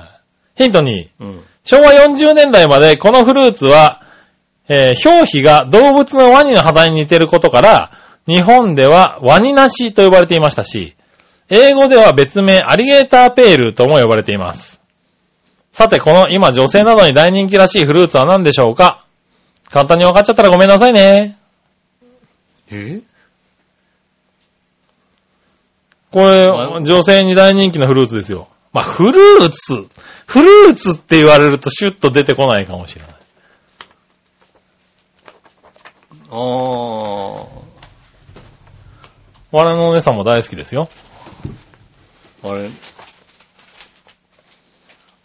C: い、ヒント2。
B: うん。
C: 昭和40年代までこのフルーツは、えー表皮が動物のワニの肌に似てることから、日本ではワニなしと呼ばれていましたし、英語では別名アリゲーターペールとも呼ばれています。さて、この今女性などに大人気らしいフルーツは何でしょうか簡単に分かっちゃったらごめんなさいね。
B: え
C: これ、女性に大人気のフルーツですよ。まあ、フルーツ。フルーツって言われるとシュッと出てこないかもしれない。
B: ああ。
C: 我のお姉さんも大好きですよ。
B: あれ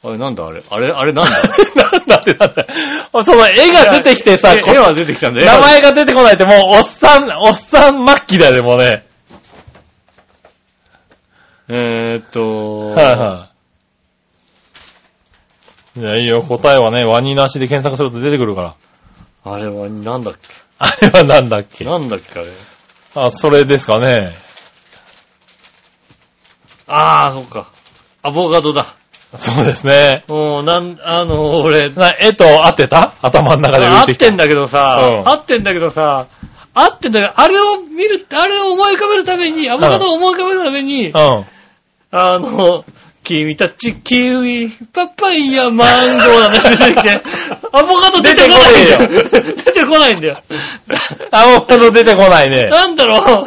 B: あれなんだあれあれあれなん だ
C: なんだってなんだ。その絵が出てきてさ、
B: え
C: こ
B: 絵は出てきたんだよ。
C: 名前が出てこないってもう、おっさん、おっさん末期だよね、もうね。
B: えーっと、
C: はいはい。いや、いいよ、答えはね、ワニなしで検索すると出てくるから。
B: あれはなんだっけ
C: あれはなんだっけ
B: なんだっけあれ。
C: あ、それですかね。
B: あー、そっか。アボカドだ。
C: そうですね。
B: もう、なん、あの、俺、
C: な絵と合ってた頭の中で浮
B: 合
C: い
B: って
C: き
B: てんだけどさ、
C: うん
B: 合ってんだけどさ、合ってんだけど、あれを見る、あれを思い浮かべるために、アボカドを思い浮かべるために、
C: た。うん。
B: あの、君たち、キウイ、パパイヤ、マンゴーなんて出てき て、アボカド出てこないんだよ。出てこないんだよ。
C: アボカド出てこないね。
B: なんだろ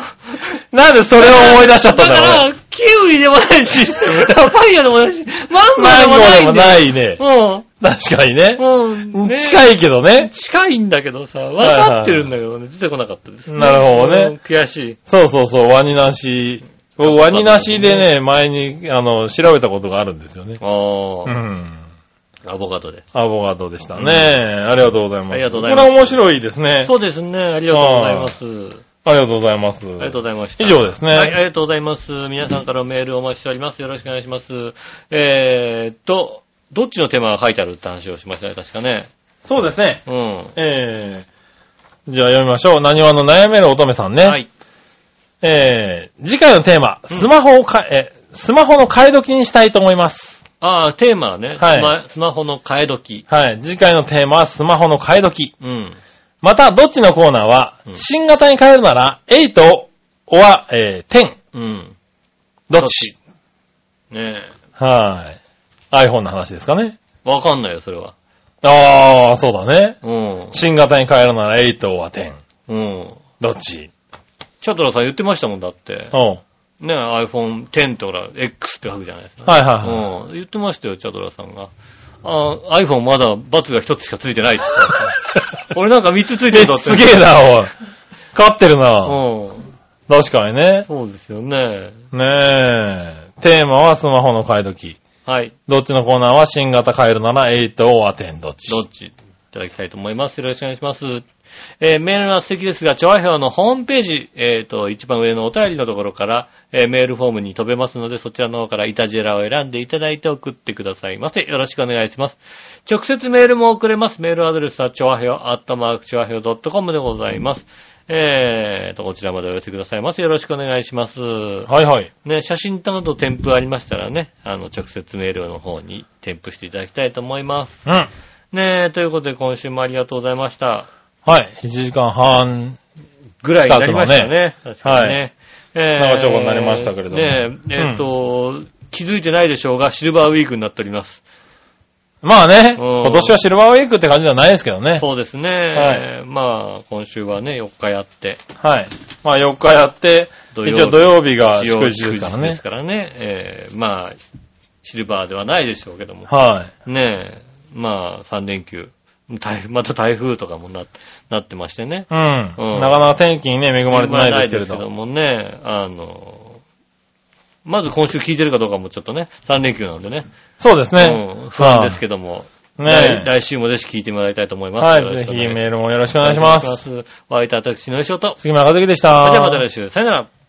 B: う。
C: なんでそれを思い出しちゃったんだ
B: だ
C: ろう
B: から、キウイでもないし、パパイヤでもないし、マ
C: マ
B: ン
C: ン
B: ゴー
C: ゴーで
B: でも
C: も
B: な
C: ない
B: ん
C: いね
B: だ。よ。
C: 確かにね。
B: うん。うん。い。
C: 近いけどね。
B: 近いんだけどさ、わかってるんだけどね、出てこなかったですね。
C: なるほどね
B: うん。悔しい。
C: そうそうそう、ワニなし。僕、ワニなしでね、前に、あの、調べたことがあるんですよね。
B: あ
C: うん。
B: あ、アボカドで。
C: アボカドでしたね。ありがとうございます。
B: ありがとうございます
C: これ面白いですね。
B: そうですね、ありがとうございます。
C: ありがとうございます。あ
B: ありがとうございました。
C: 以上ですね。
B: はい、ありがとうございます。皆さんからメールお待ちしております。よろしくお願いします。えーっと、どっちのテーマが書いてあるって話をしましたね、確かね。
C: そうですね。
B: うん。
C: えー、じゃあ読みましょう。何話の悩める乙女さんね。
B: はい。
C: えー、次回のテーマ、スマホをか、え、スマホの替え時にしたいと思います。
B: ああ、テーマはね、
C: はい
B: スマスマホの替え時。
C: はい。次回のテーマはスマホの替え時。
B: うん。
C: また、どっちのコーナーは
B: う、ん
C: 新型に変えるなら、8をおは、えー、天。
B: うん。
C: どっち
B: ね
C: はーい。iPhone の話ですかね。
B: え。わかんないよ、それは。
C: あー、そうだね。
B: うん。
C: 新型に変えるなら8は10。
B: うん。
C: どっち
B: チャトラさん言ってましたもんだって。
C: おう
B: ねえ、iPhone X とか X って書くじゃないですか。
C: はいはいはい。
B: うん。言ってましたよ、チャドラさんが。あ iPhone まだバツが一つしかついてないって言 ってた俺なんか三つついて
C: え
B: るんだって。
C: すげえな、おい。勝ってるな。
B: うん。
C: 確かにね。
B: そうですよね。
C: ねえ。テーマはスマホの買い時。
B: はい。
C: どっちのコーナーは新型変えるなら8は10。どっち
B: どっちいただきたいと思います。よろしくお願いします。えーメールの素敵ですが、調和表のホームページ、えっ、と、一番上のお便りのところから、えーメールフォームに飛べますので、そちらの方からイタジェラを選んでいただいて送ってくださいませ。よろしくお願いします。直接メールも送れます。メールアドレスは、調和表、アットマーク、調和表 .com でございます。えーと、こちらまでお寄せくださいませ。よろしくお願いします。
C: はいはい。
B: ね、写真など添付ありましたらね、あの、直接メールの方に添付していただきたいと思います。
C: うん。
B: ねえ、ということで今週もありがとうございました。
C: はい。1時間半。
B: ぐらいになりましたね。確かにね。えー
C: 長丁場になりましたけれども
B: ねえ、えっ、と、気づいてないでしょうが、シルバーウィークになっております。
C: まあね、
B: うん
C: 今年はシルバーウィークって感じではないですけどね。
B: そうですね。
C: は
B: まあ、今週はね、4日やって、
C: はい。まあ4日やって、
B: 土曜日
C: 一応土曜日が
B: 一応
C: 祝日ですから
B: 祝日で
C: ね
B: す。からね。えーまあ、シルバーではないでしょうけども。
C: はい。
B: ねえ、まあ、3連休。台また台風とかもななってましてね。
C: うん。
B: うん
C: なかなか天気にね、恵まれてないですけれ
B: 恵まれてないですけど
C: ど。
B: もね、あの、まず今週聞いてるかどうかもちょっとね、3連休なんでね、
C: そうですね。
B: うん、不安ですけども、来
C: ね
B: 来週もぜひ聞いてもらいたいと思います。
C: はい。ぜひメー
B: ル
C: ルもよろしくお願いします。
B: お願いします。お相手は私、のりしおと。
C: 杉村和樹でし
B: そ
C: た。
B: れではまた来週、さよなら。